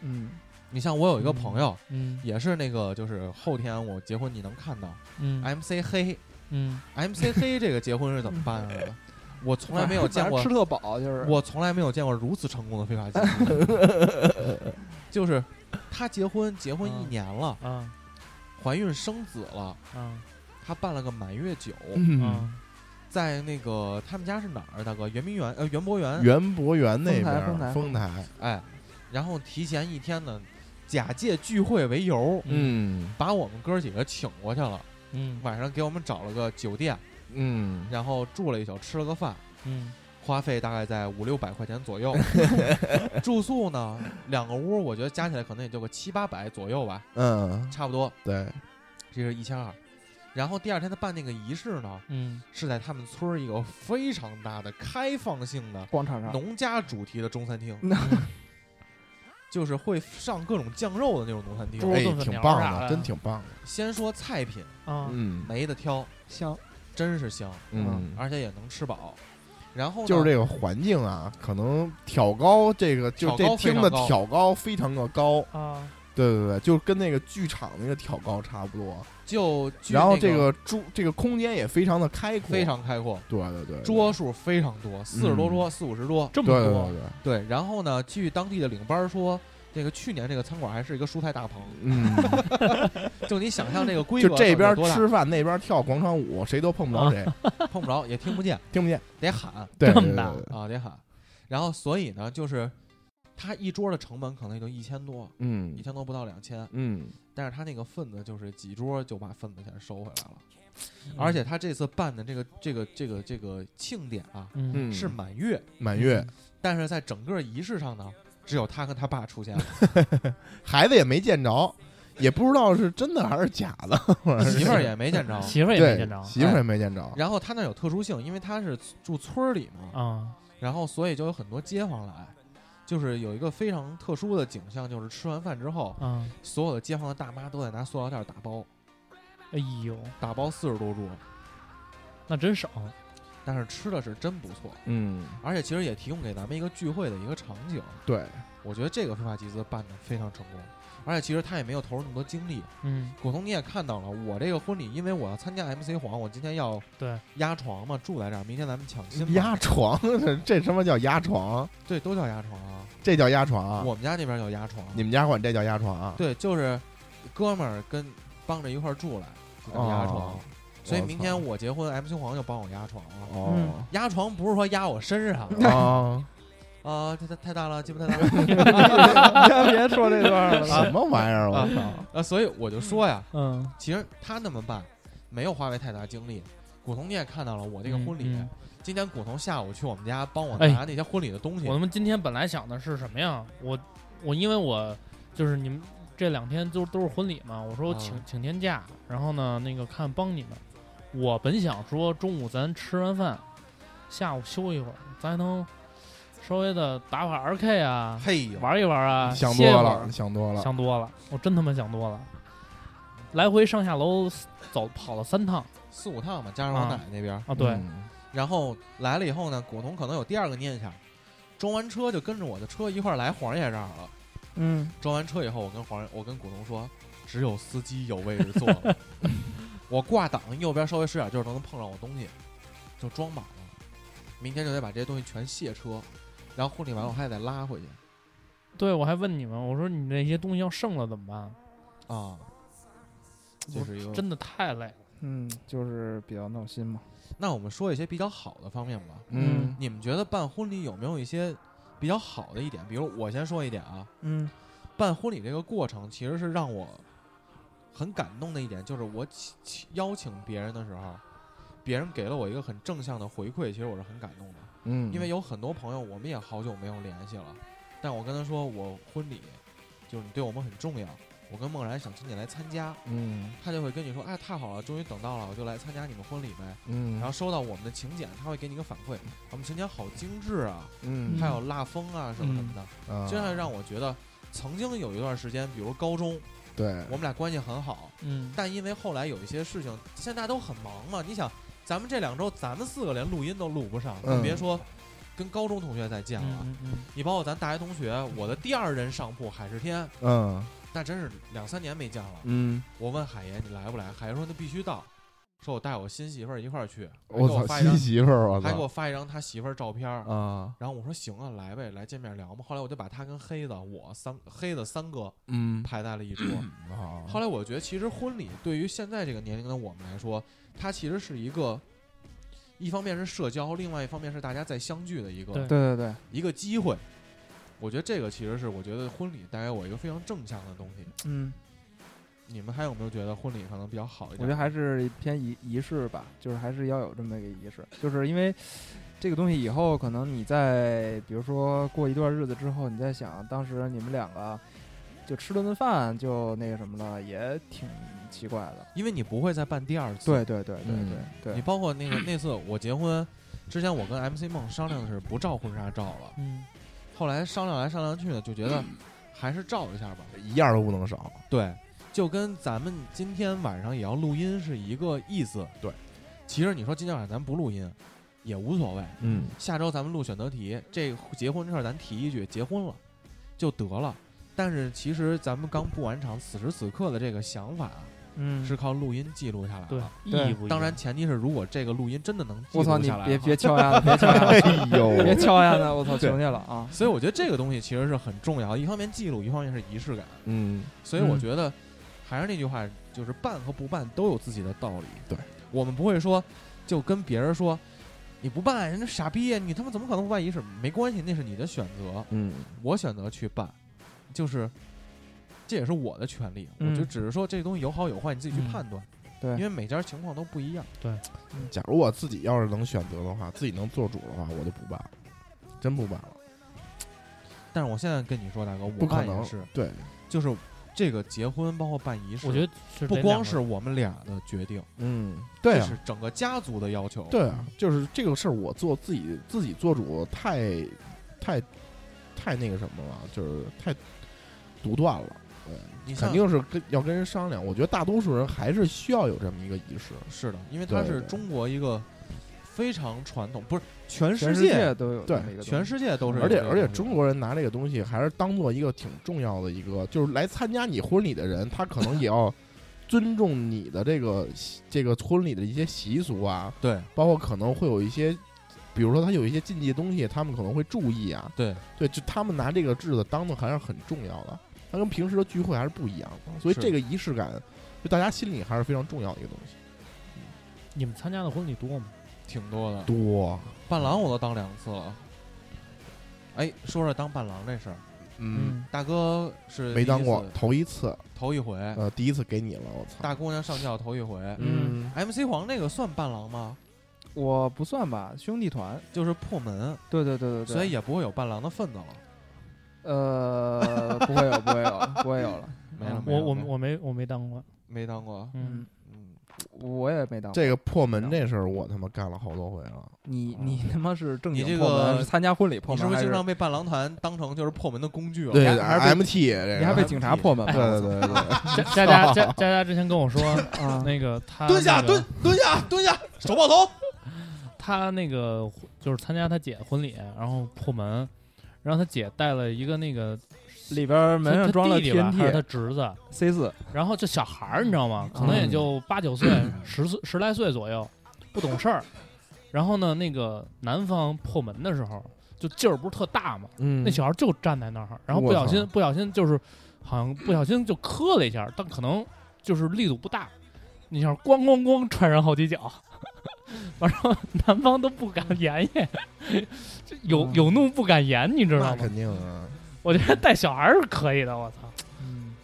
[SPEAKER 3] 嗯，
[SPEAKER 1] 你像我有一个朋友，
[SPEAKER 4] 嗯
[SPEAKER 1] 也是那个就是后天我结婚，你能看到
[SPEAKER 4] 嗯
[SPEAKER 1] MC 黑。
[SPEAKER 4] 嗯，
[SPEAKER 1] MC 黑这个结婚是怎么办上的？我从来没有见过
[SPEAKER 3] 反正，吃特饱，哎就是
[SPEAKER 1] 我从来没有见过如此成功的非法结婚。就是她结婚，结婚一
[SPEAKER 4] 嗯
[SPEAKER 1] 年了，
[SPEAKER 4] 啊
[SPEAKER 1] 怀孕生子了，
[SPEAKER 4] 啊
[SPEAKER 1] 她办了个满月酒，
[SPEAKER 2] 嗯，
[SPEAKER 4] 啊！
[SPEAKER 1] 在那个他们家是哪儿？大哥，圆明园呃园博园，
[SPEAKER 2] 园嗯博园那边
[SPEAKER 3] 丰台
[SPEAKER 2] 儿丰
[SPEAKER 3] 丰
[SPEAKER 2] 台，
[SPEAKER 1] 哎，然后提前一天呢，假借聚会为由，
[SPEAKER 2] 嗯
[SPEAKER 1] 把我们哥几个请过去了，
[SPEAKER 4] 嗯
[SPEAKER 1] 晚上给我们找了个酒店，
[SPEAKER 2] 嗯，
[SPEAKER 1] 然后住了一宿，吃了个饭。
[SPEAKER 4] 嗯
[SPEAKER 1] 花费大概在五六百块钱左 右。住宿呢，两个屋，我觉得加起来可能也就个七八百左右吧，
[SPEAKER 2] 嗯，
[SPEAKER 1] 差不多，
[SPEAKER 2] 对，
[SPEAKER 1] 这是一千二。然后第二天他办那个仪式呢，
[SPEAKER 4] 嗯
[SPEAKER 1] 是在他们村儿一个非常大的开放性的
[SPEAKER 3] 广场上
[SPEAKER 1] 农家主题的中餐厅，
[SPEAKER 4] 嗯，
[SPEAKER 1] 就是会上各种酱肉的那种农餐
[SPEAKER 4] 猪
[SPEAKER 1] 厅。
[SPEAKER 4] 肉
[SPEAKER 2] 哎
[SPEAKER 4] 炖，粉
[SPEAKER 2] 挺
[SPEAKER 4] 条
[SPEAKER 2] 棒
[SPEAKER 4] 啥
[SPEAKER 3] 啊
[SPEAKER 2] 的，
[SPEAKER 4] 的
[SPEAKER 2] 真挺棒的。
[SPEAKER 1] 先说菜品，
[SPEAKER 4] 啊，
[SPEAKER 2] 嗯
[SPEAKER 1] 没得挑，
[SPEAKER 3] 香，
[SPEAKER 1] 真是香，
[SPEAKER 2] 嗯，
[SPEAKER 1] 而且也能吃饱。然后呢
[SPEAKER 2] 就是这个环境啊，可能挑高这个，就
[SPEAKER 1] 挑
[SPEAKER 2] 这
[SPEAKER 1] 高非
[SPEAKER 2] 厅
[SPEAKER 1] 常
[SPEAKER 2] 的
[SPEAKER 1] 高
[SPEAKER 2] 挑高非常的高，
[SPEAKER 4] 啊，
[SPEAKER 2] 对对对，就跟那个剧场那个挑高差不多。
[SPEAKER 1] 就据
[SPEAKER 2] 然后
[SPEAKER 1] 那
[SPEAKER 2] 这个住这个空间也非常的开阔，
[SPEAKER 1] 非常开阔，
[SPEAKER 2] 对对对，对
[SPEAKER 1] 桌数非常多，四十多桌，四五十桌。
[SPEAKER 4] 这么
[SPEAKER 2] 对对
[SPEAKER 4] 多
[SPEAKER 2] 对对，
[SPEAKER 1] 对，然后呢，据当地的领班说，这那个去年那个餐馆还是一个蔬菜大 棚，
[SPEAKER 2] 嗯，
[SPEAKER 1] 就你想象那个规
[SPEAKER 2] 就
[SPEAKER 1] 格
[SPEAKER 2] 这边
[SPEAKER 1] 到底有多大啊
[SPEAKER 2] 吃饭，那边跳广场舞，谁都碰不着谁，
[SPEAKER 1] 碰不着也听不 见，
[SPEAKER 2] 听不见。
[SPEAKER 1] 得喊
[SPEAKER 2] 对，
[SPEAKER 4] 这
[SPEAKER 2] 对
[SPEAKER 4] 么
[SPEAKER 2] 对
[SPEAKER 4] 大
[SPEAKER 2] 对
[SPEAKER 1] 啊得喊，然后所以呢就是他一桌的成本可能也就一千多，一
[SPEAKER 2] 嗯
[SPEAKER 1] 千多不到两千，
[SPEAKER 2] 嗯，
[SPEAKER 1] 但是他那个份子就是几桌就把份子钱收回来了，
[SPEAKER 2] 嗯
[SPEAKER 1] 而且他这次办的这个这个这个这个庆典啊
[SPEAKER 4] 嗯，
[SPEAKER 2] 嗯
[SPEAKER 1] 是嗯满月，
[SPEAKER 2] 满月，
[SPEAKER 1] 但是在整个仪式上呢，只有他跟他爸出现 了，
[SPEAKER 2] 孩子也没见着，也不知道是真的还是假的。
[SPEAKER 1] 媳妇儿也没见着。哎
[SPEAKER 4] 媳妇儿也没
[SPEAKER 2] 对
[SPEAKER 4] 见着，啊
[SPEAKER 2] 媳妇儿也没见着。
[SPEAKER 1] 然后他那有特殊性，因为他是住村儿里嘛，
[SPEAKER 4] 啊，
[SPEAKER 1] 然后所以就有很多街坊来，就是有一个非常特殊的景象，就是吃完饭之后，
[SPEAKER 4] 嗯，
[SPEAKER 1] 所有的街坊的大妈都在拿塑料袋打包，
[SPEAKER 4] 哎呦，
[SPEAKER 1] 打包四十多桌，
[SPEAKER 4] 那真少，
[SPEAKER 1] 但是吃的是真不错，
[SPEAKER 2] 嗯，
[SPEAKER 1] 而且其实也提供给咱们一个聚会的一个场景。
[SPEAKER 2] 对，
[SPEAKER 1] 我觉得这个非法集资办的非常成功，而且其实他也没有投入那么多精力。
[SPEAKER 4] 嗯，
[SPEAKER 1] 果彤你也看到了，我这个婚礼，因为我要参加 MC 黄，我今天要
[SPEAKER 4] 对
[SPEAKER 1] 压床嘛，住在这儿，明天咱们抢亲嘛。
[SPEAKER 2] 压床， 这这什么叫压床？
[SPEAKER 1] 对，都叫压床啊，
[SPEAKER 2] 这叫压床啊！
[SPEAKER 1] 我们家那边叫压床。
[SPEAKER 2] 你们家管这叫压床啊？
[SPEAKER 1] 对，就是哥们儿跟帮着一块儿住来，就叫压床。
[SPEAKER 2] 哦
[SPEAKER 1] 所以
[SPEAKER 2] 我
[SPEAKER 1] 明
[SPEAKER 2] 操
[SPEAKER 1] 天我结婚，MC 黄就帮我压床了。
[SPEAKER 2] 哦，
[SPEAKER 1] 压床不是说压我身上
[SPEAKER 2] 啊，
[SPEAKER 1] 啊，太太太大了，鸡巴太大了
[SPEAKER 3] 别别说这段了，
[SPEAKER 2] 什么玩意儿？我操！
[SPEAKER 1] 啊！所以我就说呀，
[SPEAKER 4] 嗯，
[SPEAKER 1] 其实他那么办，没有花费太大精力。古潼你也看到了，我这个
[SPEAKER 4] 嗯
[SPEAKER 1] 婚礼，
[SPEAKER 4] 嗯
[SPEAKER 1] 今天古潼下午去我们家帮我
[SPEAKER 4] 哎
[SPEAKER 1] 拿那些婚礼的东西，
[SPEAKER 4] 我他妈今天本来想的是什么呀？我我因为我就是你们这两天都都是婚礼嘛，我说
[SPEAKER 1] 啊
[SPEAKER 4] 请、请天假，然后呢那个看帮你们。我本想说中午咱吃完饭，下午休一会儿，咱还能稍微的打会儿 RK 啊，
[SPEAKER 1] 嘿呦，
[SPEAKER 4] 玩一玩啊，
[SPEAKER 2] 想
[SPEAKER 4] 歇一
[SPEAKER 2] 多
[SPEAKER 4] 会儿
[SPEAKER 2] 了，想多了。
[SPEAKER 4] 想多了，我真他妈想多了。来回上下楼走跑了三趟
[SPEAKER 1] 四五趟吧，加上我
[SPEAKER 4] 啊
[SPEAKER 1] 奶奶那边儿，
[SPEAKER 4] 啊，对，
[SPEAKER 2] 嗯
[SPEAKER 1] 然后来了以后呢，古潼可能有第二个念想，装完车就跟着我的车一块儿来黄爷这儿了。
[SPEAKER 3] 嗯，
[SPEAKER 1] 装完车以后，我跟黄，我跟古潼说，只有司机有位置坐了。我挂档，右边稍微使点劲儿都能碰上我东西，就装满了。明天就得把这些东西全卸车，然后婚礼完我还得拉回去
[SPEAKER 4] 对我还问你们，我说你那些东西要剩了怎么办？
[SPEAKER 1] 啊。这是一个。
[SPEAKER 4] 真的太累了。
[SPEAKER 3] 嗯，就是比较闹心嘛。
[SPEAKER 1] 那我们说一些比较好的方面吧。
[SPEAKER 2] 嗯
[SPEAKER 1] 你们觉得办婚礼有没有一些比较好的一点？比如我先说一点啊，
[SPEAKER 3] 嗯
[SPEAKER 1] 办婚礼这个过程其实是让我很感动的一点，就是我请请邀请别人的时候，别人给了我一个很正向的回馈，其实我是很感动的。
[SPEAKER 2] 嗯，
[SPEAKER 1] 因为有很多朋友，我们也好久没有联系了，但我跟他说我婚礼就是你对我们很重要，我跟梦然想请你来参加，
[SPEAKER 2] 嗯
[SPEAKER 1] 他就会跟你说，哎，太好了，终于等到了，我就来参加你们婚礼呗。
[SPEAKER 2] 嗯，
[SPEAKER 1] 然后收到我们的请柬，他会给你一个反馈，我们请柬好精致啊，
[SPEAKER 2] 嗯
[SPEAKER 1] 还有蜡封啊什么什么的。
[SPEAKER 2] 啊
[SPEAKER 1] 这样让我觉得，曾经有一段时间，比如高中，
[SPEAKER 2] 对
[SPEAKER 1] 我们俩关系很好，
[SPEAKER 4] 嗯，
[SPEAKER 1] 但因为后来有一些事情，现在都很忙嘛。你想，咱们这两周，咱们四个连录音都录不上，
[SPEAKER 2] 嗯
[SPEAKER 1] 更别说跟高中同学再见了。
[SPEAKER 4] 嗯嗯嗯
[SPEAKER 1] 你包括咱大学同学，我的第二任上铺海世天，
[SPEAKER 2] 嗯
[SPEAKER 1] 那真是两三年没见了。
[SPEAKER 2] 嗯，
[SPEAKER 1] 我问海爷你来不来，海爷说那必须到，说我带我新媳妇儿一块儿去，还给
[SPEAKER 2] 我
[SPEAKER 1] 我
[SPEAKER 2] 操，
[SPEAKER 1] 发一张
[SPEAKER 2] 新，媳妇儿，我
[SPEAKER 1] 还给
[SPEAKER 2] 操
[SPEAKER 1] 我发一张他媳妇儿照片儿。
[SPEAKER 2] 啊，
[SPEAKER 1] 然后我说行啊，来呗，来见面聊嘛。后来我就把他跟黑子，我三黑子三哥
[SPEAKER 2] 嗯，
[SPEAKER 1] 排在了一桌。
[SPEAKER 2] 好，
[SPEAKER 1] 后来我觉得，其实婚礼对于现在这个年龄的我们来说，它其实是一个，一方面是社交，另外一方面是大家再相聚的一个
[SPEAKER 4] 对
[SPEAKER 3] 对对对，
[SPEAKER 1] 一个机会。我觉得这个其实是我觉得婚礼带给我一个非常正向的东西。
[SPEAKER 3] 嗯，
[SPEAKER 1] 你们还有没有觉得婚礼可能比较好一点？
[SPEAKER 3] 我觉得还是偏仪仪式吧，就是还是要有这么一个仪式，就是因为这个东西以后可能你在比如说过一段日子之后，你再想当时你们两个就吃了顿饭就那个什么了，也挺奇怪的。
[SPEAKER 1] 因为你不会再办第二次。
[SPEAKER 3] 对对对对对
[SPEAKER 2] 嗯
[SPEAKER 3] 对，
[SPEAKER 1] 嗯你包括那个那次我结婚之前，我跟 MC 梦商量的是不照婚纱照了。
[SPEAKER 4] 嗯，
[SPEAKER 1] 后来商量来商量去呢，就觉得还是照一下吧。
[SPEAKER 2] 一样都不能少，
[SPEAKER 1] 对，就跟咱们今天晚上也要录音是一个意思。
[SPEAKER 2] 对，
[SPEAKER 1] 其实你说今天晚上咱不录音也无所谓，
[SPEAKER 2] 嗯
[SPEAKER 1] 下周咱们录选择题，这结婚这事儿咱提一句，结婚了就得了。但是其实咱们刚不完场，此时此刻的这个想法啊，
[SPEAKER 3] 嗯，
[SPEAKER 1] 是靠录音记录下来
[SPEAKER 4] 对
[SPEAKER 1] 的。，
[SPEAKER 4] 意
[SPEAKER 3] 对
[SPEAKER 4] 义不一样。
[SPEAKER 1] 当然，前提是如果这个录音真的能记
[SPEAKER 3] 我
[SPEAKER 1] 录
[SPEAKER 3] 操，你
[SPEAKER 1] 下来
[SPEAKER 3] 别
[SPEAKER 1] 啊
[SPEAKER 3] 别敲呀，别敲呀，
[SPEAKER 2] 哎
[SPEAKER 3] 别
[SPEAKER 2] 呦，
[SPEAKER 3] 敲呀呢！我操，
[SPEAKER 2] 对
[SPEAKER 3] 求你了啊！
[SPEAKER 1] 所以我觉得这个东西其实是很重要，一方面记录，一方面是仪式感。
[SPEAKER 2] 嗯，
[SPEAKER 1] 所以我
[SPEAKER 3] 嗯
[SPEAKER 1] 觉得还是那句话，就是办和不办都有自己的道理。
[SPEAKER 2] 对，
[SPEAKER 1] 我们不会说就跟别人说你不办，人家傻逼呀，你他妈怎么可能不办仪式？没关系，那是你的选择，
[SPEAKER 2] 嗯，
[SPEAKER 1] 我选择去办，就是这也是我的权利。
[SPEAKER 3] 嗯
[SPEAKER 1] 我就只是说这东西有好有坏，你自己去
[SPEAKER 4] 嗯
[SPEAKER 1] 判断。
[SPEAKER 3] 对
[SPEAKER 1] 因为每家情况都不一样。
[SPEAKER 2] 假如我自己要是能选择的话，自己能做主的话，我就不办了，真不办了，
[SPEAKER 1] 但是我现在跟你说，大哥，我
[SPEAKER 2] 不可
[SPEAKER 1] 办也
[SPEAKER 2] 能
[SPEAKER 1] 是，，
[SPEAKER 2] 对，
[SPEAKER 1] 就是这个结婚包括办仪式，
[SPEAKER 4] 我觉得是
[SPEAKER 1] 不
[SPEAKER 4] 得
[SPEAKER 1] 光
[SPEAKER 4] 两个
[SPEAKER 1] 是我们俩的决定，
[SPEAKER 2] 嗯，对
[SPEAKER 1] 这
[SPEAKER 2] 啊
[SPEAKER 1] 是，整个家族的要求。
[SPEAKER 2] 对啊，就是这个事儿，我做自己自己做主太，太太那个什么了，就是太独断了。
[SPEAKER 1] 你像
[SPEAKER 2] 肯定是跟要跟人商量，我觉得大多数人还是需要有这么一个仪式。
[SPEAKER 1] 是的，因为它
[SPEAKER 2] 对
[SPEAKER 1] 是
[SPEAKER 2] 对
[SPEAKER 1] 中国一个非常传统，不是全
[SPEAKER 3] 全世
[SPEAKER 1] 界，
[SPEAKER 3] 都有
[SPEAKER 2] 对
[SPEAKER 3] 这么一个东西，
[SPEAKER 1] 全世界都是有
[SPEAKER 2] 而
[SPEAKER 1] 这
[SPEAKER 2] 且
[SPEAKER 1] 个东
[SPEAKER 2] 而
[SPEAKER 1] 西的，
[SPEAKER 2] 且中国人拿这个东西还是当做一个挺重要的一个，就是来参加你婚礼的人，他可能 也要尊重你的这个习这个婚礼的一些习俗啊，
[SPEAKER 1] 对
[SPEAKER 2] 包括可能会有一些，比如说他有一些禁忌的东西，他们可能会注意啊。
[SPEAKER 1] 对，
[SPEAKER 2] 对，就他们拿这个日子当做还是很重要的，它跟平时的聚会还是不一样的，所以
[SPEAKER 1] 是
[SPEAKER 2] 这个仪式感对大家心里还是非常重要的一个东西。
[SPEAKER 4] 你们参加的婚礼多吗？
[SPEAKER 1] 挺多的。
[SPEAKER 2] 多，
[SPEAKER 1] 伴郎我都当两次了。哎，说说当伴郎这事儿，
[SPEAKER 2] 嗯，
[SPEAKER 1] 大哥是
[SPEAKER 2] 没
[SPEAKER 1] 第一
[SPEAKER 2] 当过
[SPEAKER 1] 次，
[SPEAKER 2] 头一次，
[SPEAKER 1] 头一回，
[SPEAKER 2] 呃，第一次给你了，我操！
[SPEAKER 1] 大姑娘上轿头一回。
[SPEAKER 3] 嗯
[SPEAKER 1] MC 黄那个算伴郎吗？
[SPEAKER 3] 我不算吧，兄弟团，
[SPEAKER 1] 就是破门，
[SPEAKER 3] 对对对对对，
[SPEAKER 1] 所以也不会有伴郎的份子了。
[SPEAKER 3] 呃，不会有，不会有，不会有了。
[SPEAKER 1] 没了，
[SPEAKER 3] 嗯
[SPEAKER 1] 没
[SPEAKER 4] 我
[SPEAKER 1] 了
[SPEAKER 4] 我
[SPEAKER 1] 没
[SPEAKER 4] 我没我没当过，
[SPEAKER 1] 没当过。
[SPEAKER 4] 嗯，，
[SPEAKER 1] 嗯，
[SPEAKER 3] 我也没当过。
[SPEAKER 2] 这个破门这事儿，我他妈干了好多回了。
[SPEAKER 3] 你你他妈是正经
[SPEAKER 1] 你这
[SPEAKER 3] 破门
[SPEAKER 1] 个
[SPEAKER 3] 是参加婚礼破
[SPEAKER 1] 你
[SPEAKER 3] 门，
[SPEAKER 1] 是不是
[SPEAKER 3] 还
[SPEAKER 1] 经常被伴郎团当成就是破门的工具了？
[SPEAKER 2] 对
[SPEAKER 3] 你还还被
[SPEAKER 2] ，MT 这
[SPEAKER 3] 你还被
[SPEAKER 2] 个，
[SPEAKER 3] 警察破门吧？
[SPEAKER 2] 对对对，
[SPEAKER 1] 嗯
[SPEAKER 4] 佳佳佳佳佳佳之前跟我 说，
[SPEAKER 3] 啊，
[SPEAKER 4] 那个他
[SPEAKER 1] 蹲下，
[SPEAKER 4] 那个
[SPEAKER 1] 蹲，蹲下，蹲下，手抱头。
[SPEAKER 4] 他那个就是参加他姐婚礼，然后破门，然后他姐带了一个那个
[SPEAKER 3] 里边门上
[SPEAKER 4] 他
[SPEAKER 3] 装了
[SPEAKER 4] 弟弟吧还是
[SPEAKER 3] TNT
[SPEAKER 4] 他侄子，
[SPEAKER 3] C 四，
[SPEAKER 4] 然后就小孩儿，你知道吗？可能也就八九岁、十岁、十来岁左右，不懂事儿。然后呢，那个男方破门的时候，就劲儿不是特大嘛，
[SPEAKER 2] 嗯
[SPEAKER 4] 那小孩就站在那儿，然后不
[SPEAKER 2] 我
[SPEAKER 4] 小
[SPEAKER 2] 操
[SPEAKER 4] 心不小心就是好像不小心就磕了一下，但可能就是力度不大，你想咣咣咣踹人好几脚， 完了男方都不敢言语，这有
[SPEAKER 3] 嗯
[SPEAKER 4] 有怒不敢言，你知道
[SPEAKER 2] 那
[SPEAKER 4] 吗？
[SPEAKER 2] 肯定啊，
[SPEAKER 4] 我觉得带小孩儿是可以的，我操！
[SPEAKER 3] 嗯，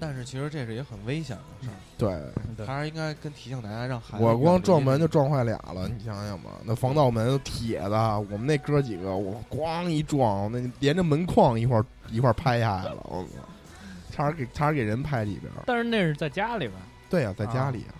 [SPEAKER 1] 但是其实这是也很危险的事儿，
[SPEAKER 2] 嗯对
[SPEAKER 4] 对
[SPEAKER 1] 还是应该跟提醒大家让孩子。
[SPEAKER 2] 我光撞门就撞坏俩了，你想想吧，那防盗门铁的，我们那哥几个，我咣一撞，那连着门框一块儿一块儿拍下来了，我操，差点给差点给人拍里边儿。
[SPEAKER 4] 但是那是在家里边，
[SPEAKER 2] 对呀，在
[SPEAKER 4] 啊
[SPEAKER 2] 家里啊，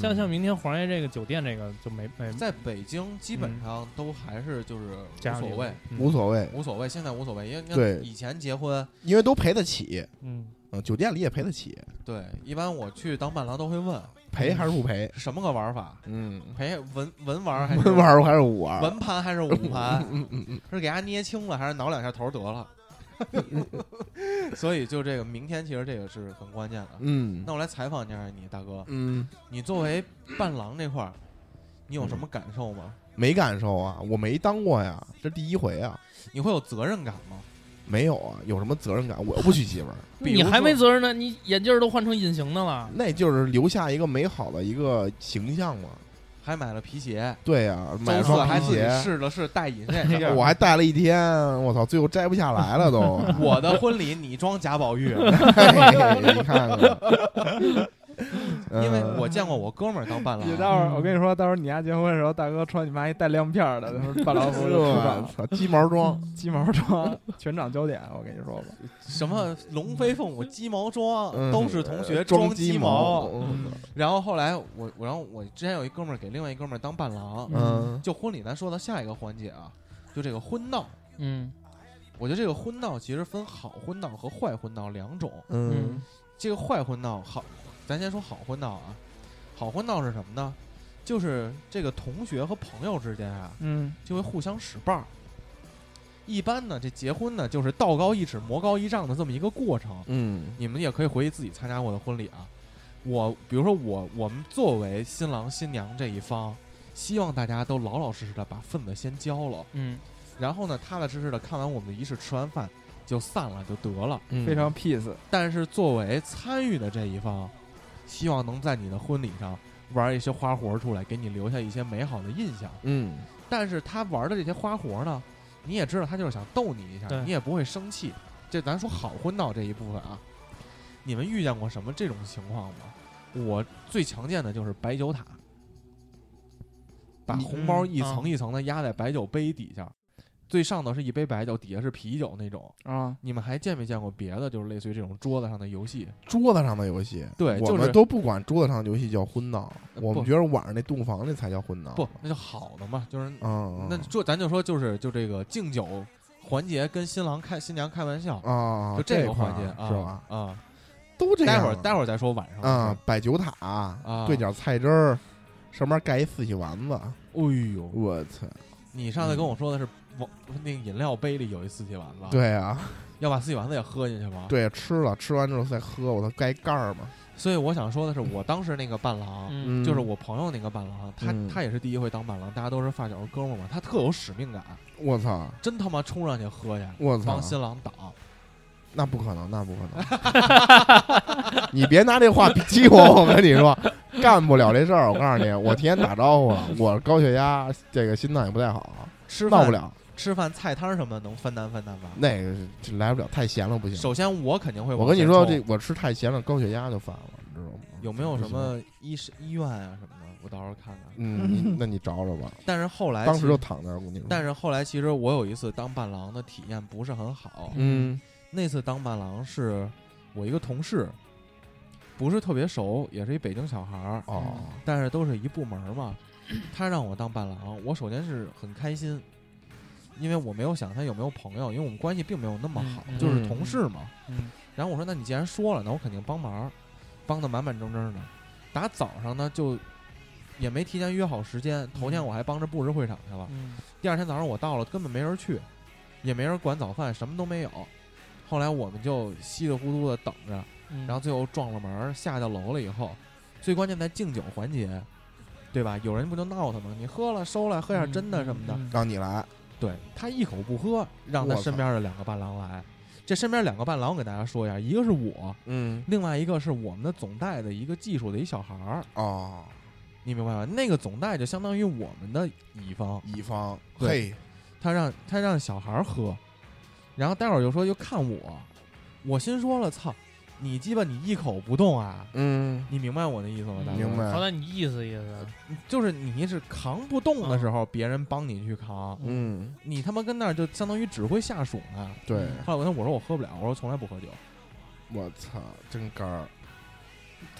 [SPEAKER 4] 像
[SPEAKER 2] 嗯
[SPEAKER 4] 像明天黄爷这个酒店这个就没没
[SPEAKER 1] 在北京基
[SPEAKER 2] 嗯
[SPEAKER 1] 本上都还是就是
[SPEAKER 4] 家
[SPEAKER 1] 无
[SPEAKER 4] 里
[SPEAKER 1] 所谓，，
[SPEAKER 2] 无所谓，
[SPEAKER 1] 无所谓，现在无所谓，因为你
[SPEAKER 2] 对
[SPEAKER 1] 看以前结婚，
[SPEAKER 2] 因为都赔得起，
[SPEAKER 4] 嗯，
[SPEAKER 2] 嗯，酒店里也赔得起，
[SPEAKER 1] 对，一般我去当伴郎都会问
[SPEAKER 2] 赔还是不赔？
[SPEAKER 1] 是什么个玩法，
[SPEAKER 2] 嗯，
[SPEAKER 1] 陪文文玩儿还是
[SPEAKER 2] 文玩儿嗯还是武玩儿？
[SPEAKER 1] 文盘还是武盘，是给他捏轻了还是挠两下头得 了？ 所以就这个明天其实这个是很关键的。
[SPEAKER 2] 嗯
[SPEAKER 1] 那我来采访一下你大哥，
[SPEAKER 2] 嗯，
[SPEAKER 1] 你作为伴郎这块儿，你有什么感受吗？
[SPEAKER 2] 没感受啊，我没当过呀，这第一回啊，
[SPEAKER 1] 你会有责任感吗？
[SPEAKER 2] 没有啊，有什么责任感？我又不娶媳妇儿，
[SPEAKER 1] 比如
[SPEAKER 4] 你还
[SPEAKER 1] 说
[SPEAKER 4] 没责任呢，你眼镜儿都换成隐形的了，
[SPEAKER 2] 那就是留下一个美好的一个形象嘛。
[SPEAKER 1] 还买了皮鞋，
[SPEAKER 2] 对呀、啊，
[SPEAKER 1] 周
[SPEAKER 2] 买了
[SPEAKER 1] 四
[SPEAKER 2] 双
[SPEAKER 1] 还
[SPEAKER 2] 皮
[SPEAKER 1] 自己
[SPEAKER 2] 鞋，
[SPEAKER 1] 试了试带引这 事儿
[SPEAKER 2] 我还戴了一天，我操，最后摘不下来了都。
[SPEAKER 1] 我的婚礼你装贾宝玉，
[SPEAKER 2] 哎你看看， 嗯
[SPEAKER 1] 因为我见过我哥们儿当 伴
[SPEAKER 3] 你
[SPEAKER 1] 郎，
[SPEAKER 3] 到时候我跟你说，到时候你丫结婚的时候，大哥穿你妈一带亮片儿的，他妈伴郎服就出场
[SPEAKER 2] 我
[SPEAKER 3] 了，
[SPEAKER 2] 嗯操鸡毛装，
[SPEAKER 3] 鸡毛装，全场焦点，我跟你说吧。
[SPEAKER 1] 什么龙飞凤舞、鸡毛装，
[SPEAKER 2] 嗯
[SPEAKER 1] 都是同学
[SPEAKER 2] 装
[SPEAKER 1] 鸡
[SPEAKER 2] 毛，
[SPEAKER 4] 嗯
[SPEAKER 1] 然后后来我我然后我之前有一哥们儿给另外一哥们儿当伴郎，
[SPEAKER 2] 嗯
[SPEAKER 1] 就婚礼咱说到下一个环节啊，就这个婚闹。
[SPEAKER 4] 嗯
[SPEAKER 1] 我觉得这个婚闹其实分好婚闹和坏婚闹两种。
[SPEAKER 2] 嗯
[SPEAKER 4] 嗯
[SPEAKER 1] 这个坏婚闹好，咱先说好婚闹啊。好婚闹是什么呢？就是这个同学和朋友之间啊，
[SPEAKER 3] 嗯，
[SPEAKER 1] 就会互相使绊儿。一般呢，这结婚呢，就是道高一尺，魔高一丈的这么一个过程。
[SPEAKER 2] 嗯
[SPEAKER 1] 你们也可以回忆自己参加过的婚礼啊，我比如说我我们作为新郎新娘这一方，希望大家都老老实实的把份子先交了，
[SPEAKER 4] 嗯，
[SPEAKER 1] 然后呢踏踏实实的看完我们的仪式，吃完饭就散了就得了。
[SPEAKER 2] 嗯
[SPEAKER 3] 非常 peace，
[SPEAKER 1] 但是作为参与的这一方，希望能在你的婚礼上玩一些花活出来，给你留下一些美好的印象。
[SPEAKER 2] 嗯
[SPEAKER 1] 但是他玩的这些花活呢，你也知道他就是想逗你一下
[SPEAKER 4] 对，
[SPEAKER 1] 你也不会生气。这咱说好婚闹这一部分啊，你们遇见过什么这种情况吗？我最常见的就是白酒塔，把
[SPEAKER 2] 你
[SPEAKER 1] 红包
[SPEAKER 4] 嗯
[SPEAKER 1] 一
[SPEAKER 4] 啊
[SPEAKER 1] 层一层的压在白酒杯底下，最上头是一杯白酒，底下是啤酒那种。
[SPEAKER 3] 啊，
[SPEAKER 1] 你们还见没见过别的，就是类似于这种桌子上的游戏？
[SPEAKER 2] 桌子上的游戏，
[SPEAKER 1] 对
[SPEAKER 2] 我
[SPEAKER 1] 就
[SPEAKER 2] 们
[SPEAKER 1] 是
[SPEAKER 2] 都不管桌子上的游戏叫婚闹，
[SPEAKER 1] 呃
[SPEAKER 2] 我们
[SPEAKER 1] 不
[SPEAKER 2] 觉得晚上那洞房那才叫婚闹。
[SPEAKER 1] 不，那就好的嘛，就是
[SPEAKER 2] 嗯，
[SPEAKER 1] 那说咱就说就是就这个敬酒环节跟新郎开新娘开玩笑，
[SPEAKER 2] 啊，
[SPEAKER 1] 就
[SPEAKER 2] 这
[SPEAKER 1] 个
[SPEAKER 2] 块
[SPEAKER 1] 环节
[SPEAKER 2] 儿
[SPEAKER 1] 啊
[SPEAKER 2] 是吧？
[SPEAKER 1] 啊，
[SPEAKER 2] 都这样。
[SPEAKER 1] 待会儿待会儿再说晚上
[SPEAKER 2] 啊
[SPEAKER 1] 的事，
[SPEAKER 2] 摆酒塔，
[SPEAKER 1] 啊
[SPEAKER 2] 兑点菜汁儿，上面盖一四喜丸子，
[SPEAKER 1] 儿。哎呦，
[SPEAKER 2] 我操！
[SPEAKER 1] 你上次跟我说的是往那个饮料杯里有一四喜丸子，，
[SPEAKER 2] 对啊，
[SPEAKER 1] 要把四喜丸子也喝进去吗？。
[SPEAKER 2] 对，吃了，吃完之后再喝，我操，盖盖儿嘛。
[SPEAKER 1] 所以我想说的是，我当时那个伴郎，
[SPEAKER 4] 嗯
[SPEAKER 2] 嗯，
[SPEAKER 1] 就是我朋友那个伴郎，他
[SPEAKER 2] 嗯
[SPEAKER 1] 他也是第一回当伴郎，大家都是发小哥们儿嘛，他特有使命感，
[SPEAKER 2] 我操，
[SPEAKER 1] 真他妈冲上去喝去，
[SPEAKER 2] 我
[SPEAKER 1] 帮
[SPEAKER 2] 操，
[SPEAKER 1] 新郎挡。
[SPEAKER 2] 那不可能，那不可能。 你别拿这话激我，我跟你说，干不了这事儿。我告诉你，我提前打招呼了，我高血压，这个心脏也不太好，
[SPEAKER 1] 吃
[SPEAKER 2] 闹
[SPEAKER 1] 饭
[SPEAKER 2] 不，了，
[SPEAKER 1] 吃饭菜摊儿什么的能分担分担吧？
[SPEAKER 2] 那个这来不了，太咸了不行。
[SPEAKER 1] 首先我肯定会往
[SPEAKER 2] 我
[SPEAKER 1] 前
[SPEAKER 2] 跟你
[SPEAKER 1] 冲，
[SPEAKER 2] 说，这我吃太咸了，高血压就犯了，你知道吗？
[SPEAKER 1] 有没有
[SPEAKER 2] 不
[SPEAKER 1] 什
[SPEAKER 2] 行？
[SPEAKER 1] 么医生医院啊什么的，我到时候看看。
[SPEAKER 2] 嗯，你 那你找找吧。
[SPEAKER 1] 但是后来
[SPEAKER 2] 当时
[SPEAKER 1] 其
[SPEAKER 2] 就躺那儿，我跟你说。
[SPEAKER 1] 但是后来其实我有一次当伴郎的体验不是很好，
[SPEAKER 2] 嗯
[SPEAKER 1] 那次当伴郎是我一个同事，不是特别熟，也是一北京小孩儿，
[SPEAKER 2] 哦，
[SPEAKER 1] 但是都是一部门儿嘛。他让我当伴郎，我首先是很开心，因为我没有想他有没有朋友，因为我们关系并没有那么好，
[SPEAKER 4] 嗯嗯
[SPEAKER 1] 就是同事嘛。
[SPEAKER 4] 嗯
[SPEAKER 1] 然后我说：“那你既然说了，那我肯定帮忙，帮的满满正正的。”打早上呢，就也没提前约好时间，头天我还帮着布置会场去了。
[SPEAKER 4] 嗯
[SPEAKER 1] 第二天早上我到了，根本没人去，也没人管早饭，什么都没有。后来我们就稀里糊涂的等着，
[SPEAKER 4] 嗯，
[SPEAKER 1] 然后最后撞了门儿，下到楼了以后，最关键在敬酒环节，对吧？有人不就闹腾吗？你喝了收了，喝点真的什么的。
[SPEAKER 4] 嗯，
[SPEAKER 2] 让你来，
[SPEAKER 1] 对他一口不喝，让他
[SPEAKER 2] 我操
[SPEAKER 1] 身边的两个伴郎来。这身边两个伴郎，我给大家说一下，一个是我，
[SPEAKER 2] 嗯，
[SPEAKER 1] 另外一个是我们的总带的一个技术的一小孩儿，
[SPEAKER 2] 哦，
[SPEAKER 1] 你明白吗？那个总带就相当于我们的乙方，
[SPEAKER 2] 乙方，
[SPEAKER 1] 对
[SPEAKER 2] 嘿，
[SPEAKER 1] 他让他让小孩儿喝，然后待会儿又说又看我，我心说了，操，你鸡巴你一口不动啊！
[SPEAKER 2] 嗯，
[SPEAKER 1] 你明白我的意思吗？大哥
[SPEAKER 2] 明白
[SPEAKER 4] 好歹你意思意思，
[SPEAKER 1] 就是你是扛不动
[SPEAKER 4] 嗯
[SPEAKER 1] 的时候，别人帮你去扛，
[SPEAKER 2] 嗯，
[SPEAKER 1] 你他妈跟那儿就相当于指挥下属呢。
[SPEAKER 2] 对，
[SPEAKER 1] 后来我跟我说我喝不了，我说从来不喝酒，
[SPEAKER 2] 我操，真干儿，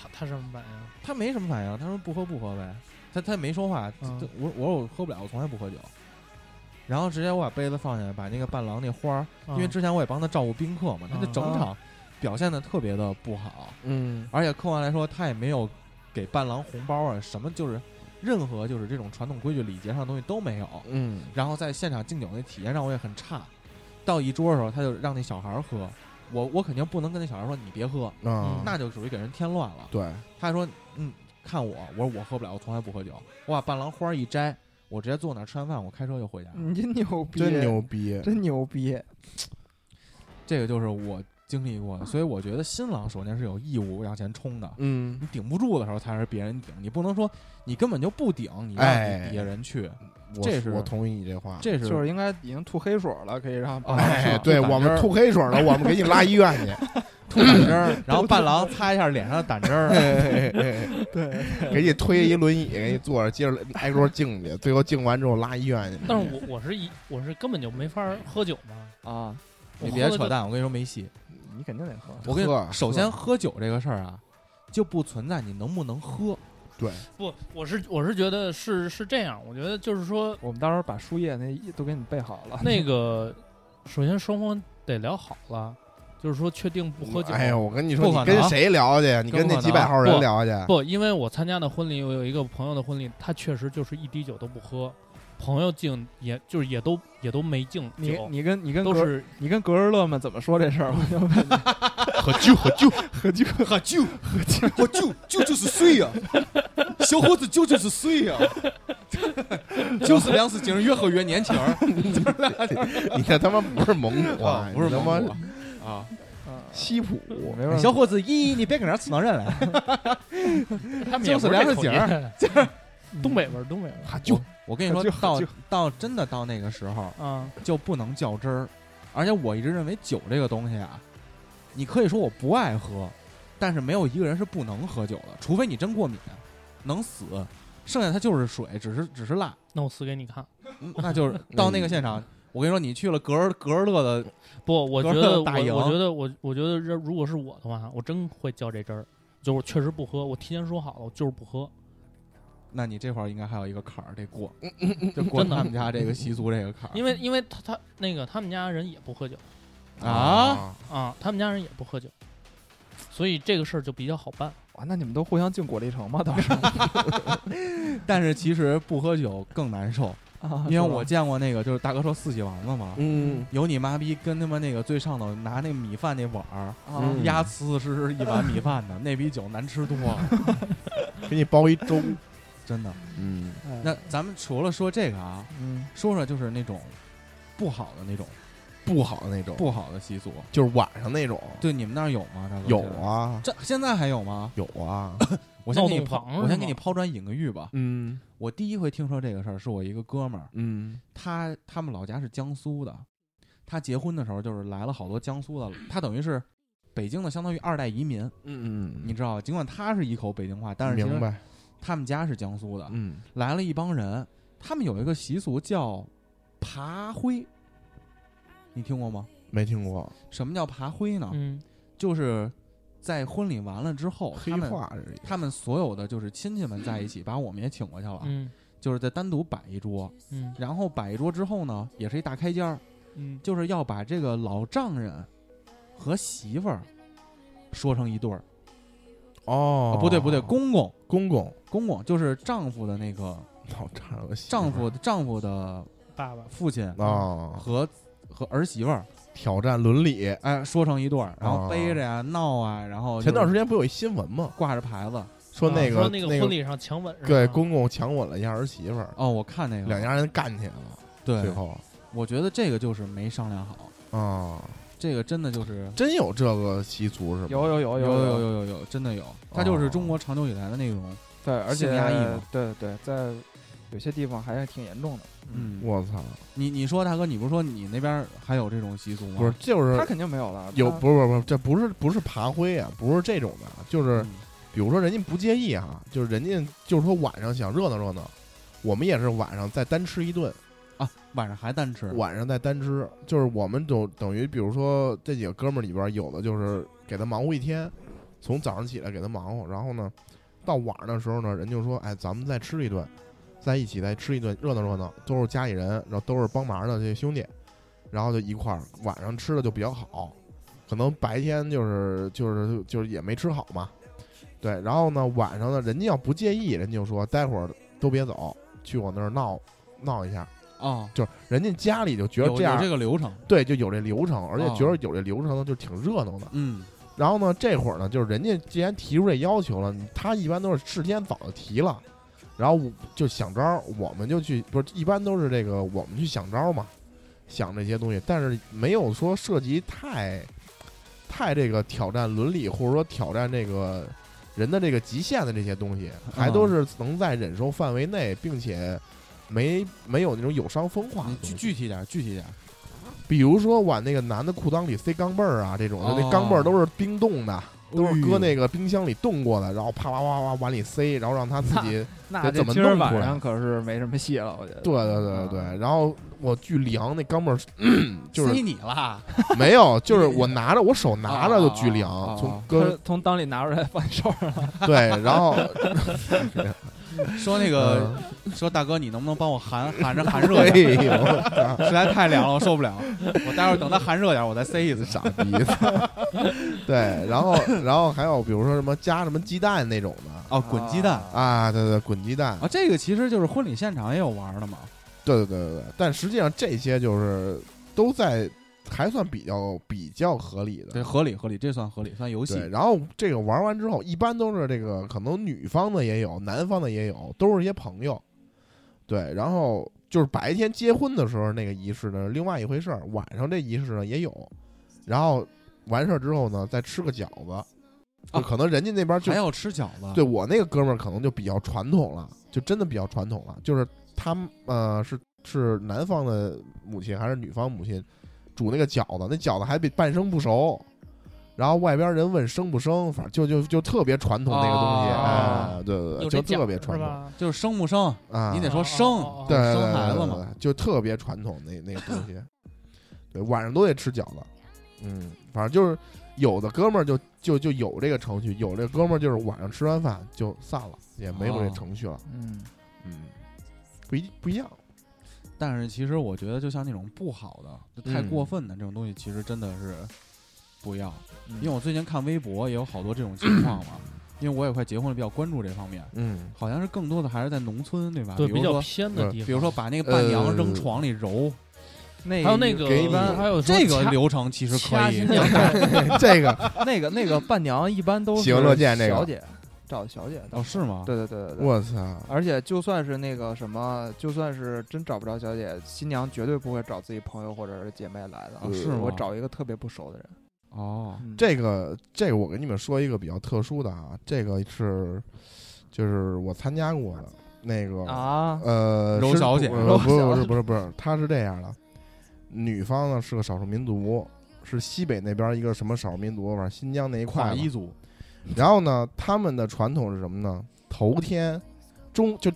[SPEAKER 4] 他他什么反应？
[SPEAKER 1] 他没什么反应，他说不喝不喝呗，他他也没说话，
[SPEAKER 4] 嗯
[SPEAKER 1] 这我我说我喝不了，我从来不喝酒。然后直接我把杯子放下来，把那个伴郎那花儿，因为
[SPEAKER 4] 嗯
[SPEAKER 1] 之前我也帮他照顾宾客嘛，他就整场表现的特别的不好，
[SPEAKER 2] 嗯，
[SPEAKER 1] 而且客观来说他也没有给伴郎红包啊，什么就是任何就是这种传统规矩礼节上的东西都没有。
[SPEAKER 2] 嗯，
[SPEAKER 1] 然后在现场敬酒那体验让我也很差，到一桌的时候他就让那小孩儿喝，我我肯定不能跟那小孩儿说你别喝，
[SPEAKER 2] 啊，
[SPEAKER 1] 那就属于给人添乱了。
[SPEAKER 2] 对，
[SPEAKER 1] 他说：“嗯，看我，我说我喝不了，我从来不喝酒。我把伴郎花一摘，我直接坐那儿吃完饭，我开车就回家。
[SPEAKER 3] 你真牛逼，
[SPEAKER 2] 真牛逼，
[SPEAKER 3] 真牛逼，
[SPEAKER 1] 这个就是我经历过的，所以我觉得新郎首先是有义务往前冲的。
[SPEAKER 2] 嗯
[SPEAKER 1] 你，顶不住的时候才是别人顶，你不能说你根本就不顶，你让
[SPEAKER 2] 哎
[SPEAKER 1] 你底下人去，
[SPEAKER 2] 我
[SPEAKER 1] 这是
[SPEAKER 2] 我同意你这话，
[SPEAKER 1] 这是
[SPEAKER 3] 就是应该已经吐黑水了，可以让
[SPEAKER 1] 啊
[SPEAKER 2] 哎，
[SPEAKER 1] 是
[SPEAKER 2] 对
[SPEAKER 1] 就反
[SPEAKER 2] 我们
[SPEAKER 1] 正
[SPEAKER 2] 吐黑水了，我们给你拉医院去，
[SPEAKER 1] 吐胆汁 儿，然后伴郎擦一下脸上的胆汁儿，
[SPEAKER 2] 嘿嘿嘿嘿
[SPEAKER 3] 对，
[SPEAKER 2] 哎给你推一轮椅，给你坐着，接着挨桌敬去，最后敬完之后拉医院去。
[SPEAKER 4] 但是我我是一我是根本就没法儿喝酒嘛，
[SPEAKER 3] 啊，
[SPEAKER 4] 我
[SPEAKER 1] 你别
[SPEAKER 4] 喝了
[SPEAKER 1] 扯
[SPEAKER 4] 就，
[SPEAKER 1] 淡，我跟你说没戏。
[SPEAKER 3] 你肯定得喝，
[SPEAKER 1] 我跟你
[SPEAKER 2] 喝
[SPEAKER 1] 说，首先
[SPEAKER 2] 喝
[SPEAKER 1] 喝酒这个事儿啊，就不存在你能不能喝，
[SPEAKER 2] 对，
[SPEAKER 4] 不，我是我是觉得是是这样，我觉得就是说
[SPEAKER 3] 我们到时候把输液那一都给你备好了，
[SPEAKER 4] 那个，首先双方得聊好了，就是说确定不喝酒。
[SPEAKER 2] 哎呦，我跟你说，
[SPEAKER 1] 不
[SPEAKER 2] 你
[SPEAKER 1] 可能
[SPEAKER 2] 跟谁聊去？你跟
[SPEAKER 1] 不可
[SPEAKER 2] 那
[SPEAKER 1] 能
[SPEAKER 2] 几百号人
[SPEAKER 4] 不
[SPEAKER 2] 聊去？
[SPEAKER 4] 不，因为我参加的婚礼，我有一个朋友的婚礼，他确实就是一滴酒都不喝，朋友敬也就是也都也都没敬
[SPEAKER 3] 你
[SPEAKER 4] 酒，
[SPEAKER 3] 你跟你跟
[SPEAKER 4] 都
[SPEAKER 3] 格
[SPEAKER 4] 是
[SPEAKER 3] 你跟格日乐们怎么说这事儿？我就问你
[SPEAKER 2] 喝酒喝酒，
[SPEAKER 3] 喝酒
[SPEAKER 5] 喝酒，喝酒，酒就是水
[SPEAKER 1] 啊
[SPEAKER 5] 呀、小伙子，酒就是水呀、就是粮食精，越喝越年轻儿
[SPEAKER 2] 你这他妈 不是蒙古
[SPEAKER 5] 啊
[SPEAKER 2] 话，，
[SPEAKER 5] 不是
[SPEAKER 2] 你他
[SPEAKER 5] 蒙古
[SPEAKER 2] 妈
[SPEAKER 5] 啊啊！
[SPEAKER 3] 啊
[SPEAKER 2] 西普。
[SPEAKER 1] 哎
[SPEAKER 3] 没问题。
[SPEAKER 5] 小伙子，咦，你别跟人家吃能人了，
[SPEAKER 4] 他们也
[SPEAKER 5] 就是
[SPEAKER 4] 不是
[SPEAKER 5] 梁
[SPEAKER 4] 这
[SPEAKER 5] 子
[SPEAKER 4] 口
[SPEAKER 5] 景儿
[SPEAKER 4] 音，东北味儿，东北味
[SPEAKER 2] 喝酒，
[SPEAKER 1] 我跟你说
[SPEAKER 2] 就，
[SPEAKER 1] 到
[SPEAKER 2] 就
[SPEAKER 1] 到真的到那个时候
[SPEAKER 4] 儿啊。
[SPEAKER 1] 就不能较真儿，而且我一直认为酒这个东西啊，你可以说我不爱喝，但是没有一个人是不能喝酒的，除非你真过敏，能死，剩下它就是水，只是 只是辣，
[SPEAKER 4] 那我死给你看。
[SPEAKER 1] 嗯那就是到那个现场。我跟你说，你去了格尔格尔乐的，
[SPEAKER 4] 不，我觉
[SPEAKER 1] 格尔
[SPEAKER 4] 得
[SPEAKER 1] 乐
[SPEAKER 4] 我，
[SPEAKER 1] 大营
[SPEAKER 4] 我觉得我，我觉得这如果是我的话，我真会较这真儿，就是我确实不喝，我提前说好了，我就是不喝。
[SPEAKER 1] 那你这块儿应该还有一个坎儿得过，就过
[SPEAKER 4] 真的
[SPEAKER 1] 他们家这个习俗这个坎儿。
[SPEAKER 4] 因为，因为他他那个他们家人也不喝酒
[SPEAKER 1] 啊，
[SPEAKER 4] 啊，他们家人也不喝酒，所以这个事儿就比较好办。
[SPEAKER 3] 哇，啊那你们都互相敬果粒橙吗？当时
[SPEAKER 1] 但是其实不喝酒更难受，
[SPEAKER 3] 啊，
[SPEAKER 1] 因为
[SPEAKER 3] 是吧
[SPEAKER 1] 我见过那个就是大哥说四喜丸子嘛，
[SPEAKER 6] 嗯，
[SPEAKER 1] 有你妈逼跟他妈那个最上头拿那米饭那碗儿
[SPEAKER 3] 啊
[SPEAKER 6] 嗯
[SPEAKER 1] 压呲呲实实一碗米饭的，那比酒难吃多了，
[SPEAKER 2] 给你包一粥。
[SPEAKER 1] 真的。
[SPEAKER 6] 嗯，
[SPEAKER 1] 那咱们除了说这个啊，
[SPEAKER 3] 嗯
[SPEAKER 1] 说说就是那种不好的那种
[SPEAKER 2] 不好的那种，
[SPEAKER 1] 不好的习俗，啊
[SPEAKER 2] 就是晚上那种。
[SPEAKER 1] 对你们那儿有吗？大哥
[SPEAKER 2] 有，啊，
[SPEAKER 1] 这现在还有吗？
[SPEAKER 2] 有啊，
[SPEAKER 1] 我先给你
[SPEAKER 4] 闹洞
[SPEAKER 1] 抛
[SPEAKER 4] 房是，吗
[SPEAKER 1] 我先给你抛砖引个玉吧。
[SPEAKER 6] 嗯
[SPEAKER 1] 我第一回听说这个事儿是我一个哥们儿，
[SPEAKER 6] 嗯
[SPEAKER 1] 他他们老家是江苏的，他结婚的时候就是来了好多江苏的，他等于是北京的相当于二代移民，
[SPEAKER 6] 嗯嗯，
[SPEAKER 1] 你知道吧？尽管他是一口北京话，但是其
[SPEAKER 2] 明
[SPEAKER 1] 实
[SPEAKER 2] 白？
[SPEAKER 1] 他们家是江苏的，
[SPEAKER 6] 嗯
[SPEAKER 1] 来了一帮人，他们有一个习俗叫爬灰，你听过吗？
[SPEAKER 2] 没听过
[SPEAKER 1] 什么叫爬灰呢？
[SPEAKER 4] 嗯，
[SPEAKER 1] 就是在婚礼完了之后，
[SPEAKER 2] 黑
[SPEAKER 1] 他们
[SPEAKER 2] 话这是一个
[SPEAKER 1] 他们所有的就是亲戚们在一起，把我们也请过去了，
[SPEAKER 4] 嗯
[SPEAKER 1] 就是在单独摆一桌，
[SPEAKER 4] 嗯
[SPEAKER 1] 然后摆一桌之后呢，也是一大开间儿。
[SPEAKER 4] 嗯，
[SPEAKER 1] 就是要把这个老丈人和媳妇儿说成一对儿、
[SPEAKER 2] 哦
[SPEAKER 1] 啊，不对不对，公公
[SPEAKER 2] 公公
[SPEAKER 1] 公公就是丈夫的那个
[SPEAKER 2] 老丈人和媳妇儿
[SPEAKER 1] 丈夫丈夫的
[SPEAKER 4] 爸爸，
[SPEAKER 1] 父亲
[SPEAKER 2] 啊，
[SPEAKER 1] 和和儿媳妇儿，
[SPEAKER 2] 挑战伦理。
[SPEAKER 1] 哎，说成一对儿，然后
[SPEAKER 2] 哦
[SPEAKER 1] 背着呀、闹啊，然后
[SPEAKER 2] 前段时
[SPEAKER 1] 间
[SPEAKER 2] 间不有一新闻吗？
[SPEAKER 1] 挂着牌子
[SPEAKER 2] 啊说那
[SPEAKER 4] 啊
[SPEAKER 2] 个、
[SPEAKER 4] 说那婚礼上强吻是吧，
[SPEAKER 2] 对公公强吻了一下儿媳妇儿，
[SPEAKER 1] 哦，我看那个
[SPEAKER 2] 两家人干起来了，最
[SPEAKER 1] 对，
[SPEAKER 2] 后
[SPEAKER 1] 我觉得这个就是没商量好，
[SPEAKER 2] 啊，
[SPEAKER 1] 这个真的就是
[SPEAKER 2] 真有这个习俗是吗？
[SPEAKER 3] 有有
[SPEAKER 1] 有
[SPEAKER 3] 有
[SPEAKER 1] 有
[SPEAKER 3] 有，
[SPEAKER 1] 有有有真的有，它就是中国长久以来的那
[SPEAKER 2] 哦
[SPEAKER 1] 种，
[SPEAKER 3] 对，而且
[SPEAKER 1] 性压抑嘛
[SPEAKER 3] 对对对，在有些地方还是挺严重的。
[SPEAKER 1] 嗯，
[SPEAKER 2] 我操，
[SPEAKER 1] 你你说大哥，你不是说你那边还有这种习俗吗？
[SPEAKER 2] 不是就是
[SPEAKER 3] 他肯定没有了，
[SPEAKER 2] 有
[SPEAKER 3] 他
[SPEAKER 2] 不是不是不是这不是不是爬灰啊，不是这种的，就是
[SPEAKER 1] 嗯
[SPEAKER 2] 比如说人家不介意啊，就是人家就是说晚上想热闹热闹，我们也是晚上再单吃一顿，
[SPEAKER 1] 啊，晚上还单吃，
[SPEAKER 2] 晚上再单吃，就是我们等等于比如说这几个哥们儿里边儿有的就是给他忙活一天，从早上起来给他忙活，然后呢，到晚上的时候呢，人就说，哎，咱们再吃一顿，在一起再吃一顿，热闹热闹，都是家里人，然后都是帮忙的这些兄弟，然后就一块儿晚上吃的就比较好，可能白天就是就是就是也没吃好嘛，对，然后呢晚上呢，人家要不介意，人家就说待会儿都别走，去我那儿闹闹一下，
[SPEAKER 1] 哦，
[SPEAKER 2] 就是人家家里就觉得
[SPEAKER 1] 有
[SPEAKER 2] 这样
[SPEAKER 1] 有这个流程，
[SPEAKER 2] 对，就有这流程，而且
[SPEAKER 1] 哦
[SPEAKER 2] 觉得有这流程呢，就挺热闹的。
[SPEAKER 1] 嗯，
[SPEAKER 2] 然后呢，这会儿呢，就是人家既然提出这要求了，他一般都是事先早就提了，然后我就想招儿，我们就去，不是一般都是这个我们去想招儿嘛，想这些东西，但是没有说涉及太太这个挑战伦理或者说挑战这个人的这个极限的这些东西，
[SPEAKER 1] 嗯
[SPEAKER 2] 还都是能在忍受范围内，并且没没有那种有伤风化的
[SPEAKER 1] 你
[SPEAKER 2] 东
[SPEAKER 1] 具
[SPEAKER 2] 西。
[SPEAKER 1] 具体点，具体点，
[SPEAKER 2] 比如说往那个男的裤裆里塞钢镚儿啊，这种的，
[SPEAKER 1] 哦哎
[SPEAKER 2] 那钢镚儿都是冰冻的，都是搁那个冰箱里冻过的，然后啪啪啪啪往里塞，然后让他自己，
[SPEAKER 3] 那
[SPEAKER 2] 得
[SPEAKER 3] 这
[SPEAKER 2] 怎么
[SPEAKER 3] 今儿
[SPEAKER 2] 弄出
[SPEAKER 3] 晚
[SPEAKER 2] 来
[SPEAKER 3] 上可是没什么戏了，我觉得。
[SPEAKER 2] 对对对对
[SPEAKER 3] 啊
[SPEAKER 2] 对，然后我巨凉，那 钢镚儿是就是
[SPEAKER 1] 塞你 啦，
[SPEAKER 2] 没有，就是我拿着我手拿着就
[SPEAKER 1] 啊啊
[SPEAKER 2] 巨
[SPEAKER 1] 啊
[SPEAKER 2] 凉，
[SPEAKER 1] 啊
[SPEAKER 2] 从
[SPEAKER 3] 他
[SPEAKER 2] 搁
[SPEAKER 3] 是从裆里拿出来放你手上，
[SPEAKER 2] 对，然后
[SPEAKER 1] 说那个
[SPEAKER 2] 嗯
[SPEAKER 1] 说大哥，你能不能帮我含含 着寒热
[SPEAKER 2] 哎
[SPEAKER 1] 点？
[SPEAKER 2] 呦，我操
[SPEAKER 1] 实在太凉了，我受不了。我待会儿等它寒热点，我再塞一次。
[SPEAKER 2] 傻逼， 对，然后然后还有比如说什么加什么鸡蛋那种的
[SPEAKER 1] 哦，滚鸡蛋
[SPEAKER 3] 啊，
[SPEAKER 2] 啊，对对，滚鸡蛋
[SPEAKER 1] 啊，这个其实就是婚礼现场也有玩的嘛。
[SPEAKER 2] 对对对对对，但实际上这些就是都在还算比较比较合理
[SPEAKER 1] 对，
[SPEAKER 2] 的。
[SPEAKER 1] 合理合理，这算合理，算游戏
[SPEAKER 2] 对，。然后这个玩完之后，一般都是这个可能女方的也有，男方的也有，都是一些朋友。对，然后就是白天结婚的时候那个仪式呢，另外一回事儿，晚上这仪式呢也有。然后完事儿之后呢，再吃个饺子，就
[SPEAKER 1] 啊
[SPEAKER 2] 可能人家那边就
[SPEAKER 1] 还要吃饺子，
[SPEAKER 2] 对，我那个哥们儿可能就比较传统了，就真的比较传统了，就是他们呃是是男方的母亲还是女方母亲煮那个饺子，那饺子还得半生不熟，然后外边人问生不生，反正就就就特别传统那个东西，
[SPEAKER 1] 啊
[SPEAKER 2] 哎，对对对，
[SPEAKER 4] 哦有
[SPEAKER 2] 就
[SPEAKER 4] 这
[SPEAKER 2] 特
[SPEAKER 4] 讲
[SPEAKER 2] 别
[SPEAKER 4] 是
[SPEAKER 2] 传统
[SPEAKER 4] 吧？
[SPEAKER 1] 就是生不生，
[SPEAKER 2] 啊，
[SPEAKER 1] 你得
[SPEAKER 4] 哦
[SPEAKER 1] 说
[SPEAKER 4] 哦
[SPEAKER 1] 生
[SPEAKER 4] 哦哦
[SPEAKER 2] 对对
[SPEAKER 1] 生孩子嘛，
[SPEAKER 2] 对对就特别传统那那个东 西，对，晚上都得吃饺子，嗯，反正就是有的哥们儿就就就有这个程序，有这哥们儿就是晚上吃完饭就散了，也没有这
[SPEAKER 1] 哦
[SPEAKER 2] 程序了，
[SPEAKER 3] 嗯，
[SPEAKER 2] 嗯，不一不一样，
[SPEAKER 1] 但是其实我觉得，就像那种不好的、就太
[SPEAKER 2] 嗯
[SPEAKER 1] 过分的这种东西，其实真的是不要。
[SPEAKER 3] 嗯
[SPEAKER 1] 因为我最近看微博也有好多这种情况嘛，因为我也快结婚了，比较关注这方面。
[SPEAKER 2] 嗯，
[SPEAKER 1] 好像是更多的还是在农村，对吧？
[SPEAKER 4] 对，
[SPEAKER 1] 比
[SPEAKER 4] 比
[SPEAKER 1] 如
[SPEAKER 4] 较
[SPEAKER 1] 说，
[SPEAKER 4] 偏的
[SPEAKER 2] 对
[SPEAKER 4] 地方，
[SPEAKER 1] 比如说把那个伴娘扔
[SPEAKER 2] 呃
[SPEAKER 1] 床里揉，
[SPEAKER 3] 那
[SPEAKER 4] 还有那个
[SPEAKER 2] 给一般
[SPEAKER 4] 还有说
[SPEAKER 1] 这个
[SPEAKER 4] 掐
[SPEAKER 1] 流程其实
[SPEAKER 4] 掐
[SPEAKER 1] 可以
[SPEAKER 4] 新。娘带
[SPEAKER 2] 这个
[SPEAKER 3] 那个那个伴娘一般都是
[SPEAKER 2] 喜闻乐见那个
[SPEAKER 3] 小姐，找小姐
[SPEAKER 1] 哦，是吗？
[SPEAKER 3] 对对对对对。
[SPEAKER 2] 我操，
[SPEAKER 3] 而且就算是那个什么，就算是真找不着小姐，新娘绝对不会找自己朋友或者是姐妹来的。
[SPEAKER 1] 啊，是吗？
[SPEAKER 3] 我找一个特别不熟的人。
[SPEAKER 1] 哦，
[SPEAKER 3] 嗯
[SPEAKER 2] 这个这个我跟你们说一个比较特殊的啊，这个是就是我参加过的那个
[SPEAKER 3] 啊，
[SPEAKER 2] 呃，
[SPEAKER 1] 柔
[SPEAKER 2] 是
[SPEAKER 1] 小
[SPEAKER 2] 不
[SPEAKER 1] 姐
[SPEAKER 2] 呃
[SPEAKER 3] 柔
[SPEAKER 2] 不是
[SPEAKER 3] 小
[SPEAKER 2] 不是不是不是，她是这样的，女方呢是个少数民族，是西北那边一个什么少数民族，反正新疆那一块
[SPEAKER 1] 跨
[SPEAKER 2] 吧
[SPEAKER 1] 一组
[SPEAKER 2] 然后呢，他们的传统是什么呢？头天中就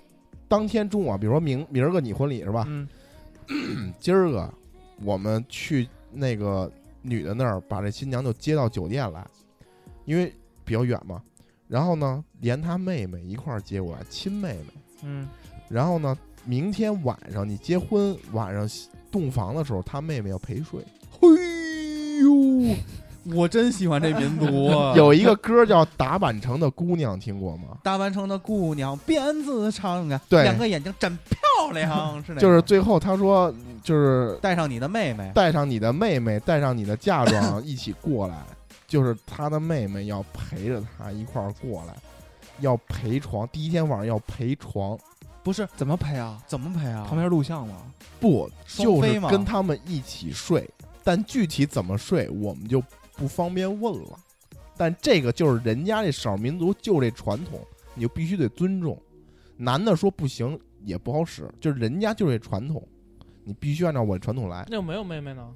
[SPEAKER 2] 当天中午啊，比如说明明儿个你婚礼是吧？
[SPEAKER 3] 嗯，
[SPEAKER 2] 今儿个我们去那个女的那儿，把这新娘就接到酒店来，因为比较远嘛。然后呢，连她妹妹一块儿接过来，亲妹妹。
[SPEAKER 3] 嗯，
[SPEAKER 2] 然后呢，明天晚上你结婚，晚上洞房的时候，他妹妹要陪睡。
[SPEAKER 1] 嘿呦，我真喜欢这民 族啊
[SPEAKER 2] 有一个歌叫《打板城的姑娘》，听过 吗？
[SPEAKER 1] 大阪城的姑娘辫子长啊，
[SPEAKER 2] 对
[SPEAKER 1] 两个眼睛真漂 亮，是那个
[SPEAKER 2] 就是最后他说，就是
[SPEAKER 1] 带上你的妹妹，
[SPEAKER 2] 带上你的妹妹，带上你的嫁妆一起过来，就是他的妹妹要陪着他一块儿过来，要陪床。第一天晚上要陪床，
[SPEAKER 1] 不是
[SPEAKER 3] 怎么陪啊？
[SPEAKER 1] 怎么陪啊？
[SPEAKER 3] 旁边录像吗？
[SPEAKER 2] 不
[SPEAKER 1] 双
[SPEAKER 2] 就
[SPEAKER 1] 飞
[SPEAKER 2] 是
[SPEAKER 1] 吗
[SPEAKER 2] 跟他们一起睡，但具体怎么睡，我们就不方便问了。但这个就是人家这少数民族就这传统，你就必须得尊重。男的说不行也不好使，就是人家就是这传统，你必须按照我的传统来。
[SPEAKER 4] 那有没有妹妹呢？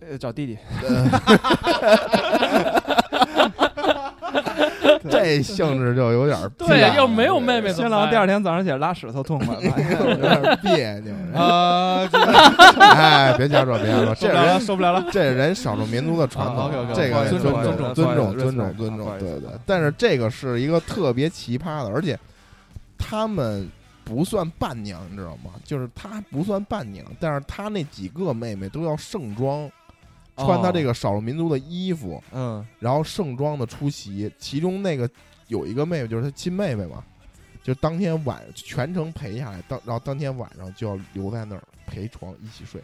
[SPEAKER 3] 呃，找弟弟。
[SPEAKER 2] 这性质就有点儿
[SPEAKER 4] 对
[SPEAKER 2] 别扭
[SPEAKER 4] 要没有妹妹
[SPEAKER 3] 新郎第二天早上起来拉屎都痛快哎 了，
[SPEAKER 2] 有点儿别扭。
[SPEAKER 1] 啊，
[SPEAKER 2] 哎，别瞎说，别瞎说，
[SPEAKER 3] 受
[SPEAKER 2] 这
[SPEAKER 3] 不了了，
[SPEAKER 2] 人
[SPEAKER 3] 受不了了。
[SPEAKER 2] 这人少数民族的传
[SPEAKER 1] 啊
[SPEAKER 2] 统
[SPEAKER 1] ，OK，OK，，
[SPEAKER 2] 这个得
[SPEAKER 1] 不好意思
[SPEAKER 2] 尊重
[SPEAKER 3] 不好
[SPEAKER 2] 尊
[SPEAKER 3] 意
[SPEAKER 2] 重
[SPEAKER 3] 思
[SPEAKER 2] 尊重
[SPEAKER 3] respect，啊
[SPEAKER 2] 尊
[SPEAKER 3] 不好
[SPEAKER 2] 重，
[SPEAKER 3] 意思
[SPEAKER 2] 对对。但是这个是一个特别奇葩的，而且他们不算伴娘，你知道吗？就是她不算伴娘，但是她那几个妹妹都要盛装，穿
[SPEAKER 3] 哦
[SPEAKER 2] 她这个少数民族的衣服，
[SPEAKER 1] 嗯，
[SPEAKER 2] 然后盛装的出席，其中那个有一个妹妹就是她亲妹妹嘛，就当天晚全程陪下来，当然后当天晚上就要留在那儿陪床一起睡，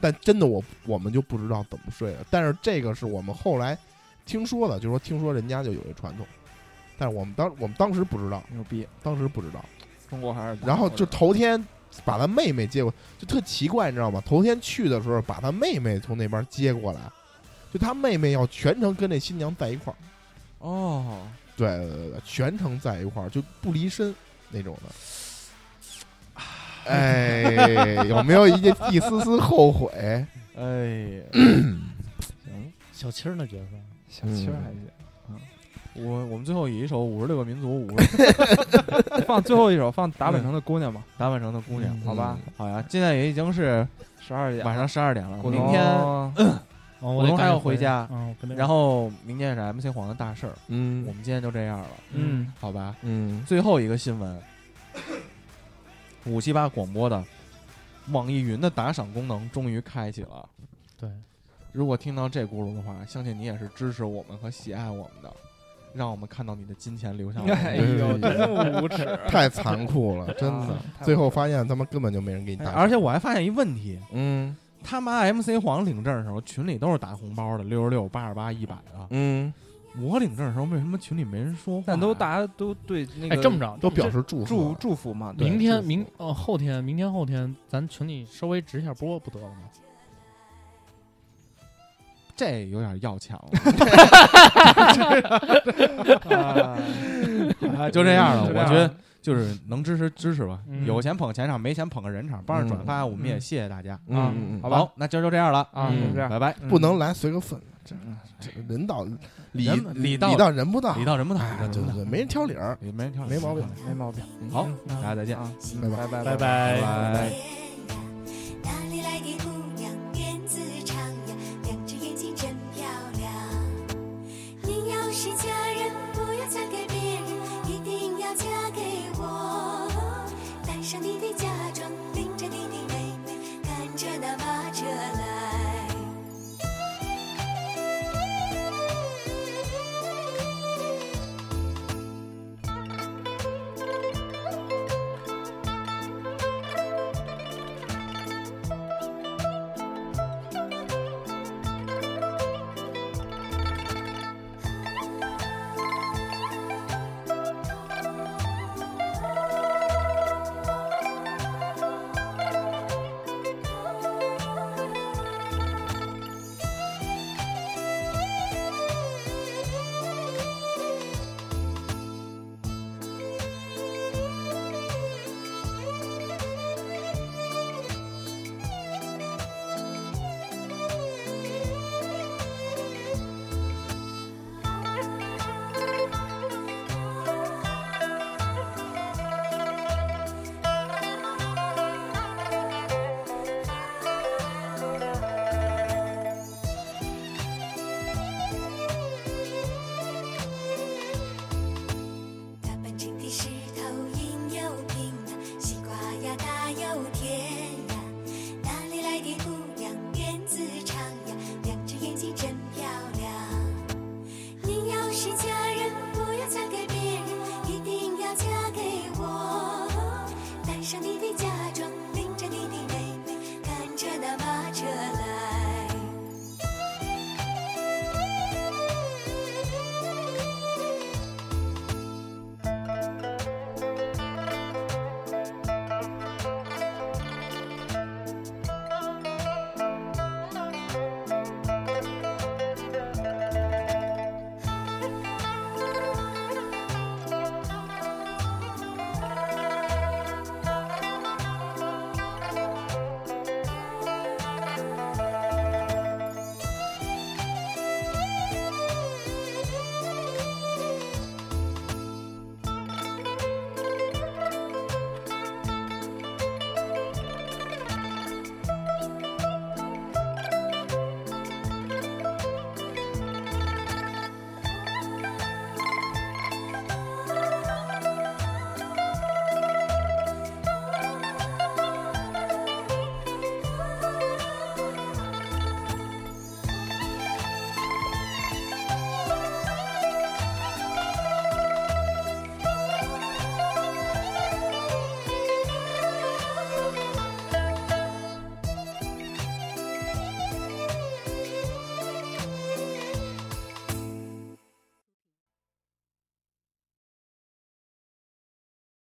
[SPEAKER 2] 但真的我我们就不知道怎么睡了，但是这个是我们后来听说的，就说听说人家就有这传统，但是我们当我们当时不知道，
[SPEAKER 3] 牛逼，
[SPEAKER 2] 当时不知道，
[SPEAKER 3] 中国还是
[SPEAKER 2] 然后就头天。把他妹妹接过，就特奇怪，你知道吗？头天去的时候，把他妹妹从那边接过来，就他妹妹要全程跟这新娘在一块儿。
[SPEAKER 1] 哦，
[SPEAKER 2] 对对对，对，全程在一块儿就不离身那种的。哎，有没有一一丝丝后悔？
[SPEAKER 1] 哎，
[SPEAKER 4] 小七儿那角色，
[SPEAKER 3] 小七儿还行。
[SPEAKER 1] 我我们最后以一首五十六个民族五十
[SPEAKER 3] 嗯放最后一首，放达本城的姑娘吧，
[SPEAKER 1] 大阪城的姑娘，
[SPEAKER 3] 好吧，
[SPEAKER 1] 好呀，现在也已经是
[SPEAKER 3] 十二点
[SPEAKER 1] 晚上十二点了，
[SPEAKER 3] 股
[SPEAKER 1] 明
[SPEAKER 3] 东
[SPEAKER 1] 天，
[SPEAKER 4] 哦
[SPEAKER 1] 我
[SPEAKER 4] 我得
[SPEAKER 1] 从还
[SPEAKER 4] 赶紧
[SPEAKER 1] 要回家
[SPEAKER 4] 嗯，我跟那
[SPEAKER 1] 然后明天也是 MC 黄的大事儿，
[SPEAKER 2] 嗯
[SPEAKER 1] 我们今天就这样了，
[SPEAKER 3] 嗯，
[SPEAKER 1] 好吧？
[SPEAKER 2] 嗯，
[SPEAKER 1] 最后一个新闻，五七八广播的网易云的打赏功能终于开启了。
[SPEAKER 4] 对，
[SPEAKER 1] 如果听到这轱辘的话，相信你也是支持我们和喜爱我们的，让我们看到你的金钱流向我
[SPEAKER 3] 哎
[SPEAKER 1] 们。
[SPEAKER 3] 呦，真无耻，
[SPEAKER 4] 哎
[SPEAKER 2] 太残酷了，真的。
[SPEAKER 3] 啊
[SPEAKER 2] 最后发现他妈根本就没人给你
[SPEAKER 1] 哎
[SPEAKER 2] 打赏，
[SPEAKER 1] 而且我还发现一问题，
[SPEAKER 2] 嗯，
[SPEAKER 1] 他妈 MC 黄领证的时候，群里都是打红包的，六十六、八十八、一百的。
[SPEAKER 5] 嗯，
[SPEAKER 1] 我领证的时候，为什么群里没人说话？啊
[SPEAKER 3] 但都大家都对那
[SPEAKER 4] 哎，
[SPEAKER 3] 个
[SPEAKER 4] 这么着，
[SPEAKER 2] 都表示祝
[SPEAKER 3] 祝
[SPEAKER 2] 福。
[SPEAKER 3] 祝福嘛，对
[SPEAKER 4] 明天
[SPEAKER 3] 祝福
[SPEAKER 4] 明呃后天明天后天，咱群里稍微直一下播不得了吗？
[SPEAKER 1] 这有点要强了。
[SPEAKER 3] 啊啊
[SPEAKER 1] 就这样了，
[SPEAKER 3] 就
[SPEAKER 1] 我觉得就是能支持支持吧，
[SPEAKER 4] 嗯
[SPEAKER 1] 有钱捧钱场，没钱捧个人场，帮着转发，我们也
[SPEAKER 3] 嗯
[SPEAKER 1] 谢谢大家。
[SPEAKER 3] 啊
[SPEAKER 5] 嗯嗯嗯
[SPEAKER 3] 好吧，
[SPEAKER 1] 好，那今儿就这样了，
[SPEAKER 4] 啊，
[SPEAKER 5] 嗯
[SPEAKER 4] 就这样，
[SPEAKER 1] 拜拜。
[SPEAKER 3] 嗯
[SPEAKER 2] 不能来随个份，这这人到礼
[SPEAKER 1] 人礼
[SPEAKER 2] 礼
[SPEAKER 1] 到
[SPEAKER 2] 到人不到，
[SPEAKER 1] 礼到人不到，
[SPEAKER 2] 哎，对对对，没人挑理儿。
[SPEAKER 1] 啊没人挑，
[SPEAKER 2] 没毛病
[SPEAKER 3] 没毛病，
[SPEAKER 1] 好，大家再见，
[SPEAKER 3] 啊，
[SPEAKER 2] 拜拜
[SPEAKER 3] 拜拜
[SPEAKER 4] 拜拜
[SPEAKER 1] 拜拜。
[SPEAKER 6] Yeah.